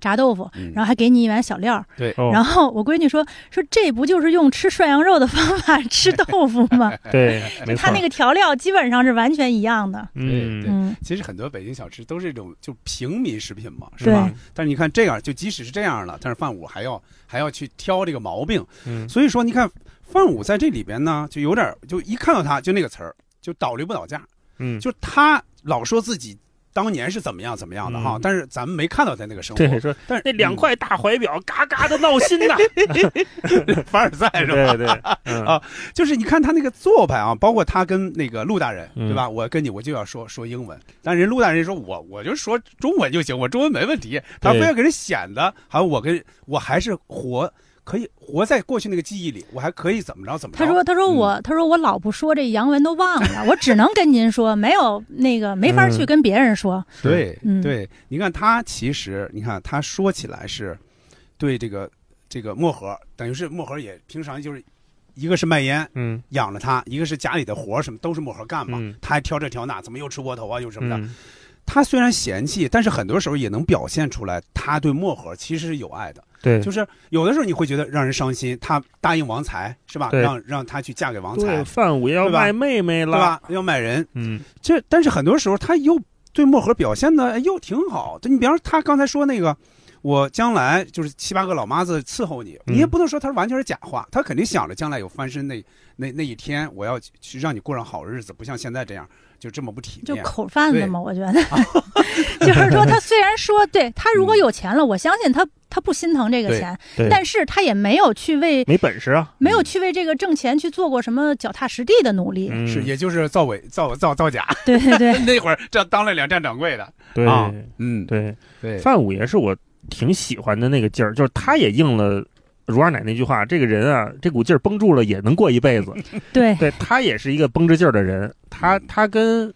S9: 炸豆腐，然后还给你一碗小料儿，
S7: 嗯对
S9: 然后我闺女说说这不就是用吃涮羊肉的方法吃豆腐 吗？
S8: 对，没错
S9: 它那个调料基本上是完全一样的，
S7: 对对
S9: 嗯，
S7: 其实很多北京小吃都是一种就平民食品嘛，是
S9: 对
S7: 吧？但是你看这样，就即使是这样了，但是范武还要还要去挑这个毛病，
S8: 嗯
S7: 所以说你看范武在这里边呢，就有点就一看到他就那个词儿就倒驴不倒架，
S8: 嗯，
S7: 就他老说自己当年是怎么样怎么样的哈，
S8: 嗯
S7: 但是咱们没看到他那个生活，
S8: 对，说嗯
S7: 但是
S8: 那 两块大怀表嘎嘎的闹 心呐，
S7: 凡尔赛是吧？
S8: 对对嗯
S7: 啊，就是你看他那个做派啊，包括他跟那个陆大人，
S8: 嗯
S7: 对吧？我跟你我就要说说英文，但人陆大人说我我就说中文就行，我中文没问题。他非要给人显得好像我跟我还是活可以活在过去那个记忆里，我还可以怎么着怎么着。
S9: 他说：“他说
S7: 嗯
S9: 我，他说我老不说这洋文都忘了，我只能跟您说，没有那个没
S7: 嗯
S9: 法去跟别人说。
S7: 对、
S9: 嗯
S7: 对，你看他其实，你看他说起来是对这个这个漠河，等于是漠河也平常就是一个是卖烟，
S8: 嗯，
S7: 养了他，一个是家里的活儿什么都是漠河干嘛，
S8: 嗯
S7: 他还挑这挑 那，怎么又吃窝头啊，又什么的。
S8: 嗯
S7: 他虽然嫌弃，但是很多时候也能表现出来，他对漠河其实是有爱的。
S8: 对
S7: 就是有的时候你会觉得让人伤心，他答应王才是吧？
S8: 对
S7: 让让他去嫁给王才
S8: 对，，范武要
S7: 对吧
S8: 卖妹妹
S7: 对
S8: 了，
S7: 吧？要买人，
S8: 嗯，
S7: 这但是很多时候他又对漠河表现的又挺好。就你比方说他刚才说那个，我将来就是七八个老妈子伺候你，
S8: 嗯
S7: 你也不能说他完全是假话，他肯定想着将来有翻身那那那一天，我要去去让你过上好日子，不像现在这样就这么不体
S9: 就
S8: 哎
S7: 面。
S9: 口贩子
S7: 对
S9: 嘛，我觉得，
S8: 啊
S9: 就是说他虽然说对他如果有钱了，我相信他他不心疼这个
S8: 嗯对
S9: 钱
S8: 对，
S9: 但是他也没有去为
S8: 没本事啊，
S9: 没有去为这个挣钱去做过什么脚踏实地的努力。
S8: 嗯
S7: 是，也就是造伪、造造造假。
S9: 对对对
S7: 那会儿这当了两站掌柜的。
S8: 对
S7: 啊，嗯，
S8: 对，
S7: 对
S8: 范五爷是我挺喜欢的那个劲儿，就是他也应了如二奶那句话，这个人啊，这股劲儿绷住了也能过一辈 子。
S9: 对
S8: 对他也是一个绷着劲儿的人，
S7: 嗯
S8: 他他跟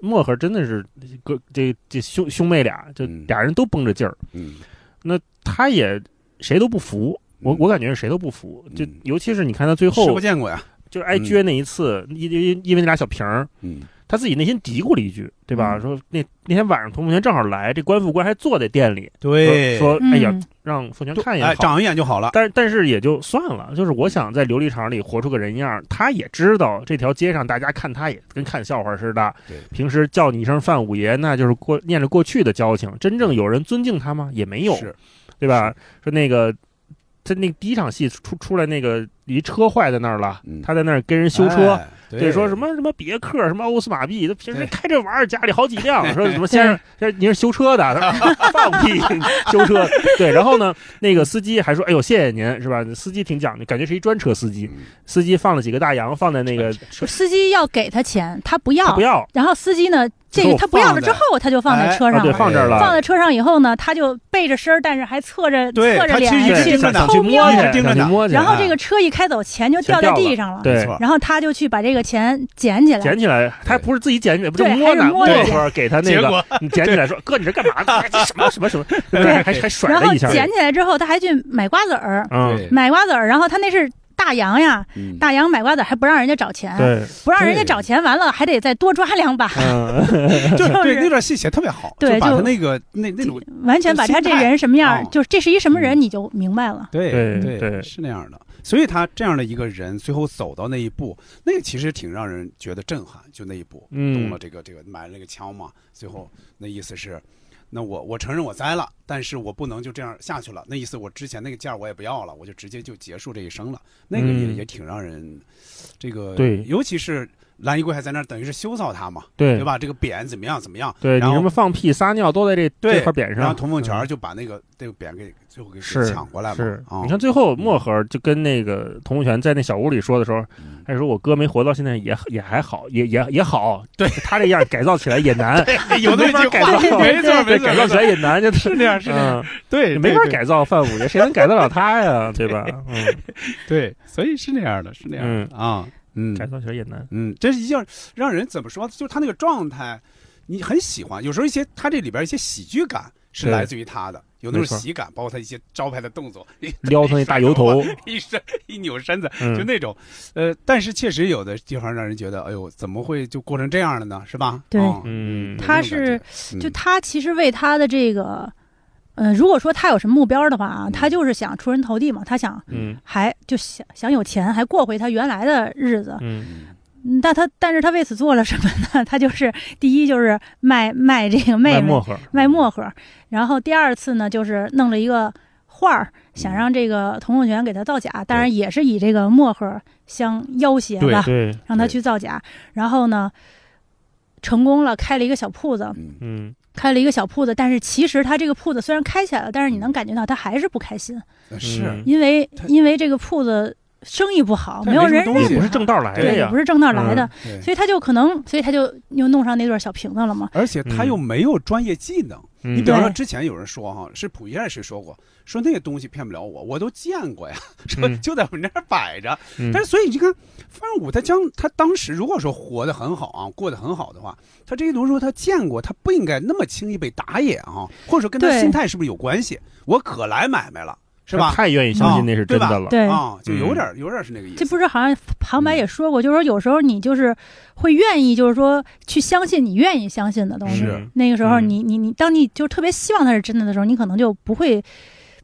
S8: 漠河真的是哥这这兄兄妹俩，就
S7: 嗯
S8: 俩人都绷着劲儿。
S7: 嗯，
S8: 那他也谁都不服，我我感觉是谁都不服，就
S7: 嗯
S8: 尤其是你看他最
S7: 吃
S8: 后
S7: 过见过呀。
S8: 就是挨撅那一次，因因因为那俩小瓶儿，
S7: 嗯，
S8: 他自己内心嘀咕了一句，对吧？
S7: 嗯
S8: 说那那天晚上童凤泉正好来，这官副官还坐在店里，
S7: 对
S8: 说说
S9: 嗯
S8: 哎呀，让凤泉看一
S7: 哎
S8: 眼好。
S7: 长一眼就好了。
S8: 但但是也就算了，就是我想在琉璃厂里活出个人样儿。他也知道这条街上大家看他也跟看笑话似的
S7: 对，
S8: 平时叫你一声范五爷，那就是过念着过去的交情。真正有人尊敬他吗？也没有，
S7: 是
S8: 对吧？说那个，他那第一场戏出出来那个一车坏在那儿了，
S7: 嗯
S8: 他在那儿跟人修车，
S7: 哎
S8: 对，说什么什么别克，什么欧司马币，他平时开这玩意儿家里好几辆，说什么先生，先生您是修车的，他说放屁，修车。对，然后呢，那个司机还说，哎呦，谢谢您，是吧？司机挺讲究，感觉是一专车司机。司机放了几个大洋放在那个车，
S9: 司机要给他钱，他不
S8: 他
S9: 要
S8: 不。要，
S9: 然后司机呢，这个他不要了之后，他就放在车上了，
S8: 啊对放这儿了
S9: 放在车上以后呢，他就背着身儿，但是还侧着
S11: 对
S9: 侧着
S11: 他
S9: 脸
S11: 其实一直
S9: 去
S11: 盯着呢，
S9: 偷瞄
S11: 一直盯着
S8: 想去摸
S11: 呢，
S8: 去
S9: 然后这个车一开走，钱就
S8: 全
S9: 掉在
S8: 掉
S9: 地
S8: 了
S9: 上了。
S8: 对
S11: 没错
S9: 然后他就去把这个钱捡起来，
S8: 捡起来，他不是自己捡起来，不就
S9: 对
S8: 摸呢
S9: 还是？摸
S8: 那
S9: 一下
S8: 会儿给他那
S11: 结
S8: 个
S11: 果，
S8: 你捡起来说：“哥，你这干嘛呢？这什么什么什么？”
S9: 对
S8: 还还甩
S9: 然后
S8: 了一下。
S9: 捡起来之后，他还去买瓜子儿，
S8: 嗯，
S9: 买瓜子儿，然后他那是大洋呀，
S2: 嗯
S9: 大洋买瓜子儿还不让人家找钱，
S8: 对，
S9: 不让人家
S11: 对
S9: 找钱，完了还得再多抓两把，
S8: 嗯，
S11: 就
S9: 就是
S11: 对那段戏写特别好，
S9: 对
S11: 就把
S9: 就
S11: 他那个那那种
S9: 完全把他这人什么样
S11: 这心态
S9: 儿
S11: 哦，
S9: 就是这是一什么
S8: 嗯
S9: 人，你就明白了。
S11: 对
S8: 对对
S7: 是那样的。所以他这样的一个人，最后走到那一步，那个其实挺让人觉得震撼。就那一步，
S8: 嗯
S7: 动了这个这个买了这个枪嘛，最后那意思是，那我我承认我栽了，但是我不能就这样下去了。那意思我之前那个价我也不要了，我就直接就结束这一生了。那个也、
S8: 嗯
S7: 也挺让人这个
S8: 对
S7: 尤其是蓝衣贵还在那儿，等于是羞臊他嘛，
S8: 对
S7: 吧？这个匾怎么样怎么样？
S8: 对你
S7: 然
S8: 什么
S7: 后。
S8: 放屁撒尿都在这
S7: 对
S8: 这块匾
S7: 然后
S8: 上。嗯
S7: 童凤泉儿就把那个这个匾给最后给给
S8: 是
S7: 抢过来嘛。
S8: 是
S7: 啊，
S8: 你看最后漠河就跟那个童梦泉在那小屋里说的时候，他说我哥没活到现在也也还好，也也也好，对他这样改造起来也难，
S11: 有那么
S8: 没法
S11: 一句
S8: 改
S11: 话
S8: 造，
S11: 没错没
S8: 对改造起
S11: 错，
S8: 来也难，就是
S11: 这样是这样，
S8: 嗯，
S11: 对，
S8: 没
S11: 对
S8: 法
S11: 对
S8: 改造范五爷，谁能改得了他呀？对吧？嗯，
S7: 对，所以是那样的，是那
S8: 样的
S7: 啊，嗯
S8: 改造起来也难。
S7: 嗯，这是一件让人怎么说，就是他那个状态，你很喜欢。有时候一些他这里边一些喜剧感是
S8: 对
S7: 来自于他的，有那
S8: 没
S7: 种
S8: 错
S7: 喜感，包括他一些招牌的动作， 一
S8: 撩他那大油头，
S7: 一身一扭身子，
S8: 嗯
S7: 就那种，呃，但是确实有的地方让人觉得，哎呦，怎么会就过成这样了呢？是吧？
S9: 对
S7: 啊
S8: 嗯
S9: 他是，就他其实为他的这个，嗯，如果说他有什么目标的话
S11: 嗯
S9: 啊，他就是想出人头地嘛，他想
S8: 嗯
S9: 还就想想有钱，还过回他原来的日子。
S8: 嗯
S9: 嗯但他但是他为此做了什么呢？ 他就是第一就是卖卖这个妹
S8: 卖
S9: 妹
S8: 墨盒，
S9: 卖墨盒，然后第二次呢就是弄了一个画儿，想让这个童梦泉给他造假，当然也是以这个墨盒相要挟
S11: 对
S9: 吧，
S8: 对，
S9: 让他去造假。然后呢，成功了，开了一个小铺子，
S8: 嗯
S9: 开了一个小铺子，但是其实他这个铺子虽然开起来了，但是你能感觉到他还是不开心，
S7: 嗯是
S8: 嗯
S9: 因为
S7: 他
S9: 因为这个铺子生意不好，
S7: 他
S9: 没有
S7: 没什么
S9: 人
S7: 东西
S9: 认
S8: 不
S9: 他
S8: 是正道来的
S9: 对，也
S8: 呀
S9: 不，是正道来的，
S7: 对
S9: 所以他就可能，所以他就又弄上那对小瓶子了嘛。
S7: 而且他又没有专业技能。
S8: 嗯
S7: 你比方说，
S9: 对
S7: 之前有人说哈，是溥仪还是谁说过，说那个东西骗不了我，我都见过呀，说
S8: 嗯
S7: 就在我们这儿摆着。
S8: 嗯
S7: 但是所以你看，范武他将他当时如果说活得很好啊，过得很好的话，他这些东西说他见过，他不应该那么轻易被打野啊，或者说跟他
S9: 对
S7: 心态是不是有关系？我可来买卖了，是吧？
S8: 太愿意相信那是真的了，嗯
S9: 对，
S7: 啊，就有点有点是那个意
S9: 这
S7: 思。
S9: 不是好像旁白也说过，就是说有时候你就是会愿意，就是说去相信你愿意相信的东西。
S7: 是
S9: 那个时候
S8: 嗯
S9: 你，你你当你就特别希望它是真的的时候，你可能就不会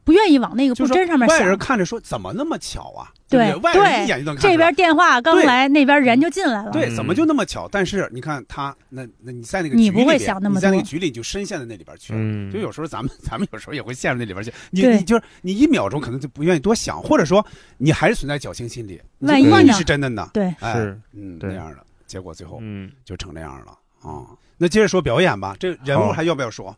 S9: 不愿意往那个
S7: 就
S9: 不
S7: 是
S9: 真
S7: 说
S9: 上面
S7: 外人
S9: 想。
S7: 看着说怎么那么巧啊？
S9: 对
S7: 不外人一眼就能看出来
S9: 这边电话刚
S7: 对
S9: 来，那边人就进来了。
S7: 对，
S8: 嗯
S7: 怎么就那么巧？但是你看他，那那你在那个
S9: 你
S7: 局
S9: 不
S7: 里
S9: 会
S7: 边
S9: 想那么
S7: 你在那
S9: 多
S7: 个局里你就深陷在那里边去了。
S8: 嗯
S7: 就有时候咱们咱们有时候也会陷入那里边去。你
S9: 对
S7: 你就是你一秒钟可能就不愿意多想，或者说你还是存在侥幸心理，你就
S9: 万一
S7: 不万一
S9: 呢
S7: 是真的呢？
S9: 对
S7: 哎、
S8: 是，
S7: 嗯，
S8: 对
S7: 那样的结果最后
S8: 嗯
S7: 就成那样了啊、那接着说表演吧，这人物
S8: 好
S7: 还要不要说？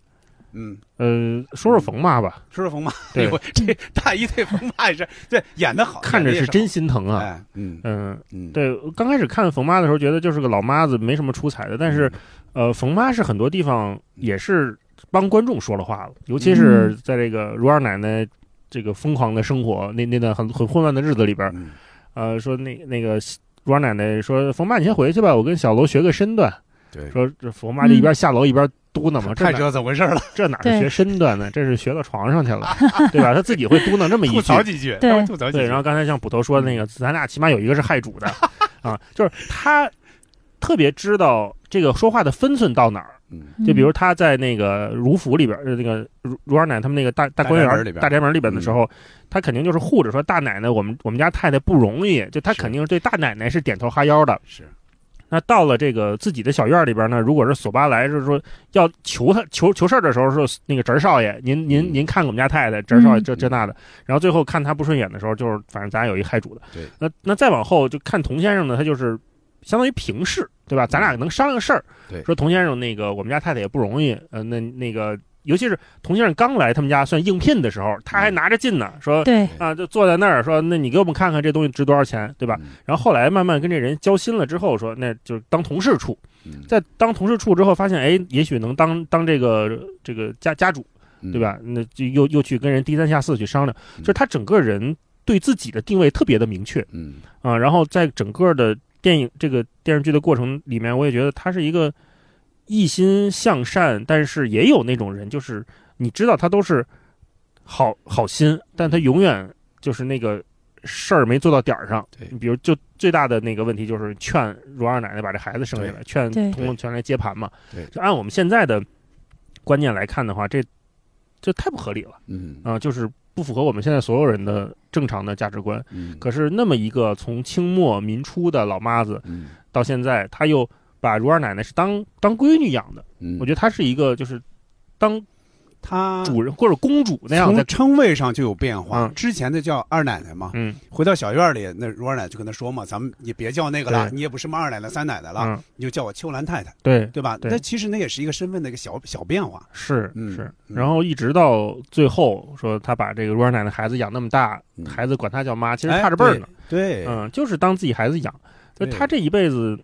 S7: 嗯，
S8: 呃，说说冯妈吧，
S7: 说说冯马，
S8: 对
S7: 哎 呦
S9: 嗯
S7: 这大姨对冯马也是对演的好，
S8: 看着
S7: 演得也
S8: 是
S7: 好
S8: 真心疼啊，
S7: 哎，嗯
S8: 嗯。
S7: 嗯，
S8: 对，刚开始看冯妈的时候，觉得就是个老妈子，没什么出彩的。但
S7: 嗯
S8: 是，呃，冯妈是很多地方也是帮观众说了话了，尤其
S7: 嗯
S8: 是在这个如二奶奶这个疯狂的生活那那段很很混乱的日子里边儿，
S7: 嗯
S8: 呃，说那那个如二奶奶说：“冯妈，你先回去吧，我跟小楼学个身段。”
S7: 对
S8: 说这冯妈就一边下楼一边嘟囔嘛，这
S7: 嗯太知
S8: 哪
S7: 道怎么回事了，
S8: 这哪是学身段呢？这是学到床上去了，对吧？她自己会嘟囔这么一
S7: 吐
S8: 句
S7: 槽，几句，
S9: 对
S7: 稍微吐槽几句，
S8: 对，然后刚才像捕头说的那个，咱俩起码有一个是害主的啊，就是他特别知道这个说话的分寸到哪儿。
S7: 嗯
S9: 嗯
S8: 就比如他在那个卢浮里边，呃，那个如如二奶他们那个大大
S7: 大宅
S8: 观园
S7: 门里边嗯
S8: 大宅门里边的时候，他肯定就是护着说大奶奶，我们我们家太太不容易，就他
S7: 是
S8: 肯定是对大奶奶是点头哈腰的。
S7: 是。
S8: 那到了这个自己的小院里边呢，如果是索巴来，就是说要求他求求事儿的时候，说那个侄儿少爷，您
S7: 嗯
S8: 您您看我们家太太，侄儿少爷
S9: 嗯
S8: 这这那的，然后最后看他不顺眼的时候，就是反正咱俩有一害主的。
S7: 对，
S8: 那那再往后就看童先生呢，他就是相当于平
S7: 嗯
S8: 视，对吧？咱俩能商量事儿，
S7: 对
S8: 说童先生那个我们家太太也不容易，呃，那那个。尤其是童先生刚来他们家算应聘的时候，他还拿着劲呢，说
S9: 对
S8: 啊，就坐在那儿说，那你给我们看看这东西值多少钱，对吧？然后后来慢慢跟这人交心了之后，说那就是当同事处，在当同事处之后发现，哎，也许能当当这个这个家家主，对吧？那就又又去跟人低三下四去商量，就是他整个人对自己的定位特别的明确，
S2: 嗯
S8: 啊，然后在整个的电影这个电视剧的过程里面，我也觉得他是一个一心向善，但是也有那种人，就是你知道他都是好好心，但他永远就是那个事儿没做到点儿上。对，比如就最大的那个问题就是劝荣二奶奶把这孩子生下来，劝
S9: 对
S8: 童全来接盘嘛。
S2: 对
S8: 就按我们现在的观念来看的话，这这太不合理了。
S2: 嗯
S8: 啊、就是不符合我们现在所有人的正常的价值观。
S2: 嗯
S8: 可是那么一个从清末民初的老妈子，
S2: 嗯
S8: 到现在，她又把如二奶奶是当当闺女养的。
S2: 嗯
S8: 我觉得她是一个就是当
S7: 她
S8: 主人或者公主那样
S7: 从
S8: 的。
S7: 称谓上就有变化，之前的叫二奶奶嘛，
S8: 嗯，
S7: 回到小院里，那如二奶就跟她说嘛，咱们也别叫那个了，
S8: 对
S7: 你也不是什么二奶奶、三奶奶了，
S8: 嗯
S7: 你就叫我秋兰太太，
S8: 对
S7: 对吧？
S8: 对
S7: 那其实那也是一个身份的一个小小变化，
S8: 是
S7: 嗯
S8: 是，然后一直到最后说她把这个如二奶奶孩子养那么大，
S2: 嗯
S8: 孩子管她叫妈，其实
S7: 哎
S8: 差着辈儿呢。
S7: 对，对
S8: 嗯，就是当自己孩子养，就
S7: 对
S8: 她这一辈子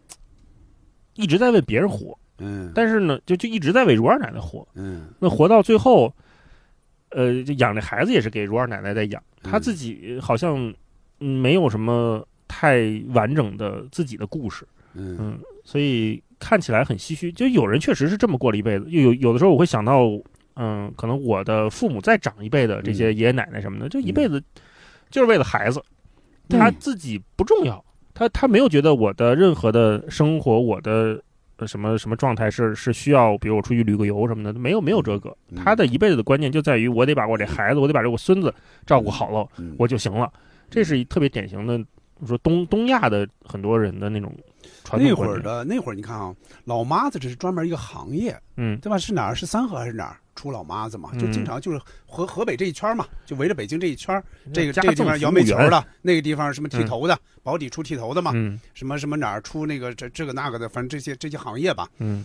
S8: 一直在为别人活，
S7: 嗯，
S8: 但是呢，就就一直在为如二奶奶活，
S7: 嗯，
S8: 那活到最后，呃，就养这孩子也是给如二奶奶在养，
S7: 嗯
S8: 她自己好像嗯没有什么太完整的自己的故事，
S7: 嗯
S8: 所以看起来很唏嘘。就有人确实是这么过了一辈子，有有的时候我会想到，嗯，可能我的父母再长一辈
S7: 嗯
S8: 的这些爷爷奶奶什么的，就一辈子就是为了孩子，他自己不重要，他他没有觉得我的任何的生活，我的呃什么什么状态是是需要，比如我出去旅个游什么的，没有没有这个，
S7: 嗯
S8: 他的一辈子的观念就在于我得把我这孩子，我得把这我孙子照顾好
S7: 嗯
S8: 了，我就行了，这是一特别典型的。我说东东亚的很多人的那种传统
S7: 那
S8: 观
S7: 会儿
S8: 念
S7: 的那会儿，你看啊，老妈子这是专门一个行业，
S8: 嗯
S7: 对吧？是哪儿？是三河还是哪儿出老妈子嘛？
S8: 嗯
S7: 就经常就是河河北这一圈儿嘛，就围着北京这一圈儿，这个
S8: 家
S7: 这个地
S8: 政
S7: 方
S8: 服
S7: 摇
S8: 务
S7: 煤球
S8: 员
S7: 的，那个地方什么剃
S8: 嗯
S7: 头的，保底出剃头的嘛，
S8: 嗯
S7: 什么什么哪儿出那个这这个那个的，反正这些这些行业吧，
S8: 嗯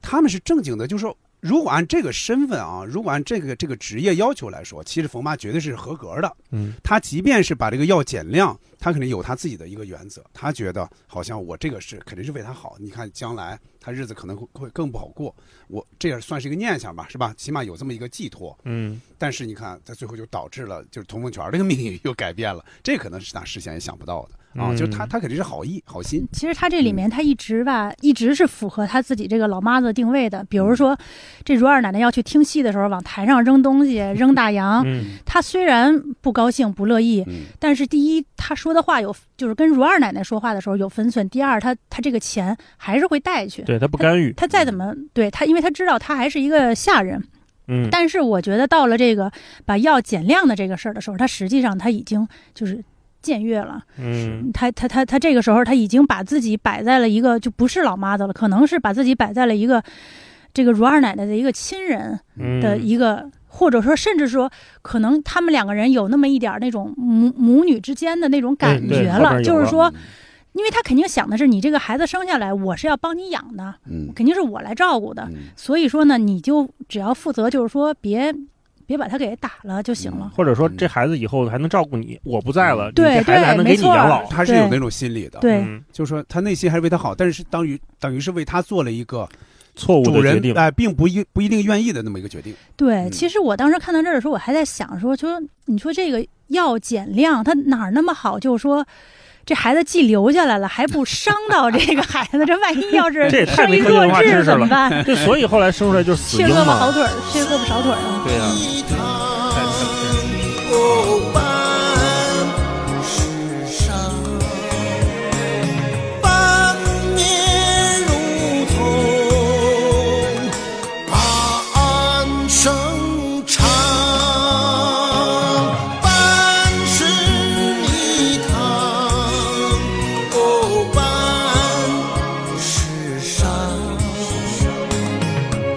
S7: 他们是正经的，就是说，如果按这个身份啊，如果按这个这个职业要求来说，其实冯妈绝对是合格的。
S8: 嗯，
S7: 她即便是把这个药减量，她肯定有她自己的一个原则，她觉得好像我这个是肯定是为她好。你看将来她日子可能会会更不好过，我这也算是一个念想吧，是吧？起码有这么一个寄托。
S8: 嗯，
S7: 但是你看，在最后就导致了，就是童凤全儿这个命运又改变了，这可能是她事先也想不到的啊。
S8: 嗯
S7: 就是她，她肯定是好意、好心。
S9: 其实他这里
S7: 嗯
S9: 面他一直吧，一直是符合他自己这个老妈子定位的。
S7: 嗯
S9: 比如说，这如二奶奶要去听戏的时候，往台上扔东西、扔大洋，
S8: 嗯
S9: 他虽然不高兴、不乐意，但是第一，他说的话有，就是跟如二奶奶说话的时候有分寸；第二，他他这个钱还是会带去，
S8: 对他不干预
S9: 他再怎么对他，因为他知道他还是一个下人。
S8: 嗯
S9: 但是我觉得到了这个把药减量的这个事儿的时候，他实际上他已经就是僭越了。
S8: 嗯
S9: 他他他他这个时候他已经把自己摆在了一个就不是老妈子了，可能是把自己摆在了一个这个如二奶奶的一个亲人的
S8: 嗯
S9: 一个，或者说甚至说可能他们两个人有那么一点儿那种母母女之间的那种感
S8: 对对
S9: 觉
S8: 后边有
S9: 了，就是
S8: 了嗯
S9: 说。因为他肯定想的是，你这个孩子生下来，我是要帮你养的，
S2: 嗯
S9: 肯定是我来照顾的。
S8: 嗯
S9: 所以说呢，你就只要负责，就是说别别把他给打了就行了。
S8: 或者
S7: 嗯
S8: 说这孩子以后还能照顾你，我不在了，你
S9: 对
S8: 这孩子还能给你养老，
S7: 他是有那种心理的，
S9: 对
S8: 嗯
S7: 就是说他内心还是为他好，但是当于等于是为他做了一个
S8: 错误
S7: 主
S8: 的决
S7: 人
S8: 定。
S7: 哎、并不一不一定愿意的那么一个决定。
S8: 嗯
S9: 对，其实我当时看到这儿的时候，我还在想说，就说你说这个药减量，它哪儿那么好？就是说，这孩子既留下来了，还不伤到这个孩子，这万一要 是
S8: 这也太
S9: 生
S8: 没
S9: 一
S8: 科学
S9: 弱
S8: 文化知
S9: 智
S8: 识
S9: 怎么
S8: 了，
S9: 办？
S8: 这所以后来生出来就是死
S9: 缺
S8: 婴
S9: 胳膊
S8: 嘛
S9: 少。腿儿，缺胳膊少腿儿啊。
S8: 对呀，
S10: 哦，伴世上，伴年如同，哦把安生长，伴是蜜糖，哦，伴世上。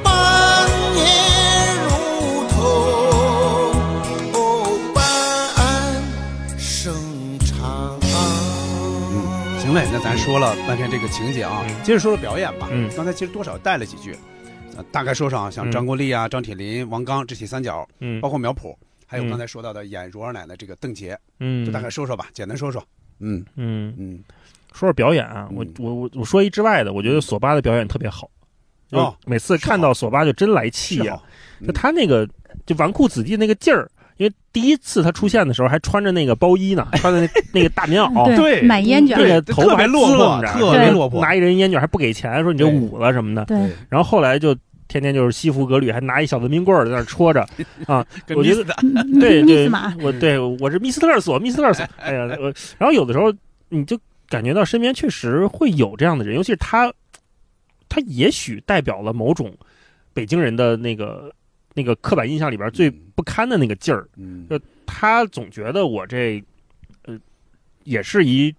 S10: 伴年如同，哦，伴生长。
S7: 行嘞，那咱说了半天这个情节啊，接着说说表演吧。
S8: 嗯
S7: 刚才其实多少带了几句，呃大概说说啊，像
S8: 嗯
S7: 张国立啊、张铁林、王刚这起三角，
S8: 嗯
S7: 包括苗圃，还有
S8: 嗯
S7: 刚才说到的演蓉二奶奶这个邓婕，
S8: 嗯
S7: 就大概说说吧，简单说说，嗯
S8: 嗯
S7: 嗯，
S8: 说说表演啊，我我我我说一之外的，我觉得索巴的表演特别好，
S7: 哦，
S8: 每次看到索巴就真来气呀、
S7: 嗯
S8: 就他那个就纨绔子弟那个劲儿。因为第一次他出现的时候还穿着那个包衣呢，穿 着那那个大棉
S7: 嗯
S8: 袄，
S9: 嗯对对买烟卷
S8: 那个
S9: 对
S8: 头发
S9: 特别
S8: 还
S9: 落魄
S8: 滋楞着
S9: 特别落魄
S8: 拿一人烟卷还不给钱，说你这捂了什么的。
S9: 对，
S8: 然后后来就天天就是西服革履，还拿一小文明棍儿在那儿戳着啊。
S7: 跟
S8: 我觉得
S7: Miss
S9: 嗯
S8: 对
S7: Miss
S8: 对
S7: 马，
S8: 我对我是密斯特尔索，密斯特尔索。哎呀，我然后有的时候你就感觉到身边确实会有这样的人，尤其是他，他也许代表了某种北京人的那个那个刻板印象里边最不堪的那个劲儿。
S7: 嗯，
S8: 就他总觉得我这呃也是一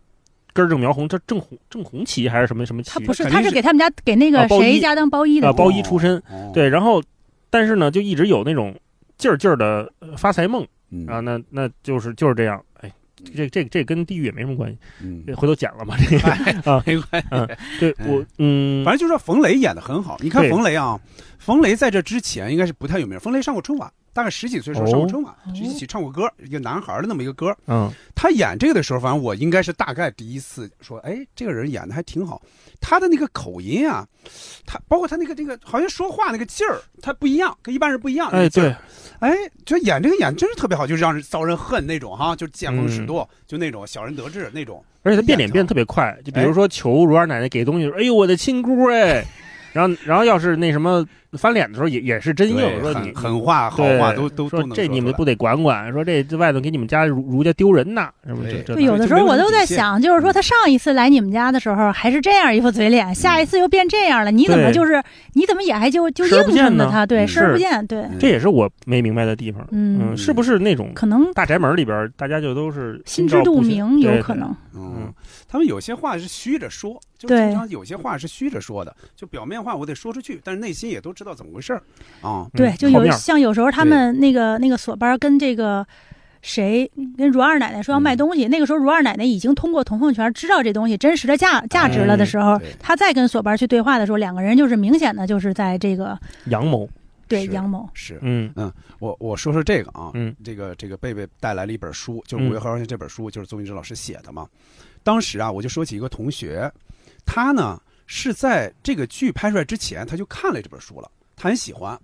S8: 根正苗红，这正红正红旗还是什么什么旗？他
S9: 不是，他是给他们家给那
S8: 啊
S9: 个
S8: 包
S9: 谁
S8: 衣
S9: 家当包衣的
S8: 啊，包衣出身，
S7: 哦
S8: 对，然后但是呢，就一直有那种劲儿劲儿的呃发财梦、
S7: 嗯
S8: 啊，那那就是就是这样，哎。这这这跟地狱也没什么关系，
S7: 嗯
S8: 这回头剪了吧，这个、啊，
S7: 哎没关系
S8: 嗯，对我，嗯，
S7: 反正就是冯雷演的很好。你看
S8: 对
S7: 冯雷啊，冯雷在这之前应该是不太有名，冯雷上过春晚，大概十几
S8: 哦
S7: 岁的时候上过春晚，就一起唱过歌，一个男孩的那么一个歌。
S8: 嗯，
S7: 他演这个的时候，反正我应该是大概第一次说，哎，这个人演的还挺好。他的那个口音啊，他包括他那个这个好像说话那个劲儿，他不一样，跟一般人不一样。那
S8: 哎
S7: 个劲儿
S8: 对，
S7: 哎，就演这个演真是特别好，就是让人遭人恨那种哈，就是见风使
S8: 嗯
S7: 舵，就那种小人得志那种。
S8: 而且他变脸变得特别快，就比
S7: 哎
S8: 如说求如二奶奶给东西，说哎呦我的亲姑哎，然后然后要是那什么翻脸的时候也也是真
S7: 对
S8: 硬，说
S7: 狠
S8: 你
S7: 狠话好
S8: 对
S7: 话都都
S8: 说
S7: 都能
S8: 这
S7: 说
S8: 你
S7: 出
S8: 们
S7: 来
S8: 不得管管，说这这外头给你们家儒儒家丢人呐，什么嗯这这
S9: 对，有的时候我都在想，就是说他上一次来你们家的时候还是这样一副嘴脸，下一次又变这样了，你怎么
S8: 嗯对
S9: 就是你怎么也还就就
S8: 视而不
S9: 应
S8: 见
S9: 承着
S8: 呢？
S9: 他？对，视而不见，对，
S7: 嗯
S8: 这也是嗯我没明白的地方。
S9: 嗯
S8: 是不是那种
S9: 可能
S8: 大宅门里边大家就都是
S9: 心
S8: 照
S9: 知肚
S8: 不宣
S9: 明有
S8: 对
S9: 可
S8: 对
S9: 能
S7: 嗯，他们有些话是虚着说，就
S9: 对
S7: 经常有些话是虚着说的，就表面话我得说出去，但是内心也都知道怎么回事儿啊。
S9: 对，就有像有时候他们那个那个锁班跟这个谁跟如二奶奶说要
S8: 嗯
S9: 卖东西，那个时候如二奶奶已经通过同控权知道这东西真实的价价值
S8: 哎
S9: 了的时候，他再跟锁班去对话的时候，两个人就是明显的就是在这个
S8: 阳谋
S9: 对杨某
S7: 是，
S8: 嗯
S7: 嗯，我我说说这个啊，嗯，这个这个贝贝带来了一本书，就是《
S8: 嗯
S7: 五月号线》这本书，就是邹云之老师写的嘛。当时啊，我就说起一个同学，他呢是在这个剧拍出来之前，他就看了这本书了，他很喜欢。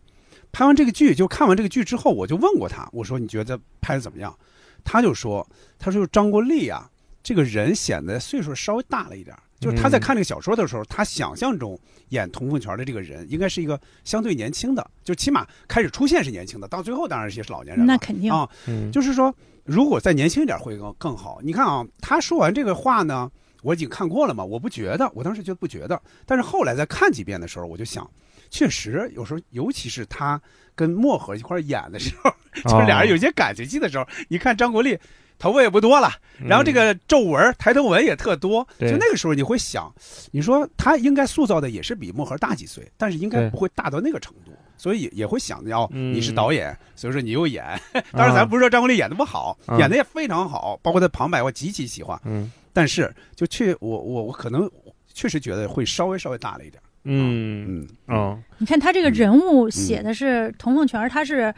S7: 拍完这个剧，就看完这个剧之后，我就问过他，我说你觉得拍的怎么样？他就说，他说张国立啊，这个人显得岁数稍微大了一点儿。就是他在看这个小说的时候，他想象中演童凤泉的这个人应该是一个相对年轻的，就起码开始出现是年轻的，到最后当然也是老年人了。
S9: 那肯定
S7: 啊，
S8: 嗯
S7: 就是说，如果再年轻一点会更更好。你看啊，他说完这个话呢，我已经看过了嘛，我不觉得，我当时觉得不觉得，但是后来再看几遍的时候，我就想，确实有时候，尤其是他跟漠河一块儿演的时候，
S8: 哦
S7: 就是俩人有些感情戏的时候，你看张国立头发也不多了，嗯然后这个皱纹儿、抬头纹也特多，
S8: 嗯对
S7: 就那个时候你会想，你说他应该塑造的也是比漠河大几岁，但是应该
S8: 对
S7: 不会大到那个程度。所以也也会想着，哦，
S8: 嗯
S7: 你是导演，所以说你又演。 当然，咱不是说张国立演的不好，
S8: 啊
S7: 演的也非常好，包括他旁白，我极其喜欢。
S8: 嗯，
S7: 但是就确我我我可能确实觉得会稍微稍微大了一点。
S8: 嗯
S7: 嗯
S8: 哦
S9: 你看他这个人物写的是童凤泉儿，他是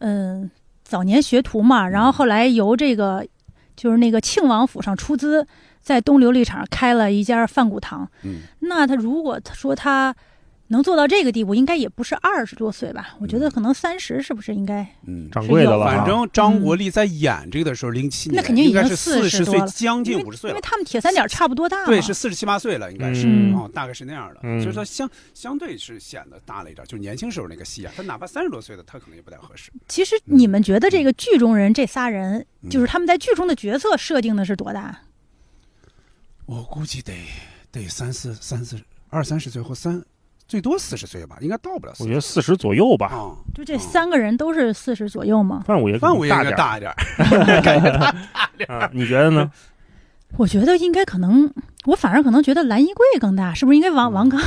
S9: 嗯、早年学徒嘛，
S7: 嗯
S9: 然后后来由这个就是那个庆王府上出资，在东琉璃厂开了一家饭骨堂。
S7: 嗯，
S9: 那他如果他说他能做到这个地步，应该也不是二十多岁吧？我觉得可能三十是不是应该？
S7: 嗯，
S8: 掌柜的了哈啊
S7: 反正张国立在演这个的时候，零七年
S9: 嗯那肯定已
S7: 应该
S9: 经
S7: 是四
S9: 40
S7: 十
S9: 多
S7: 岁
S9: 了，
S7: 将近
S9: 因为
S7: 五十岁
S9: 因
S7: 了
S9: 为。他们铁三角差不多大嘛。
S7: 对，是四十七八岁了，应该是
S9: 嗯
S7: 哦，大概是那样的。
S8: 嗯
S7: 所以说相相对是显得大了一点，就是年轻时候那个戏啊，他哪怕三十多岁的，他可能也不太合适。
S9: 其实你们觉
S7: 嗯
S9: 得这个剧中人这仨人，就是他们在剧中的角色设定的是多大？
S7: 我估计得得三四三四二三十岁或三最多四十岁吧，应该到不了。
S8: 我觉得四十左右
S7: 嗯
S8: 吧，
S9: 就这三个人都是四十左右吗？
S8: 范五爷
S7: 范五爷应该
S8: 大
S7: 大一点，
S8: 感觉大点儿。啊你觉得呢？
S9: 我觉得应该可能，我反而可能觉得蓝衣柜更大，是不是应该王王刚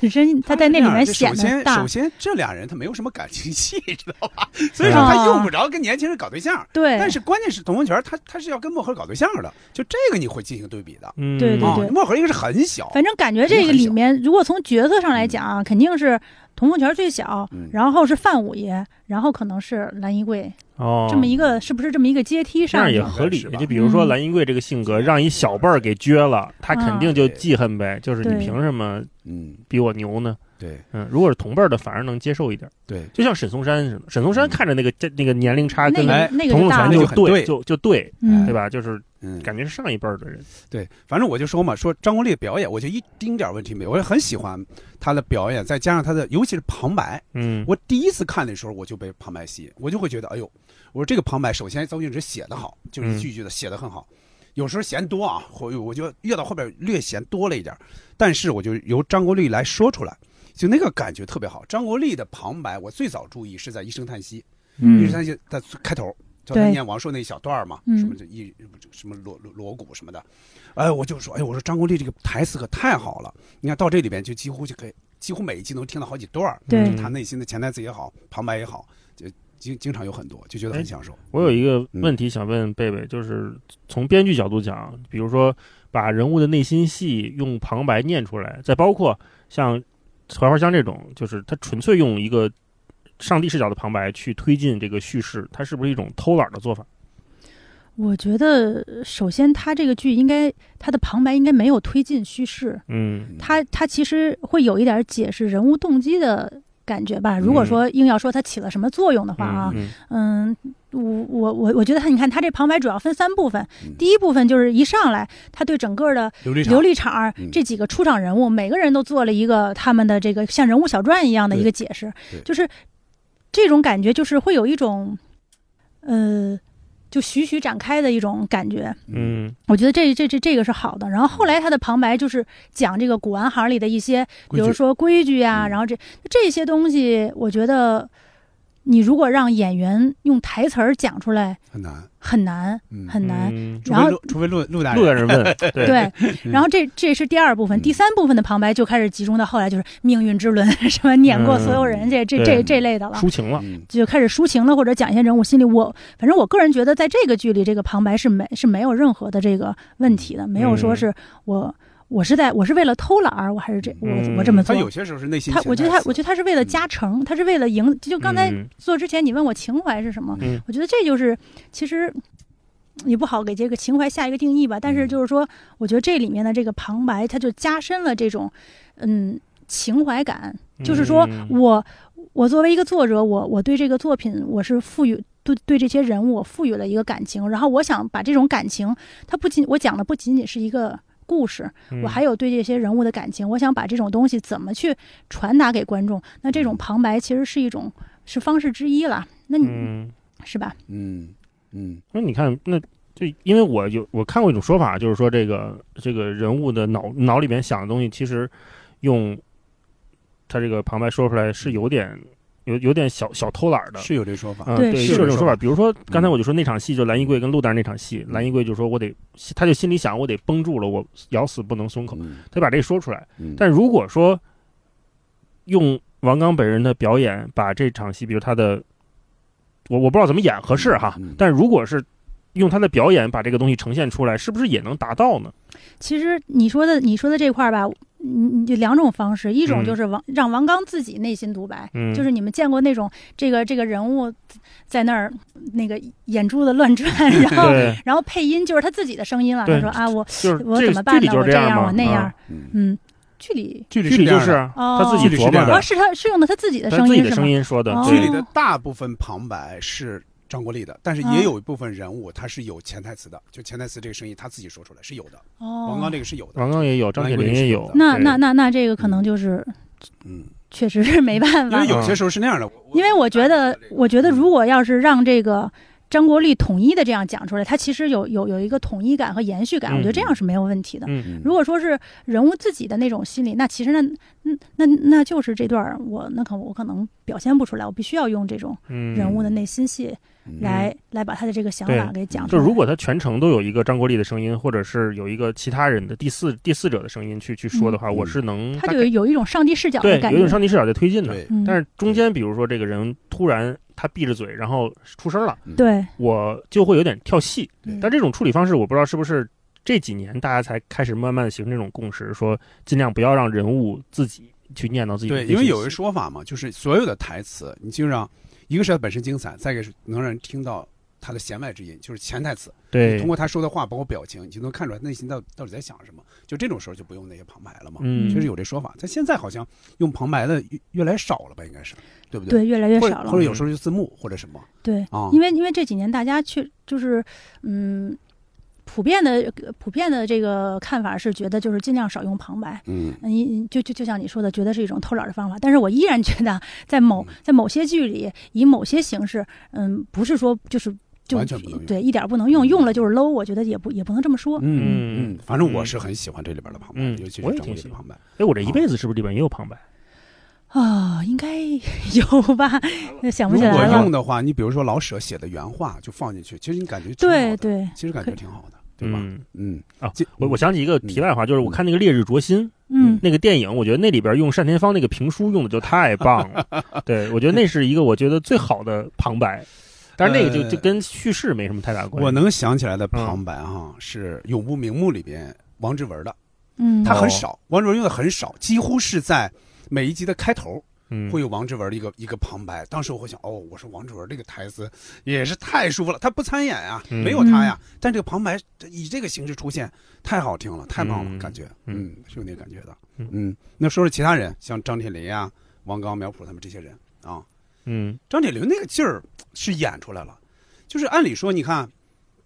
S9: 本身他在那里面
S7: 这样
S9: 显
S7: 这
S9: 得
S7: 首
S9: 大
S7: 先，首？先这俩人他没有什么感情戏，知道 吧？所以说他用不着跟年轻人搞对象。
S9: 啊对
S7: 但是关键是童文泉，他他是要跟漠河搞对象的，就这个你会进行对比的。啊
S8: 嗯
S9: 对对对
S7: 漠河应该是很小，
S9: 反正感觉这个里面，如果从角色上来讲啊，肯定是铜凤泉最小，然后是范五爷，然后可能是蓝衣柜，
S8: 哦，
S9: 这么一个是不是这么一个阶梯上嗯
S8: 那
S9: 去？
S8: 也合理。就比如说蓝衣柜这个性格，让一小辈儿给撅了，他肯定就记恨呗。就是你
S9: 对
S8: 凭什么，
S7: 嗯，
S8: 比我牛呢？
S7: 对，
S8: 嗯，如果是同辈儿的，反而能接受一点。
S7: 对，
S8: 就像沈松山似的，沈
S7: 嗯
S8: 松山看着那个这那个年龄差
S9: 那
S8: 跟
S9: 个那
S8: 童
S9: 个就
S8: 梦
S9: 大
S8: 泉
S9: 了
S8: 就
S7: 很
S8: 对，
S7: 对
S8: 就就对，
S9: 嗯
S8: 对吧？就是
S7: 嗯
S8: 感觉是上一辈儿的人。
S7: 对，反正我就说嘛，说张国立的表演，我就一丁点儿问题没有，我也很喜欢他的表演，再加上他的，尤其是旁白，
S8: 嗯，
S7: 我第一次看的时候我就被旁白吸引，我就会觉得，哎呦，我说这个旁白，首先邹静之写的好，
S8: 嗯
S7: 就是一句一句的写的很好，有时候嫌多啊，我我就越到后边略嫌多了一点儿，但是我就由张国立来说出来，就那个感觉特别好。张国立的旁白，我最早注意是在《一声叹息》，
S8: 嗯
S7: 一声叹息》在开头。叫他
S9: 对
S7: 念王朔那一小段儿嘛，
S9: 嗯
S7: 什么这一什么锣锣锣鼓什么的，哎，我就说，哎，我说张国立这个台词可太好了。你看到这里边就几乎就可以，几乎每一集能听到好几段儿，
S9: 对
S7: 就
S8: 嗯
S7: 他内心的潜台词也好，旁白也好，就经经常有很多，就觉得很享受。
S8: 哎我有一个问题想问贝贝，就是从编剧角度讲，比如说把人物的内心戏用旁白念出来，再包括像槐花香这种，就是它纯粹用一个上帝视角的旁白去推进这个叙事，它是不是一种偷懒的做法？
S9: 我觉得，首先他这个剧应该他的旁白应该没有推进叙事，
S8: 嗯
S9: 他他其实会有一点解释人物动机的感觉吧。
S7: 嗯
S9: 如果说硬要说它起了什么作用的话啊，
S8: 嗯
S9: 嗯，我我我我觉得他，你看他这旁白主要分三部分，
S7: 嗯
S9: 第一部分就是一上来他对整个的
S7: 琉璃厂
S9: 琉璃厂儿
S7: 嗯
S9: 这几个出场人物，每个人都做了一个他们的这个像人物小传一样的一个解释
S7: 对，
S9: 就是这种感觉，就是会有一种，呃，就徐徐展开的一种感觉。
S8: 嗯
S9: 我觉得这这这这个是好的。然后后来他的旁白就是讲这个古玩行里的一些，比
S7: 规
S9: 如
S7: 矩嗯
S9: 说规矩啊，然后这这些东西，我觉得你如果让演员用台词儿讲出来
S7: 很难，
S9: 很难
S7: 嗯
S9: 很难。
S8: 嗯，
S7: 除
S9: 然
S7: 非
S9: 后
S7: 陆除非陆陆大
S8: 陆大
S7: 人，
S8: 人问，对
S9: 对，
S7: 嗯
S9: 然后这这是第二部分，第三部分的旁白就开始集中到后来就是命运之轮 什么碾过所有人这这这
S8: 对
S9: 这类的了。
S8: 抒情了，
S7: 嗯，
S9: 就开始抒情了，或者讲一些人物心理。我反正我个人觉得，在这个剧里，这个旁白是没是没有任何的这个问题的，没有说是我我是在我是为了偷懒儿，我还是这
S8: 嗯
S9: 我我这么
S7: 他
S9: 做。
S7: 有些时候是内心
S9: 他
S7: 潜台词。
S9: 我觉得他我觉得他是为了加成，他是为了赢。就刚才
S8: 嗯
S9: 做之前你问我情怀是什么，
S8: 嗯
S9: 我觉得这就是其实。也不好给这个情怀下一个定义吧，
S8: 嗯
S9: 但是就是说，我觉得这里面的这个旁白，它就加深了这种，嗯，情怀感，就是说
S8: 嗯
S9: 我我作为一个作者，我我对这个作品我是赋予对对这些人物我赋予了一个感情，然后我想把这种感情，它不仅我讲的不仅仅是一个故事，
S8: 嗯
S9: 我还有对这些人物的感情，我想把这种东西怎么去传达给观众，那
S8: 嗯
S9: 这种旁白其实是一种是方式之一啦，那你、
S8: 嗯。
S9: 是吧？
S7: 嗯嗯
S8: 那你看，那就因为我有我看过一种说法，就是说这个这个人物的脑脑里面想的东西，其实用他这个旁白说出来是有点有有点小小偷懒的。
S7: 是有这说法，
S8: 嗯，
S9: 对
S8: 对，
S9: 是嗯
S8: 有这种说法。比如说，刚才我就说那场戏，就蓝衣柜跟陆大人那场戏，
S7: 嗯
S8: 蓝衣柜就说我得，他就心里想我得绷住了，我咬死不能松口，
S7: 嗯
S8: 他把这说出来。
S7: 嗯，
S8: 但如果说用王刚本人的表演把这场戏，比如他的，我我不知道怎么演合适哈，
S7: 嗯嗯
S8: 但如果是用他的表演把这个东西呈现出来，是不是也能达到呢？
S9: 其实你说的你说的这块儿吧，你你就两种方式，一种
S8: 嗯
S9: 就是王、让王刚自己内心独白，
S8: 嗯
S9: 就是你们见过那种这个这个人物在那儿那个眼珠子乱 转，然后
S8: 对，
S9: 然后配音就是他自己的声音了，
S8: 对
S9: 他说啊我
S8: 就是
S9: 我
S8: 这
S9: 怎
S8: 个
S9: 么
S8: 剧
S9: 办
S8: 里
S9: 呢？
S8: 就
S9: 我
S8: 是
S9: 这样
S8: 嘛，
S9: 我那样
S8: 啊，
S7: 嗯
S9: 嗯，剧里
S7: 剧里
S8: 剧里
S7: 这样
S8: 就是
S7: 的
S8: 啊
S9: 哦
S8: 他自己琢磨
S7: 对
S9: 啊
S8: 的，
S9: 是他是用的他自己的
S8: 他
S9: 声
S8: 自己
S9: 音
S8: 的
S9: 是吗
S8: 声？音说的
S9: 哦，
S7: 剧
S8: 对
S7: 里的大部分旁白是张国立的，但是
S9: 啊
S7: 也有一部分人物他是有潜台词的，就潜台词这个声音他自己说出来是有的。王刚
S9: 哦，
S7: 这个是有的，
S8: 王刚也有，张铁林也有，
S9: 那
S8: 对
S9: 那那那这个可能就是
S7: 嗯，
S9: 确实是没办
S7: 因
S9: 法
S7: 为
S9: 了，
S8: 嗯
S7: 有嗯些时候是那样的，
S9: 因为我觉得我觉得如果要是让这个。张国立统一的这样讲出来，他其实有有有一个统一感和延续感，
S8: 嗯
S9: 我觉得这样是没有问题的。
S8: 嗯，
S9: 如果说是人物自己的那种心理，那其实那那那那就是这段儿我那可我可能表现不出来，我必须要用这种
S8: 嗯
S9: 人物的内心戏来、来把他的这个想法
S8: 对
S9: 给讲出
S8: 就
S9: 来。
S8: 如果他全程都有一个张国立的声音，或者是有一个其他人的第四第四者的声音去去说的话，
S7: 嗯
S8: 我是能
S9: 他
S8: 大
S9: 就
S8: 概
S9: 有有一种上帝视角
S8: 对
S9: 的感
S8: 有一种
S9: 觉。
S8: 上帝视角在推进的，
S7: 对，
S9: 嗯，
S8: 但是中间，比如说这个人突然他闭着嘴，然后出声了，
S9: 对，
S8: 我就会有点跳戏
S7: 对。
S9: 嗯
S8: 但这种处理方式，我不知道是不是这几年大家才开始慢慢的形成这种共识，说尽量不要让人物自己去念叨自己的
S7: 对，
S8: 内心戏。
S7: 因为有一个说法嘛，就是所有的台词，你就让一个是它本身精彩，再一个是能让人听到他的弦外之音，就是潜台词。
S8: 对
S7: 你通过他说的话，包括表情，你就能看出来内心到到底在想什么。就这种时候就不用那些旁白了嘛。
S8: 嗯
S7: 确实有这说法，但现在好像用旁白的越越来越少了吧？应该是，对不
S9: 对越来越
S7: 或者
S9: 少了
S7: 或
S8: 嗯
S7: 者有时候就字幕或者什么。
S9: 对，
S7: 啊
S9: 因为因为这几年大家去就是嗯，普遍的普遍的这个看法是觉得就是尽量少用旁白。
S7: 嗯
S9: 你你就就就像你说的，觉得是一种偷懒的方法，但是我依然觉得在某
S7: 嗯
S9: 在某些剧里，以某些形式，嗯，不是说就是就
S7: 完全不能用嗯
S9: 对一点儿不能用，用了就是 low，我觉得也不也不能这么说。
S7: 嗯嗯，反正我是很喜欢这里边的旁白，尤其
S8: 嗯我
S7: 是
S8: 也
S7: 张
S8: 挺
S7: 国立
S8: 喜
S7: 的
S8: 欢
S7: 旁白。
S8: 哎，我这一辈子是不是里边也有旁白？
S9: 啊、应该有吧？ 那想不起来
S7: 如果
S9: 了
S7: 用。的话，你比如说老舍写的原话就放进去，其实你感觉挺好的
S9: 对对，
S7: 其实感觉
S9: 可以
S7: 挺好的，对吧？
S8: 嗯
S7: 嗯
S8: 啊，我我想起一个题外话，就是我看那个《烈日灼心》
S9: 嗯
S8: 那个电影，我觉得那里边用单田芳那个评书用的就太棒了， 对我觉得那是一个我觉得最好的旁白，但是那个就
S7: 呃
S8: 就跟叙事没什么太大关系。嗯
S7: 我能想起来的旁白哈、是《永不瞑目》里边王志文的，
S9: 嗯
S7: 他很少，王志文用的很少，几乎是在每一集的开头。
S8: 嗯
S7: 会有王志文的一个一个旁白，当时我会想，哦，我说王志文这个台词也是太舒服了，他不参演啊，
S8: 嗯
S7: 没有他呀，但这个旁白以这个形式出现，太好听了，太棒了，感觉，嗯，是有那个感觉的，嗯，那说说其他人，像张铁林啊、王刚、苗圃他们这些人啊，
S8: 嗯
S7: 张铁林那个劲儿是演出来了，就是按理说，你看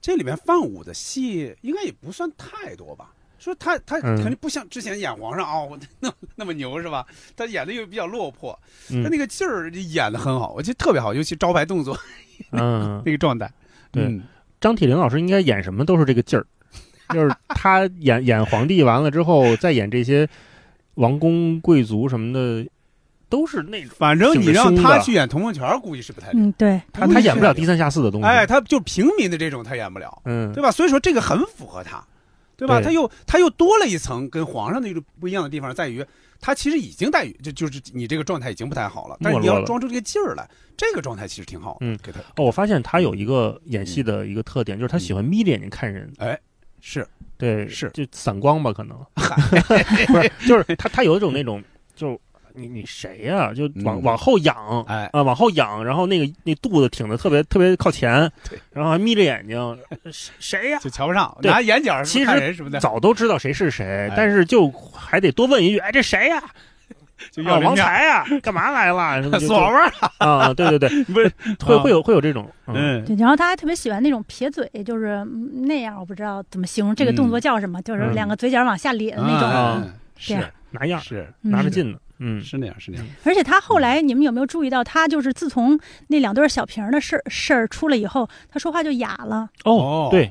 S7: 这里面范武的戏应该也不算太多吧。说他他
S8: 嗯
S7: 肯定不像之前演皇上啊、哦， 那么那么牛是吧？他演的又比较落魄，
S8: 嗯
S7: 他那个劲儿演的很好，我觉得特别好，尤其招牌动作
S8: 嗯，
S7: 那个状态。
S8: 对
S7: 嗯
S8: 张铁林老师应该演什么都是这个劲儿，就是他演演皇帝完了之后，再演这些王公贵族什么的，都是那种
S7: 反正你让他
S8: 挺凶的
S7: 去演童梦泉儿，估计是不太
S9: 嗯，对，
S8: 他他演不了低三下四的东西。
S7: 哎，他就平民的这种他演不了，
S8: 嗯
S7: 对吧？所以说这个很符合他，对吧？
S8: 对
S7: 他又他又多了一层跟皇上的一种不一样的地方，在于他其实已经待遇就就是你这个状态已经不太好了，但是你
S8: 没落
S7: 要
S8: 了
S7: 装出这个劲儿来，这个状态其实挺好的。
S8: 嗯
S7: 给他
S8: 哦，我发现他有一个演戏的一个特点，就是他喜欢眯着眼睛看人。
S7: 哎，是
S8: 对，
S7: 是
S8: 就散光吧，可能 不是，就是他他有一种那种就是你你谁呀、就往、
S7: 嗯
S8: 往后仰，
S7: 哎
S8: 啊，往后仰，然后那个那肚子挺的特别特别靠前，
S7: 对，
S8: 然后还眯着眼睛，呃谁谁呀、
S7: 就瞧不上，
S8: 对
S7: 拿眼角儿
S8: 其
S7: 看人什么
S8: 实
S7: 的，
S8: 早都知道谁是谁，但是就还得多问一句，哎，这谁呀、
S7: 就
S8: 啊，
S7: 要人
S8: 王
S7: 家
S8: 才呀、干嘛来 了？ 什么就
S7: 锁
S8: 就
S7: 儿了。
S8: 啊，对对 对，
S7: 不是
S8: 会
S7: 啊
S8: 会有会有这种，嗯
S7: 嗯，
S9: 对，然后他还特别喜欢那种撇嘴，就是嗯那样，我不知道怎么形容这个动作叫什么，就是两个嘴角往下咧的那种。
S7: 嗯啊
S8: 嗯
S9: 这
S7: 是
S9: 样
S8: 拿样儿
S7: 是
S8: 拿着劲呢，嗯，
S7: 是那样是那样，
S9: 而且他
S7: 嗯
S9: 后来，你们有没有注意到，他就是自从那两对小瓶儿的事儿事儿出了以后，他说话就哑了。
S7: 哦
S8: 对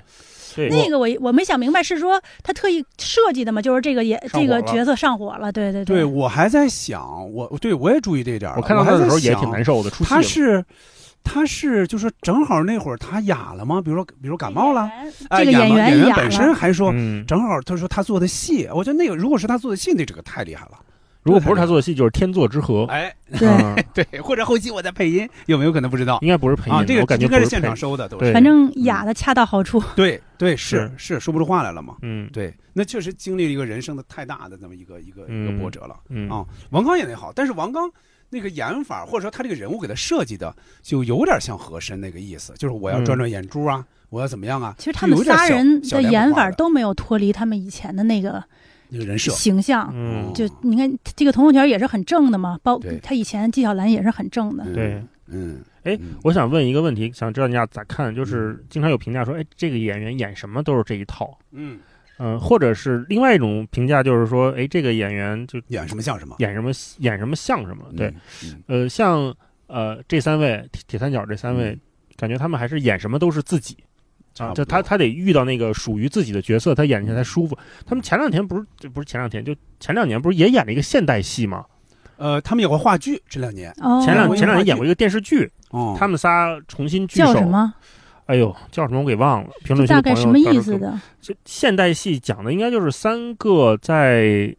S8: 对，
S9: 那个我我没想明白，是说他特意设计的吗？就是这个也
S8: 上火
S9: 这
S8: 了
S9: 个角色上火了，对对
S7: 对我还在想，我对我也注意这点儿了，
S8: 我看到他
S7: 还
S8: 的
S7: 在
S8: 时候也
S7: 想
S8: 挺难受的，出戏
S7: 他
S8: 了。
S7: 是他是就是正好那会儿他哑了吗？比如说比如感冒了，哎
S9: 这个
S7: 哑吗演
S9: 员
S7: 员
S9: 哑
S7: 本身
S9: 了，
S7: 还说、
S8: 嗯，
S7: 正好他说他做的戏，我觉得那个如果是他做的戏，那这个太厉害了。
S8: 如果不是他做的戏，就是天作之合。
S7: 哎，
S9: 对，
S8: 嗯
S7: 对，或者后期我再配音，有没有可能不知道
S8: 应该不是嗯配音，
S7: 啊？这
S8: 我
S7: 个
S8: 感觉
S7: 应
S8: 不
S7: 该
S8: 是
S7: 现
S8: 配
S7: 场收的，都
S8: 对
S7: 是
S9: 反正哑的恰到好处。
S7: 对对是是说不出话来了嘛。
S8: 嗯
S7: 对，那确实经历了一个人生的太大的这么一个一个一
S8: 嗯
S7: 个波折了。
S8: 嗯
S7: 啊，王刚演的好，但是王刚那个演法或者说他这个人物给他设计的，就有点像和珅那个意思，就是我要
S8: 嗯
S7: 转转眼珠啊，我要怎么样啊？
S9: 其实他们
S7: 就有点
S9: 仨
S7: 小
S9: 人
S7: 小
S9: 的
S7: 莲花
S9: 演法
S7: 了
S9: 都没有脱离他们以前的那个
S7: 那个人设，
S9: 形象，
S8: 嗯，
S7: 哦
S9: 就你看这个童梦泉也是很正的嘛，包
S7: 对
S9: 他以前纪晓岚也是很正的，
S7: 嗯
S8: 对，
S7: 嗯，
S8: 哎
S7: 嗯，
S8: 我想问一个问题，想知道你俩咋看？就是经常有评价说，哎，这个演员演什么都是这一套。
S7: 嗯，
S8: 嗯，或者是另外一种评价就是说，哎，这个演员就
S7: 演什么像什么，
S8: 演什么演什么像什么。对，
S7: 嗯，
S8: 呃，像呃这三位铁铁三角这三位，感觉他们还是演什么都是自己。
S7: 嗯差
S8: 啊，
S7: 不
S8: 就
S7: 多
S8: 他
S7: 嗯
S8: 他得遇到那个属于自己的角色，他演起来才舒服。他们前两天不是这不是前两天，就前两年不是也演了一个现代戏吗？
S7: 呃，他们有个话剧，这两年，
S9: 哦，
S8: 前两
S7: 哦
S8: 前两年演过一个电视剧，
S7: 哦，
S8: 他们仨重新聚
S9: 叫
S8: 首
S9: 什。么？
S8: 哎呦，叫什么我给忘了。评
S9: 就
S8: 论区
S9: 大
S8: 的
S9: 概
S8: 朋友
S9: 什么
S8: 到时
S9: 意
S8: 候
S9: 思
S8: 给
S9: 的？
S8: 这现代戏讲的应该就是三个在，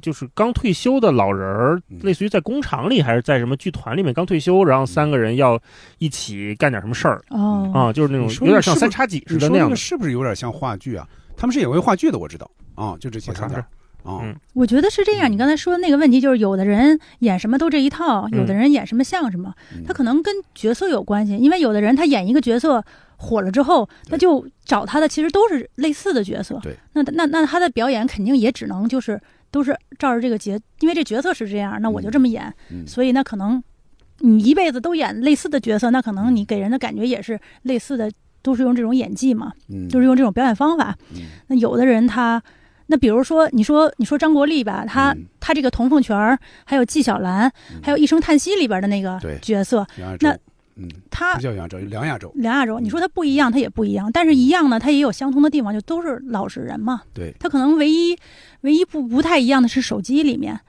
S8: 就是刚退休的老人儿，
S7: 嗯
S8: 类似于在工厂里还是在什么剧团里面刚退休，然后三个人要一起干点什么事儿
S9: 哦，
S8: 啊，就是那种
S7: 你说
S8: 有点
S7: 的是
S8: 像
S7: 不是
S8: 三叉戟
S7: 你
S8: 似的
S7: 说
S8: 那
S7: 那
S8: 样
S7: 个
S8: 的。
S7: 是不是有点像话剧啊？他们是演过话剧的，我知道啊，就这些
S8: 我查嗯
S7: 三
S8: 查
S7: 角，啊。
S9: 我觉得是这样，你刚才说的那个问题就是，有的人演什么都这一套，
S7: 嗯
S9: 有的人演什么像什么，他可能跟角色有关系，因为有的人他演一个角色火了之后，那就找他的其实都是类似的角色，
S7: 对，
S9: 那那那他的表演肯定也只能就是都是照着这个角，因为这角色是这样，那我就这么演，
S7: 嗯
S9: 所以那可能你一辈子都演类似的角色，那可能你给人的感觉也是类似的，都是用这种演技嘛，
S7: 嗯
S9: 就是用这种表演方法。那有的人他，那比如说你说你说张国立吧，他、
S7: 嗯
S9: 他这个童凤全儿，还有纪晓岚，还有一声叹息里边的那个
S7: 对
S9: 角色
S7: 杨亚，
S9: 那
S7: 洲，嗯，
S9: 他嗯
S7: 不叫嗯杨亚洲，梁亚洲，
S9: 梁亚洲，你说他不一样，他也不一样，但是一样呢，他也有相同的地方，就都是老实人嘛。
S7: 对，
S9: 他可能唯一唯一不不太一样的是手机里面，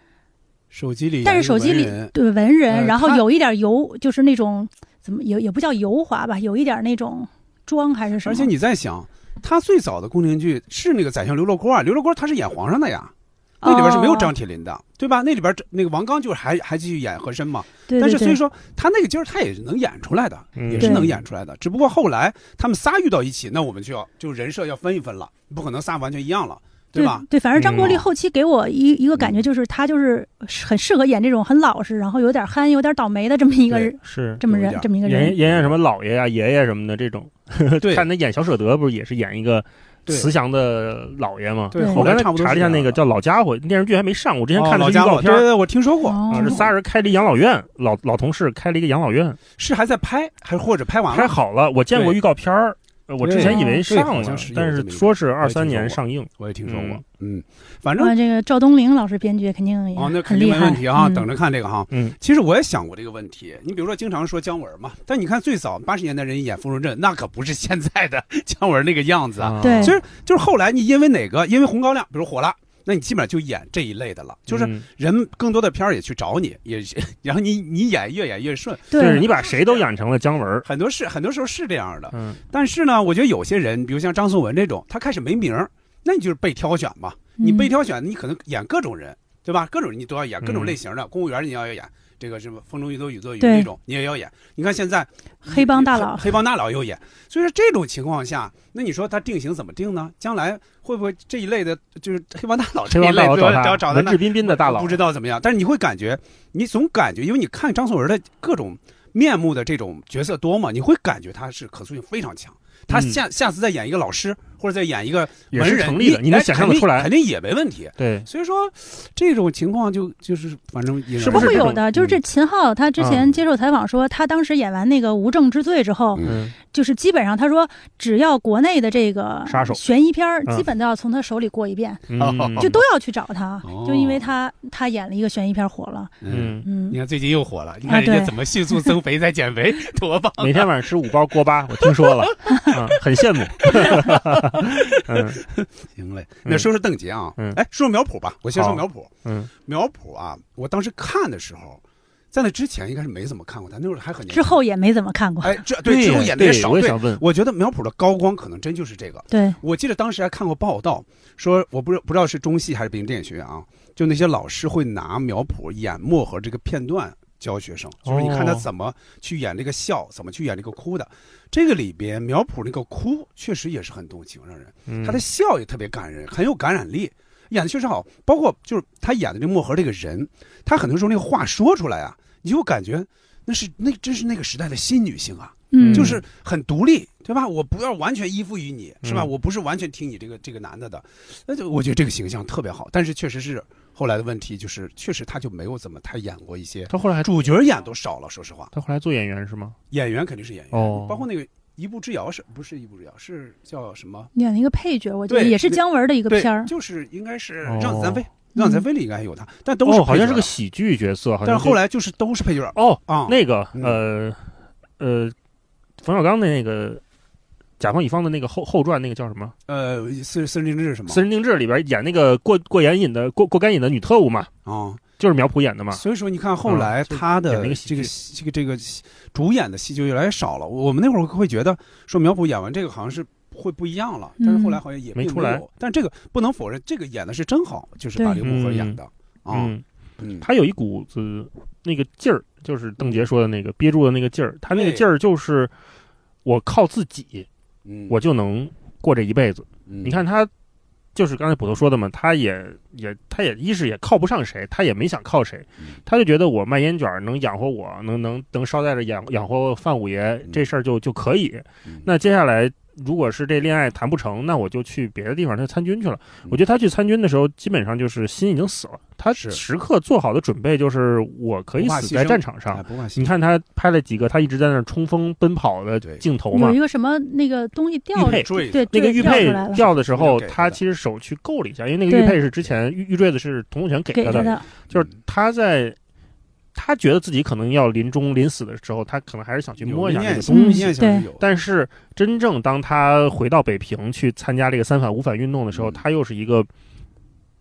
S7: 手机里，
S9: 但是手机里对文人，
S7: 呃
S9: 然后
S7: 他
S9: 有一点油，就是那种怎么也也不叫油滑吧，有一点那种装还是什么。
S7: 而且你在想，他最早的宫廷剧是那个宰相刘罗锅啊，刘罗锅他是演皇上的呀，
S9: 哦
S7: 那里边是没有张铁林的，对吧？那里边那个王刚就是还还继续演和珅嘛。
S12: 对对
S7: 但是
S12: 对
S7: 所以说他那个劲儿他也是能演出来的，
S12: 嗯
S7: 也是能
S12: 对
S7: 演出来的。只不过后来他们仨遇到一起，那我们就要就人设要分一分了，不可能仨完全一样了，
S9: 对
S7: 吧？
S9: 对，反正张国
S8: 嗯
S9: 立后期给我一、一个感觉就是，他就是很适合演这种很老实，然后有点憨、有点倒霉的这么一个人，
S8: 是
S9: 这么人这么一个
S8: 演
S9: 人。
S8: 演演什么姥爷啊、爷爷什么的这种。
S7: 对，
S8: 看他演小舍得不是也是演一个
S7: 对
S8: 慈祥的姥爷吗？
S7: 对对
S8: 我刚
S7: 后来
S8: 才
S7: 差不多是
S8: 查了一下
S7: 这样
S8: 那个叫《老家伙》电视剧还没上，我之前
S7: 哦
S8: 看
S7: 老
S8: 的是预
S7: 家
S8: 告
S7: 伙，
S8: 片
S7: 对
S8: 儿。
S7: 对，对我听说过，
S8: 啊，是仨人开了一养老院，老老同事开了一个养老院，
S7: 是还在拍，还或者拍完了？
S8: 拍好了。我见
S7: 啊
S8: 过
S7: 对
S8: 预告片儿，呃我之前以
S7: 对
S8: 为上
S7: 好
S8: 了
S7: 像是，有
S8: 但
S7: 这
S8: 是
S7: 么一个
S8: 说是二
S7: 我也
S8: 三
S7: 听说
S8: 年
S7: 过
S8: 上映，
S7: 我也听说过
S8: 嗯。
S7: 嗯，反正
S9: 啊这个赵东林老师编剧肯定也
S7: 哦，那肯
S9: 很
S7: 定
S9: 厉
S7: 没
S9: 害，
S7: 问题啊，
S9: 嗯
S7: 等着看这个哈。
S8: 嗯，
S7: 其实我也想过这个问题。你比如说，经常说姜文嘛，但你看最早八十年代人演《芙蓉镇》，那可不是现在的姜文那个样子啊。
S12: 对
S7: 其实就是后来你因为哪个，因为红高粱，比如火了。那你基本上就演这一类的了，就是
S8: 嗯
S7: 人更多的片儿也去找你，也 然后你你演越演越顺，
S8: 就是你把谁都演成了姜文，
S7: 很多是很多时候是这样的。
S8: 嗯，
S7: 但是呢，我觉得有些人，比如像张颂文这种，他开始没名儿，那你就是被挑选嘛。
S12: 嗯
S7: 你被挑选，你可能演各种人，对吧？各种人你都要演，
S12: 嗯
S7: 各种类型的、公务员你要要演，这个什么风中雨走雨做雨
S9: 对
S7: 那种你也要演。你看现在
S9: 黑帮大佬
S7: 黑黑帮大佬也有演，所以说这种情况下，那你说他定型怎么定呢？将来会不会这一类的，就是黑帮大佬这一
S8: 黑帮
S7: 类
S8: 大佬
S7: 的
S8: 找
S7: 找
S8: 他，
S7: 找他
S8: 文
S7: 呢
S8: 质彬彬的大佬
S7: 不，知道怎么样，但是你会感觉，你总感觉，因为你看张颂文的各种面目的这种角色多嘛，你会感觉他是可塑性非常强。他
S8: 嗯
S7: 下、下次再演一个老师，或者再演一个
S8: 也
S7: 文
S8: 是
S7: 人
S8: 成立的，你能想象得出来，
S7: 哎肯定肯定也没问题。
S8: 对，
S7: 所以说这种情况就就是反正也
S9: 是会有的，就是
S8: 嗯
S9: 这秦昊他之前接受采访说，他当时演完那个《无证之罪》之后，
S8: 嗯
S9: 就是基本上他说，只要国内的这个
S8: 杀手
S9: 悬疑片儿，
S8: 嗯
S9: 基本都要从他手里过一遍，
S8: 嗯
S9: 就都要去找他，
S7: 哦
S9: 就因为他他演了一个悬疑片火了。
S7: 嗯
S9: 嗯
S7: 你看最近又火了，你
S9: 啊
S7: 看人家
S9: 对
S7: 怎么迅速增肥再减肥， 多棒！
S8: 每天晚上吃五包锅巴，我听说了，啊，很羡慕。嗯，
S7: 行嘞，那说说邓婕啊，
S8: 嗯
S7: 哎，说说苗圃吧，我先说
S8: 好
S7: 苗圃。
S8: 嗯，
S7: 苗圃啊，我当时看的时候，在那之前应该是没怎么看过他，那会儿还很年
S8: 嗯
S7: 轻
S9: 之后也没怎么看过。
S7: 哎，这对
S8: 对
S7: 之后
S8: 呀
S7: 演的也
S8: 对
S7: 少。
S8: 我也
S7: 对
S8: 想问
S7: 我觉得苗圃的高光可能真就是这个。
S8: 嗯
S9: 对，
S7: 我记得当时还看过报道，说我不知不知道是中戏还是北京电影学院啊，就那些老师会拿苗圃演漠河这个片段教学生，就是你看他
S8: 哦
S7: 怎么去演这个笑，怎么去演这个哭的。这个里边苗圃那个哭确实也是很动情，让人、
S8: 嗯
S7: 他的笑也特别感人，很有感染力。演的确实好，包括就是他演的这漠河这个人，他很多时候那个话说出来啊，你就感觉那是那真是那个时代的新女性啊，
S12: 嗯
S7: 就是很独立，对吧？我不要完全依附于你，是吧？
S12: 嗯
S7: 我不是完全听你这个这个男的的，那就我觉得这个形象特别好，但是确实是后来的问题，就是确实他就没有怎么太演过一些，
S8: 他后来还
S7: 主角演都少了，说实话，
S8: 他后来做演员是吗？
S7: 演员肯定是演员，
S8: 哦
S7: 包括那个一步之遥是不是一步之遥是叫什么？
S9: 演了一个配角，我觉得
S7: 对
S9: 也是姜文的一个
S7: 对
S9: 片儿。
S7: 就是应该是
S8: 哦
S7: 让子弹飞，让子弹飞里应该还有他，但都是
S8: 哦，好像
S7: 配角
S8: 是个喜剧角色，好像
S7: 但是后来就是都是配角
S8: 哦
S7: 啊，
S8: 那个呃呃，冯小刚的那个甲方乙方的那个后后传，那个叫什么？
S7: 呃，私私人定制是什么？
S8: 《私人定制》里边演那个过过眼瘾的过过干瘾的女特务嘛，
S7: 啊，
S8: 就是苗圃演的嘛。
S7: 所以说，你看后来
S8: 嗯就是
S7: 他的
S8: 演那个
S7: 这个这个这个主演的戏就越来越少了。我我们那会儿会觉得说苗圃演完这个好像是会不一样了，但是后来好像也并
S8: 没出来
S7: 有但这个不能否认，这个演的是真好，就是把
S8: 对
S7: 刘木河演的啊。
S8: 嗯，
S7: 嗯
S8: 他有一股子那个劲儿，就是邓婕说的那个憋住的那个劲儿，他那个
S7: 对
S8: 劲儿就是我靠自己，
S7: 嗯
S8: 我就能过这一辈子。
S7: 嗯
S8: 你看他就是刚才捕头说的嘛，他也也他也一是也靠不上谁，他也没想靠谁，他就觉得我卖烟卷儿能养活我，能能能捎带着养养活范五爷这事儿就就可以。那接下来如果是这恋爱谈不成，那我就去别的地方他参军去了。我觉得他去参军的时候，基本上就是心已经死了，他时刻做好的准备就是我可以
S7: 不怕
S8: 死
S7: 牺
S8: 在
S7: 牲
S8: 战场上
S7: 哎不怕牺。牲
S8: 你看他拍了几个他一直在那儿冲锋奔跑的镜头嘛
S9: 有一，个什么那个东西掉
S8: 玉佩
S9: 对对
S8: 那个玉佩
S9: 掉出来了
S8: 掉的时候，他其实手去够了一下，因为那个玉
S9: 对
S8: 佩是之前玉玉坠子是童永泉给他
S9: 给他的
S8: 就是他在他觉得自己可能要临终临死的时候，他可能还是想去摸一下
S7: 有
S8: 这个
S7: 念
S8: 东
S7: 想
S8: 西
S7: 念，想是有对
S8: 但是真正当他回到北平去参加这个三反五反运动的时候，他又是一个，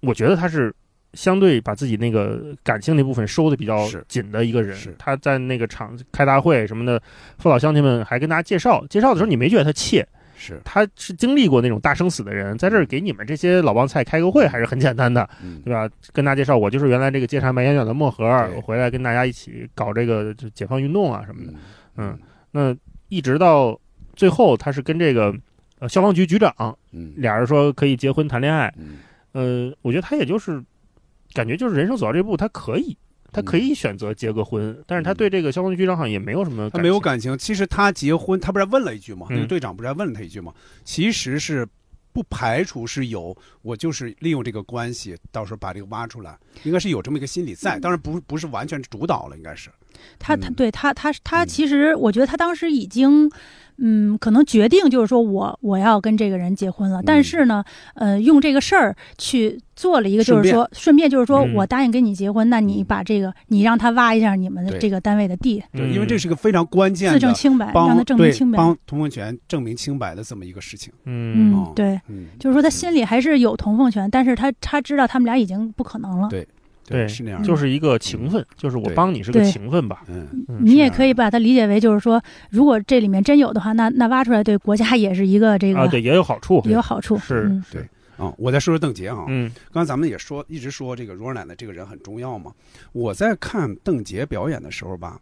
S8: 我觉得他是。相对把自己那个感性那部分收的比较紧的一个人，他在那个场开大会什么的，父老乡亲们还跟大家介绍介绍的时候，你没觉得他怯，
S7: 是
S8: 他是经历过那种大生死的人，在这儿给你们这些老帮菜开个会还是很简单的，
S7: 嗯
S8: 对吧？跟大家介绍，我就是原来这个芥山卖烟卷的漠河，我回来跟大家一起搞这个就解放运动啊什么的，嗯，那一直到最后，他是跟这个呃消防局局长，
S7: 嗯
S8: 俩人说可以结婚谈恋爱，呃，我觉得他也就是感觉就是人生走到这步，他可以。他可以选择结个婚，但是他对这个消防局局长好像也没有什么
S7: 嗯他
S8: 感
S7: 没有
S8: 情。
S7: 感情。其实他结婚，他不是还问了一句吗？
S8: 嗯
S7: 那个队长不是还问了他一句吗？其实是不排除是有，我就是利用这个关系，到时候把这个挖出来，应该是有这么一个心理在。
S9: 嗯
S7: 当然不是不是完全主导了，应该是
S9: 他他对他他他其实，我觉得他当时已经，嗯，可能决定就是说我我要跟这个人结婚了，但是呢，呃，用这个事儿去做了一个，就
S13: 顺
S9: 是
S13: 便
S9: 说顺便就是说
S7: 嗯
S9: 我答应跟你结婚，那你把这个你让他挖一下你们的
S7: 对
S9: 这个单位的地，
S8: 嗯
S7: 对，因为这是个非常关键的
S9: 自证清白
S7: 帮
S9: 让他证明
S7: 对
S9: 清白
S7: 帮童文泉证明清白的这么一个事情。
S8: 嗯
S9: 嗯，对，就是说他心里还是有童凤泉，但是他他知道他们俩已经不可能了，
S7: 对
S8: 对，
S7: 是那样的
S8: 就是一个情分，就是我帮你是个
S9: 对
S8: 情分吧。
S7: 嗯，
S9: 你也可以把它理解为，就是说，如果这里面真有的话，那那挖出来对国家也是一个这个
S7: 啊对也有好处
S9: 也有好处。
S8: 是
S9: 嗯
S7: 对。啊、我再说说邓婕哈，
S8: 嗯，
S7: 刚才咱们也说，一直说这个蓉儿奶奶这个人很重要嘛。我在看邓婕表演的时候吧，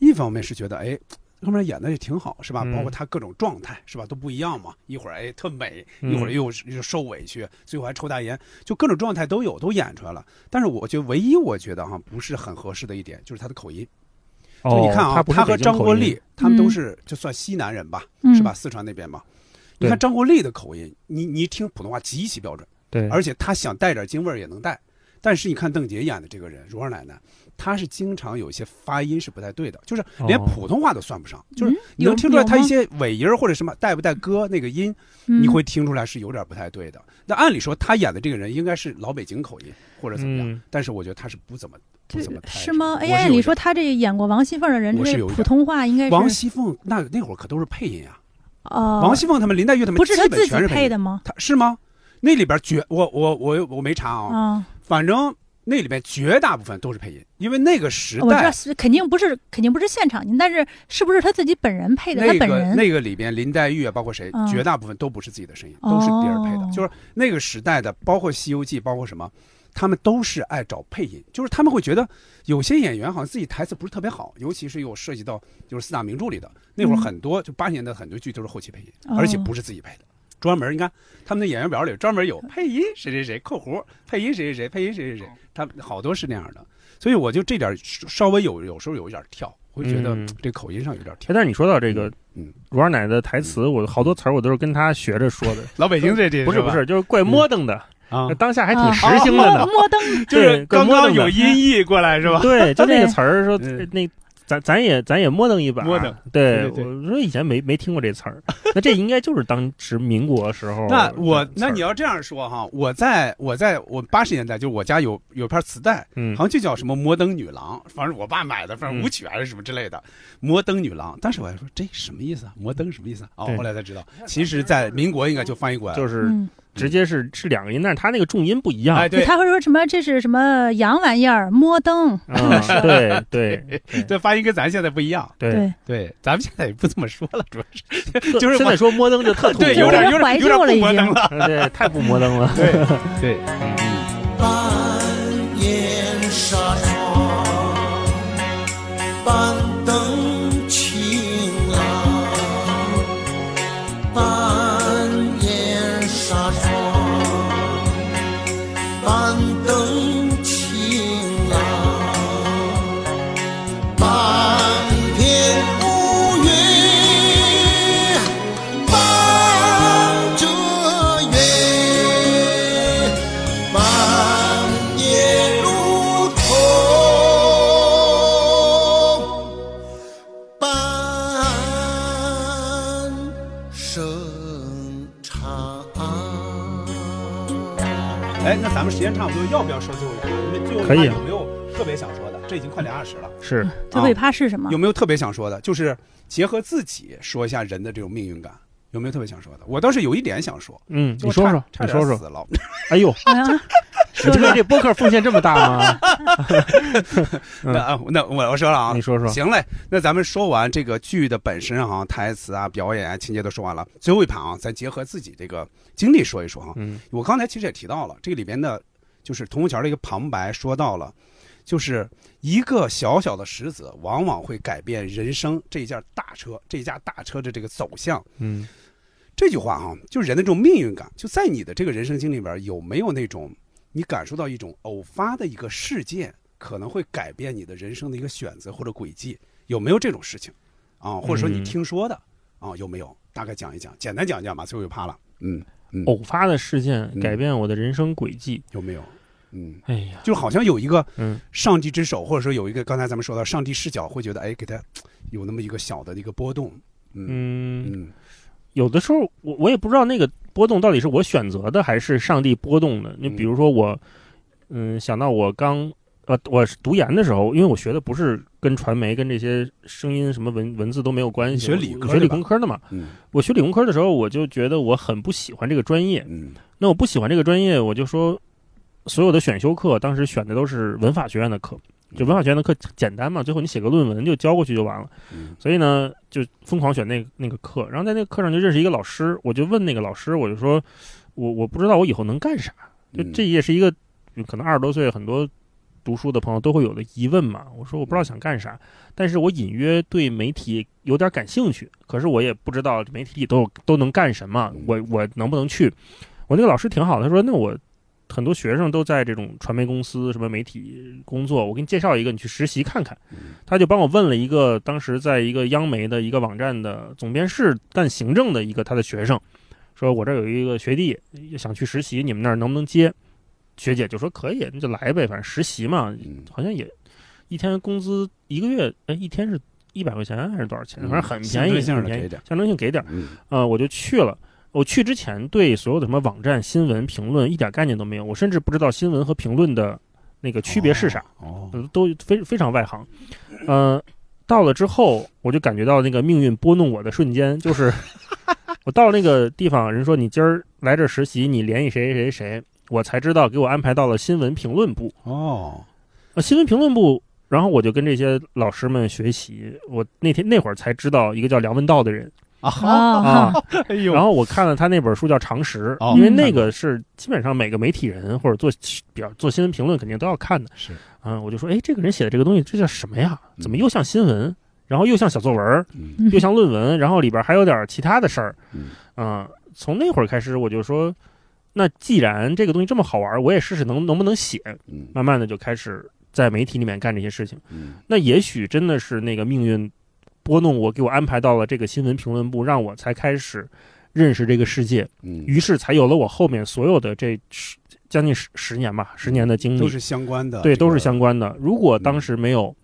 S7: 一方面是觉得，哎，哥们儿演的也挺好，是吧？
S8: 嗯
S7: 包括她各种状态，是吧，都不一样嘛。一会儿哎特美，
S8: 嗯
S7: 一会儿又又受委屈，最后还抽大烟，就各种状态都有，都演出来了。但是我觉得唯一我觉得哈不是很合适的一点就是她的口音。就你看
S8: 哦
S7: 啊，
S8: 她不是
S7: 她和
S8: 北京
S7: 张
S8: 口
S7: 国
S8: 音
S7: 立，他们都
S8: 嗯
S7: 是就算西南人吧，
S8: 嗯
S7: 是吧？四川那边吧。你
S8: 对
S7: 看张国立的口音，你你一听普通话极其标准，
S8: 对
S7: 而且他想带点京味儿也能带。但是你看邓婕演的这个人，蓉儿奶奶，她是经常有一些发音是不太对的，就是连
S8: 哦
S7: 普通话都算不上，就是
S8: 嗯
S7: 你能
S8: 有
S7: 听出来
S8: 有
S7: 她一
S8: 吗
S7: 些尾音儿或者什么带不带歌那个音，
S8: 嗯
S7: 你会听出来是有点不太对的。那按理说她演的这个人应该是老北京口音或者怎么样，
S8: 嗯
S7: 但是我觉得她是不怎么不怎么太
S9: 是吗
S7: 我是有
S9: ？AI 里说他这演过王熙凤的人，
S7: 我是
S9: 这
S7: 有点
S9: 普通话应该是
S7: 王熙凤那那会儿可都是配音啊，
S9: 哦，
S7: 王熙凤他们、林黛玉他们
S9: 不是他
S7: 基本
S9: 自己
S7: 全是
S9: 配
S7: 音
S9: 的吗？
S7: 他是吗？那里边绝我我我我没查啊，
S9: 啊，
S7: 反正那里面绝大部分都是配音，因为那个时
S9: 哦我知道
S7: 代
S9: 是肯定不是肯定不是现场音，但是是不是他自己本人配的？
S7: 那
S9: 他本
S7: 个
S9: 人
S7: 那个里边林黛玉啊，包括谁，
S9: 嗯
S7: 绝大部分都不是自己的声音，都是别人配的
S9: 哦，
S7: 就是那个时代的，包括《西游记》，包括什么。他们都是爱找配音，就是他们会觉得有些演员好像自己台词不是特别好，尤其是有涉及到就是四大名著里的那会儿，
S8: 嗯
S7: 很多、就八十年代的很多剧都是后期配音，
S8: 哦
S7: 而且不是自己配的。专门你看他们的演员表里专门有
S9: 呃
S7: 配音谁谁谁扣胡，配音谁谁谁，配音谁谁
S8: 哦
S7: 谁，他们好多是那样的。所以我就这点儿稍微有有时候有一点儿跳，会觉得
S8: 嗯
S7: 这口音上有点儿跳。
S8: 哎但是你说到这个，
S7: 嗯
S8: 如二奶的台词，我好多词儿我都是跟她学着说的。
S7: 老北京这这
S8: 不
S7: 嗯
S8: 是
S7: 是吧嗯
S8: 不是，就是怪摸登的
S7: 啊，
S8: 当下还挺
S7: 啊
S8: 时兴的呢
S7: 哦摸摸
S9: 登
S7: 就是
S8: 对怪
S7: 刚
S8: 摸
S7: 刚
S8: 登的
S7: 有音译过来是吧？嗯
S8: 对，就那个词儿说呃那。咱咱也咱也摸登一把，
S7: 摸登
S8: 对
S7: 对对
S8: 我说以前没没听过这词儿，那这应该就是当时民国时候。
S7: 那我那你要这样说哈，我在我在我八十年代，就是我家有有片磁带，
S8: 嗯
S7: 好像就叫什么《摩登女郎》，反正我爸买的，反正
S8: 嗯
S7: 舞曲还是什么之类的，摩登女郎》。当时我还说这什么意思啊？摩登什么意思啊？哦
S8: 对，
S7: 后来才知道，其实，在民国应该就翻译过来了，
S8: 就是
S9: 嗯
S8: 直接是是两个音，但是他那个重音不一样。
S7: 嗯哎对
S9: 他会说什么？这是什么洋玩意儿？摸灯？
S8: 嗯对对，
S7: 这发音跟咱现在不一样。
S8: 对
S7: 对，咱们现在也不这么说了，主要是就是
S8: 现在说摩登就特土
S7: 对，有点有点有点不摩登了，
S8: 啊对，太不摩登了。
S7: 对对，
S10: 烟纱窗，半灯情郎，半掩纱窗，
S7: 哎，那咱们时间差不多，要不要说最后一趴？你们最后一趴
S8: 可以啊
S7: 有没有特别想说的？这已经快俩小时了。
S8: 是
S9: 最后一趴是什么
S7: 啊有？没有特别想说的？就是结合自己说一下人的这种命运感，有没有特别想说的？我倒是有一点想说，
S8: 嗯，
S7: 就
S8: 你说
S7: 差
S8: 说，
S7: 差
S8: 你
S7: 点
S8: 说
S7: 死
S8: 说，
S7: 了。
S8: 哎 呦，
S9: 哎呀
S8: 你
S9: 说
S8: 对
S9: 说
S8: 这播客奉献这么大 吗？嗯
S7: 那啊那我我说了啊，
S8: 你说说
S7: 行嘞，那咱们说完这个剧的本身哈、台词啊、表演啊、情节都说完了，最后一盘啊，咱结合自己这个经历说一说哈、
S8: 嗯
S7: 我刚才其实也提到了，这个里边的，就是童红桥的一个旁白说到了，就是一个小小的石子，往往会改变人生这一架大车，这一架大车的这个走向。
S8: 嗯
S7: 这句话哈、就是人的这种命运感，就在你的这个人生经历里边，有没有那种你感受到一种偶发的一个事件，可能会改变你的人生的一个选择或者轨迹，有没有这种事情啊？或者说你
S8: 嗯
S7: 听说的啊，有没有？大概讲一讲，简单讲一讲吧，最后就趴了。嗯，嗯
S8: 偶发的事件
S7: 嗯
S8: 改变我的人生轨迹。
S7: 有没有？嗯，
S8: 哎呀，
S7: 就好像有一个
S8: 嗯
S7: 上帝之手，或者说有一个刚才咱们说到上帝视角，会觉得哎，给他有那么一个小的一个波动。嗯
S8: 嗯，
S7: 嗯
S8: 有的时候我我也不知道那个波动到底是我选择的还是上帝波动的。你
S7: 嗯
S8: 比如说我，嗯，想到我刚呃我是读研的时候，因为我学的不是跟传媒跟这些声音什么文文字都没有关系，
S7: 学理科
S8: 我学理
S7: 的吧
S8: 工科的嘛。
S7: 嗯
S8: 我学理工科的时候，我就觉得我很不喜欢这个专业。
S7: 嗯
S8: 那我不喜欢这个专业，我就说所有的选修课，当时选的都是文法学院的课，
S7: 嗯
S8: 就文法学院的课简单嘛，最后你写个论文就交过去就完了。
S7: 嗯
S8: 所以呢，就疯狂选那那个课，然后在那个课上就认识一个老师，我就问那个老师，我就说，我我不知道我以后能干啥，就
S7: 嗯
S8: 这也是一个嗯可能二十多岁很多读书的朋友都会有的疑问嘛。我说我不知道想干啥，但是我隐约对媒体有点感兴趣，可是我也不知道媒体里都有都能干什么
S7: 嗯，
S8: 我我能不能去？我那个老师挺好的，他说那我很多学生都在这种传媒公司、什么媒体工作，我给你介绍一个，你去实习看看。他就帮我问了一个当时在一个央媒的一个网站的总编室干行政的一个他的学生，说我这儿有一个学弟想去实习，你们那儿能不能接？学姐就说可以，那就来呗，反正实习嘛，
S7: 嗯
S8: 好像也一天工资一个月，哎，一天是一百块钱还是多少钱？
S7: 嗯
S8: 反正很便
S7: 象
S8: 宜，
S7: 征性的
S8: 很便
S7: 给
S8: 宜
S7: 点，
S8: 象征性给点儿。
S7: 嗯
S8: 呃，我就去了。我去之前对所有的什么网站、新闻、评论一点概念都没有，我甚至不知道新闻和评论的那个区别是啥，
S7: 哦，
S8: 呃都非非常外行。呃，到了之后，我就感觉到那个命运拨弄我的瞬间，就是我到那个地方，人说你今儿来这儿实习，你联系谁谁谁，我才知道给我安排到了新闻评论部。
S7: 哦，
S8: 呃，新闻评论部，然后我就跟这些老师们学习。我那天那会儿才知道一个叫梁文道的人
S9: 啊
S8: 啊，
S7: 哎呦，
S8: 然后我看了他那本书叫《常识》
S7: 哦，
S8: 因为那个是基本上每个媒体人或者做比较做新闻评论肯定都要看的。
S7: 是，
S8: 嗯，我就说，哎，这个人写的这个东西，这叫什么呀？怎么又像新闻，然后又像小作文儿，
S7: 嗯
S8: 又像论文，然后里边还有点其他的事儿。
S7: 嗯
S8: 嗯，从那会儿开始，我就说，那既然这个东西这么好玩儿，我也试试能能不能写。
S7: 嗯
S8: 慢慢的就开始在媒体里面干这些事情。
S7: 嗯
S8: 那也许真的是那个命运拨弄我，给我安排到了这个新闻评论部，让我才开始认识这个世界，
S7: 嗯，
S8: 于是才有了我后面所有的这十将近十十年吧，十年的经
S7: 都
S8: 历，
S7: 是相关的，
S8: 对，
S7: 啊这个嗯
S8: 都是相关的。如果当时没有。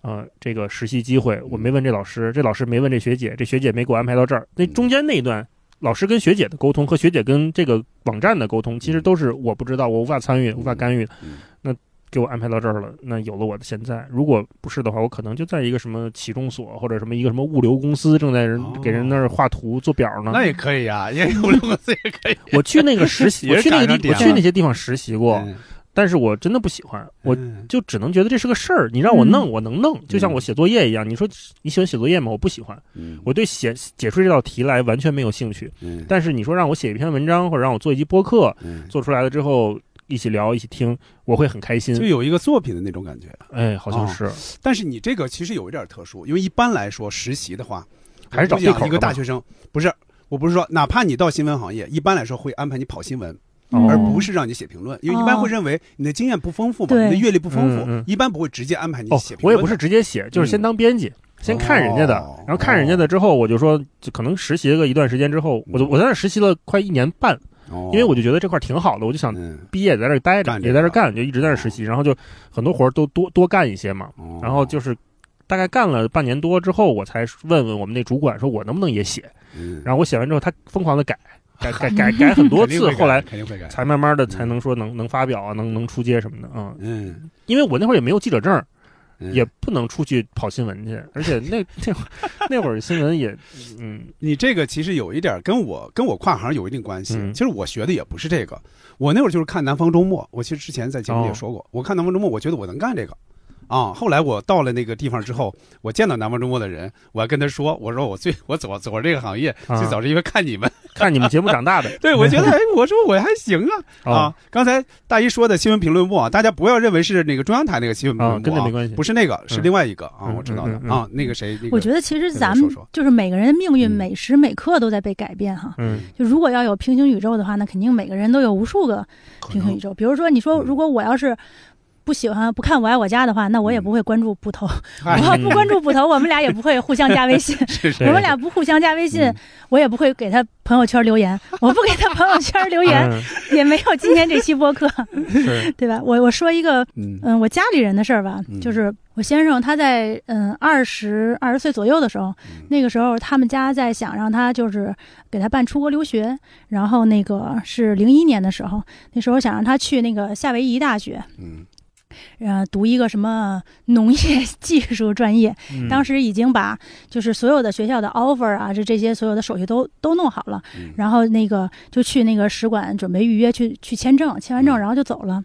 S8: 呃，这个实习机会，我没问这老师，这老师没问这学姐，这学姐没给我安排到这儿。
S7: 嗯
S8: 那中间那一段，老师跟学姐的沟通和学姐跟这个网站的沟通，其实都是我不知道，我无法参与、无法干预的
S7: 嗯。
S8: 那给我安排到这儿了，那有了我的现在。如果不是的话，我可能就在一个什么起重所或者什么一个什么物流公司，正在人
S7: 哦
S8: 给人那儿画图做表呢。
S7: 那也可以啊， 也有六个字也可以。
S8: 我去那个实习，
S7: 也
S8: 我去那
S7: 赶
S8: 个
S7: 上
S8: 地，我
S7: 点
S8: 去
S7: 了
S8: 那些地方实习过，
S7: 嗯
S8: 但是我真的不喜欢。我
S7: 嗯
S8: 就只能觉得这是个事儿，你让我弄，我能弄，就像
S7: 嗯
S8: 我写作业一样。你说你喜欢写作业吗？我不喜欢，
S7: 嗯
S8: 我对写解出这道题来完全没有兴趣。
S7: 嗯
S8: 但是你说让我写一篇文章，或者让我做一集播客，
S7: 嗯
S8: 做出来了之后一起聊，一起听，我会很开
S7: 就
S8: 心。
S7: 有一个作品的那种感觉。
S8: 哎，好像
S7: 哦
S8: 是，
S7: 但是你这个其实有一点特殊，因为一般来说实习的话，
S8: 还是找
S7: 我估计啊
S8: 对口
S7: 一个
S8: 的嘛
S7: 大学生，不是。我不是说，哪怕你到新闻行业，一般来说会安排你跑新闻，
S9: 嗯
S8: 哦
S7: 而不是让你写评论，因为一般会认为你的经验不丰富嘛，
S9: 对
S7: 你的阅历不丰富，
S8: 嗯嗯
S7: 一般不会直接安排你
S8: 哦
S7: 写，评
S8: 我
S7: 论
S8: 也
S7: 的。
S8: 不是直接写，就是先当编辑，先看人家的
S7: 哦，
S8: 然后看人家的之后，我就说，就可能实习了一段时间之后，我就我在那儿实习了快一年半，
S7: 嗯哦，
S8: 因为我就觉得这块儿挺好的，我就想
S7: 嗯，
S8: 毕业也在这儿待着
S7: 干，这
S8: 也在这儿
S7: 个
S8: 干，就一直在这儿实习，然后就很多活儿都多多干一些嘛，
S7: 哦
S8: 然后就是。大概干了半年多之后，我才问问我们那主管，说我能不能也写。
S7: 嗯
S8: 然后我写完之后，他疯狂的改， 改改改改很多
S7: 肯定
S8: 次
S7: 会，改
S8: 后来
S7: 肯定会改
S8: 才慢慢的才能说能能发表啊，能能出街什么的啊。
S7: 嗯，
S8: 因为我那会儿也没有记者证，也不能出去跑新闻去，而且那 那会儿那会儿新闻也嗯，
S7: 你这个其实有一点儿跟我跟我跨行有一定关系。
S8: 嗯
S7: 其实我学的也不是这个，我那会儿就是看《南方周末》，我其实之前在节
S8: 哦
S7: 目里也说过，我看《南方周末》，我觉得我能干这个。啊，后来我到了那个地方之后，我见到南方周末的人，我还跟他说，我说我最我走走这个行业、
S8: 啊
S7: 最早是因为看你们，
S8: 看你们节目长大的
S7: 对，我觉得哎，我说我还行啊、
S8: 哦
S7: 啊！刚才大一说的新闻评论部啊，大家不要认为是那个中央台那个新闻评论
S8: 啊
S7: 部、
S8: 跟这没关系
S7: 不是那个，是另外一个、啊，
S8: 嗯
S7: 我知道的、
S8: 嗯嗯嗯
S7: 啊，那个谁，那个
S9: 我觉得其实咱们就是每个人的命
S7: 嗯
S9: 运，每时每刻都在被改变哈。
S8: 嗯，
S9: 就如果要有平行宇宙的话，那肯定每个人都有无数个平行宇宙。比如说，你
S7: 嗯
S9: 说如果我要是不喜欢不看《我爱我家》的话，那我也不会关注捕头，
S7: 哎
S9: 我要不关注捕头，我们俩也不会互相加微信。
S7: 是是
S9: 我们俩不互相加微信，我也不会给他朋友圈留言。我不给他朋友圈留
S8: 嗯
S9: 言，也没有今天这期播客。
S8: 是
S9: 对吧？我我说一个，
S7: 嗯
S9: 我家里人的事儿吧，就是我先生他在嗯二十二十岁左右的时候，那个时候他们家在想让他就是给他办出国留学，然后那个是零一年的时候，那时候想让他去那个夏威夷大学，
S7: 嗯。
S9: 呃，读一个什么农业技术专业，
S7: 嗯
S9: 当时已经把就是所有的学校的 offer 啊，这这些所有的手续都都弄好了，
S7: 嗯
S9: 然后那个就去那个使馆准备预约去去签证，签完
S7: 嗯
S9: 证然后就走了，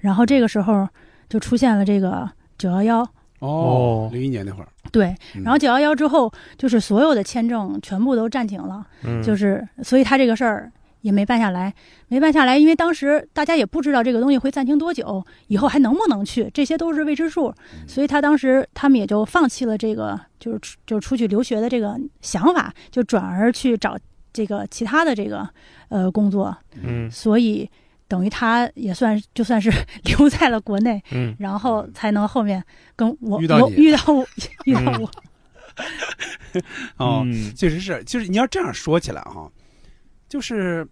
S9: 然后这个时候就出现了这个九幺幺，
S7: 哦，零一年那会儿，
S9: 对，
S7: 嗯
S9: 然后九幺幺之后就是所有的签证全部都暂停了，
S7: 嗯
S9: 就是所以他这个事儿。也没办下来，没办下来，因为当时大家也不知道这个东西会暂停多久，以后还能不能去，这些都是未知数，
S7: 嗯
S9: 所以他当时他们也就放弃了这个，就是出就出去留学的这个想法，就转而去找这个其他的这个呃工作，
S8: 嗯
S9: 所以等于他也算就算是 留在了国内，
S8: 嗯
S9: 然后才能后面跟我
S7: 遇到
S9: 我
S7: 你嗯
S9: 遇到我遇到我，
S7: 哦，
S8: 嗯
S7: 确实是，就是你要这样说起来哈、就是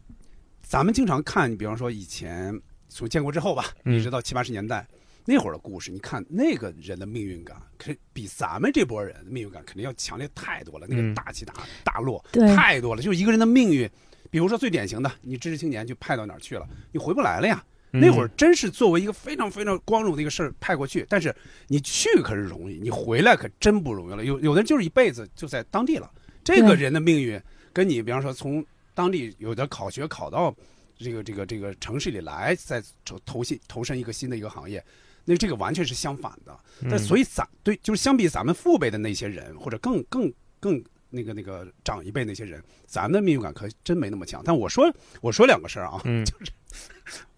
S7: 咱们经常看，比方说以前从建国之后吧，
S8: 嗯
S7: 一直到七八十年代那会儿的故事，你看那个人的命运感，可比咱们这波人的命运感肯定要强烈太多了，那个
S8: 嗯
S7: 大起大大落
S9: 对
S7: 太多了，就是一个人的命运。比如说最典型的，你知识青年就派到哪儿去了，你回不来了呀。
S8: 嗯
S7: 那会儿真是作为一个非常非常光荣的一个事儿派过去，但是你去可是容易，你回来可真不容易了。有有的人就是一辈子就在当地了，这个
S9: 对
S7: 人的命运跟你，比方说从当地有的考学考到这个这个这个城市里来，再投投信投身一个新的一个行业，那这个完全是相反的。
S8: 嗯
S7: 但所以咱对，就是相比咱们父辈的那些人，或者更更更那个那个长一辈那些人，咱们的命运感可真没那么强。但我说我说两个事儿啊，
S8: 嗯
S7: 就是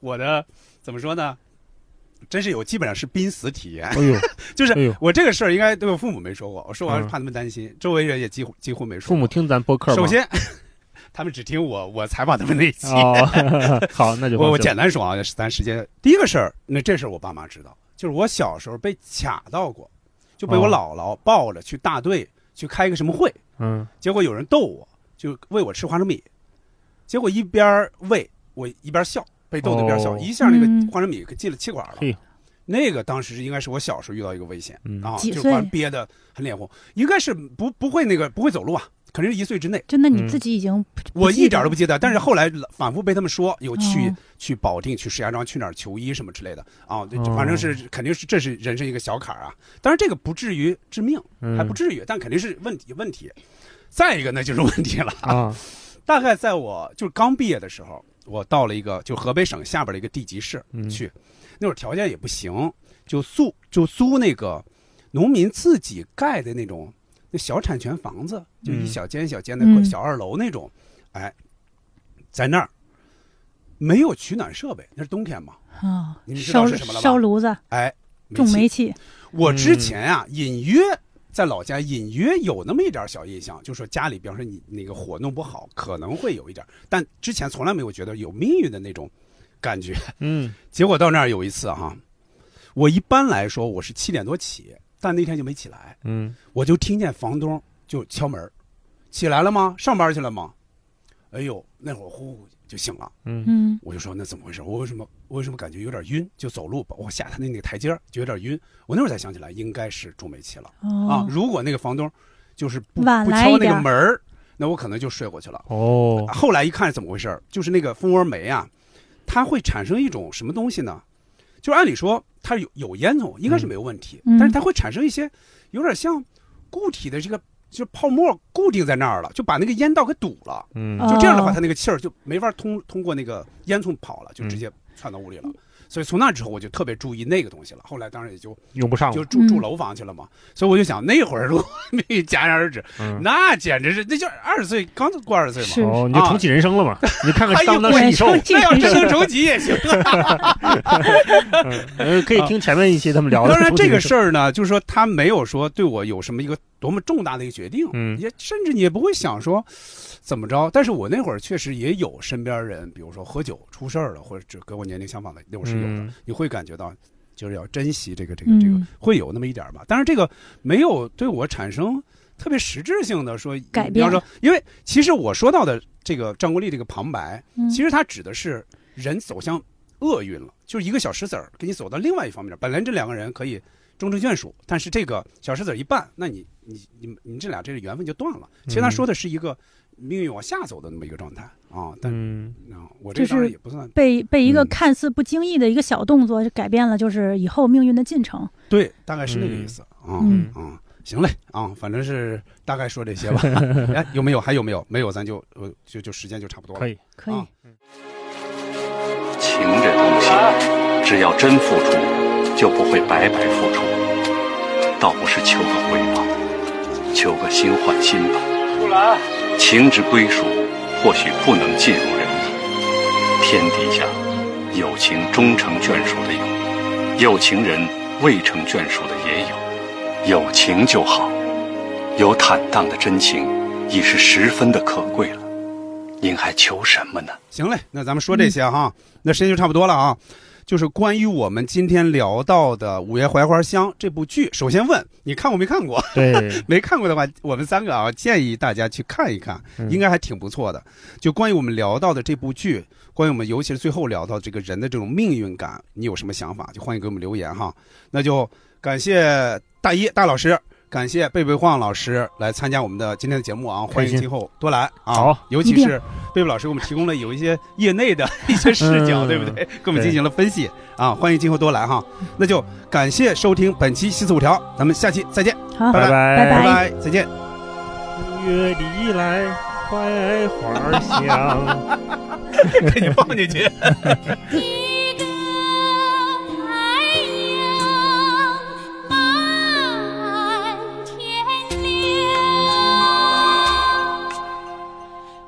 S7: 我的怎么说呢？真是有，基本上是濒死体验。
S8: 哎呦，
S7: 就是
S8: 哎呦
S7: 我这个事儿，应该对我父母没说过。我说完
S8: 嗯
S7: 怕他们担心，周围人也几乎几乎没说
S8: 父
S7: 过。
S8: 母听咱播客吗？
S7: 首先， 他们只听我我采访他们那一期。
S8: 哦， 好，那就
S7: 我我
S8: 放心
S7: 简单说啊，咱时间第一个事儿，那这事儿我爸妈知道，就是我小时候被卡到过，就被我
S8: 哦
S7: 姥姥抱着去大队去开一个什么会，
S8: 嗯
S7: 结果有人逗我，就喂我吃花生米，结果一边儿喂我一边儿笑，被逗的一边儿笑，
S8: 哦
S7: 一下那
S9: 嗯
S7: 个花生米给进了气管了。
S8: 嘿
S7: 那个当时是应该是我小时候遇到一个危险、
S8: 嗯
S7: 啊，
S9: 几
S7: 就
S9: 岁
S7: 把人憋得很脸红，应该是不不会那个不会走路啊，肯定是一岁之内。
S9: 真的你
S8: 嗯
S9: 自己已经不
S7: 我一点儿都
S9: 不
S7: 不
S9: 记
S7: 记得，但是后来反复被他们说有去、
S9: 哦
S7: 去保定、去石家庄、去哪儿求医什么之类的啊，对
S8: 哦
S7: 反正是肯定是这是人生一个小坎儿啊。当然这个不至于致命，
S8: 嗯
S7: 还不至于，但肯定是问题问题。再一个那就是问题了，
S8: 啊，
S7: 大概在我就是刚毕业的时候，我到了一个就河北省下边的一个地级市去，那会儿条件也不行，就租就租那个农民自己盖的那种那小产权房子，就一
S8: 嗯
S7: 小间小间的
S9: 嗯
S7: 小二楼那种，哎，在那儿没有取暖设备，那是冬天嘛，
S9: 得啊
S7: 你，们知道
S9: 烧
S7: 是什么了吧
S9: 烧炉子
S7: 哎，
S9: 种煤
S7: 煤气。
S9: 气，
S7: 我之前啊，隐约在老家隐约有那么一点小印象，就说家里，比方说你那个火弄不好，可能会有一点，但之前从来没有觉得有命运的那种感觉。
S8: 嗯
S7: 结果到那儿有一次哈、我一般来说我是七点多起，但那天就没起来，
S8: 嗯
S7: 我就听见房东就敲门儿，起来了吗？上班去了吗？哎呦，那会儿呼呼就醒了。
S8: 嗯
S9: 嗯
S7: 我就说那怎么回事？我为什么我为什么感觉有点晕？就走路吧，我下他那那个台阶儿就有点晕。我那会儿才想起来，应该是中煤气了、啊
S9: 哦。，
S7: 如果那个房东就是不
S9: 晚
S7: 不
S9: 来
S7: 敲
S9: 一
S7: 那
S9: 点
S7: 个
S9: 儿
S7: 门儿，那我可能就睡过去了。
S8: 哦，
S7: 后来一看是怎么回事儿，就是那个蜂窝煤啊，它会产生一种什么东西呢？就是按理说它有有烟囱，应该是没有问题，
S8: 嗯
S7: 但是它会产生一些有点像固体的这个。就泡沫固定在那儿了，就把那个烟道给堵了。
S8: 嗯
S7: 就这样的话，
S8: 哦
S7: 它那个气儿就没法通通过那个烟囱跑了，就
S8: 嗯
S7: 直接窜到屋里了。所以从那之后，我就特别注意那个东西了。后来当然也就
S8: 用不上了
S7: 就住住楼房去了嘛。所以我就想，那会儿如果那戛然而止，
S8: 嗯
S7: 那简直是那就二十岁刚过二十岁嘛，
S8: 哦，你就重启人生了嘛？你看
S7: 哎
S8: 看
S7: 呦
S8: 当不当食蚁兽？
S7: 那要真能重启也行。啊
S8: 呃，可以听前面一期他们聊的。
S7: 当然，这个
S8: 儿，
S7: 事儿呢，就是说他没有说对我有什么一个多么重大的一个决定，
S8: 嗯
S7: 也甚至你也不会想说怎么着。但是我那会儿确实也有身边人，比如说喝酒出事儿了，或者只跟我年龄相仿的，那我是有的，
S8: 嗯
S7: 你会感觉到就是要珍惜这个这个这个，
S14: 嗯
S7: 会有那么一点儿吧。但是这个没有对我产生特别实质性的说
S14: 改
S7: 比
S14: 变
S7: 方说，因为其实我说到的这个张国立这个旁白，
S14: 嗯
S7: 其实它指的是人走向厄运了，就是一个小石子儿给你走到另外一方面。本来这两个人可以终成眷属，但是这个小石子儿一绊，那你你你你这俩这个缘分就断了。其实他
S8: 嗯
S7: 说的是一个命运往下走的那么一个状态啊，但
S8: 嗯，
S7: 啊我这
S15: 就
S7: 个当然
S15: 是
S7: 也不算
S15: 被被
S7: 嗯
S15: 一个看似不经意的一个小动作就改变了，就是以后命运的进程。
S7: 对，大概是那个意思啊
S15: 嗯
S7: 啊。行嘞啊，反正是大概说这些吧。哎，有没有？还有没有？没有，咱就呃就就时间就差不多了。
S8: 可以，
S15: 可以。
S2: 情这东西，只要真付出，就不会白白付出，倒不是求个回报，求个心换心吧。
S10: 出来。
S2: 情之归属，或许不能尽如人意。天底下，有情终成眷属的有，有情人未成眷属的也有。有情就好，有坦荡的真情，已是十分的可贵了。您还求什么呢？
S7: 行嘞，那咱们说这些哈，那时间就差不多了啊。就是关于我们今天聊到的《午夜槐花香》这部剧，首先问你看过没看过？
S8: 对
S7: 没看过的话，我们三个啊，建议大家去看一看，
S8: 嗯
S7: 应该还挺不错的。就关于我们聊到的这部剧，关于我们尤其是最后聊到这个人的这种命运感，你有什么想法？就欢迎给我们留言哈。那就感谢大一大老师，感谢贝贝晃老师来参加我们的今天的节目啊，欢
S8: 开
S7: 迎
S8: 心
S7: 今后多来啊。
S8: 好
S7: 尤
S8: 一
S7: 其
S8: 定
S7: 是贝贝老师给我们提供了有一些业内的一些视角，
S8: 嗯
S7: 对不对？给我们
S8: 对
S7: 进行了分析啊，欢迎今后多来哈。那就感谢收听本期西四五条，咱们下期再见，
S15: 好
S7: 拜
S8: 拜拜
S7: 拜拜，再见。
S8: 月里来槐花香，
S7: 给你放进去。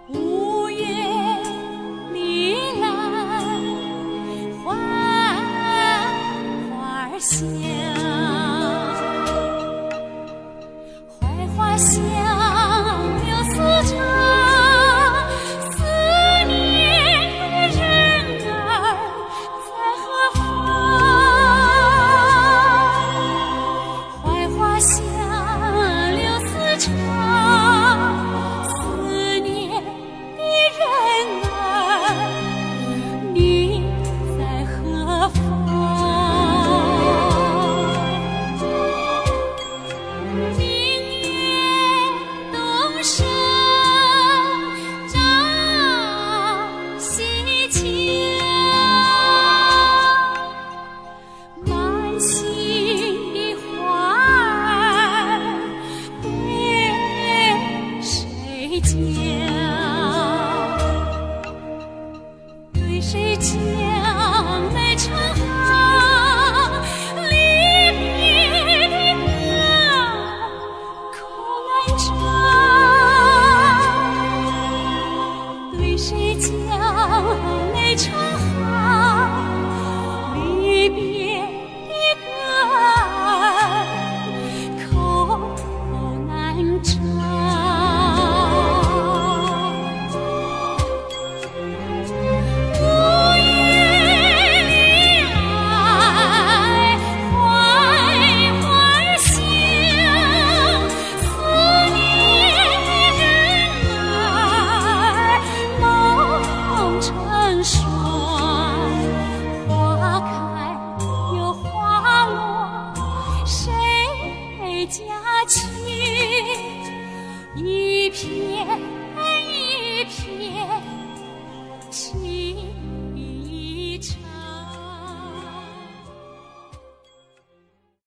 S9: 五月里来槐花香，槐花香柳丝长，思念的人儿在何方？槐花香柳丝长，思念的人儿。你在何方？明月东升照西丘，满心的花儿对谁讲？对谁讲那成行离别的歌口难唱？对谁讲那成行离别的歌儿口难唱？五月里来，槐花香，思念的人儿浓成霜。
S16: 情。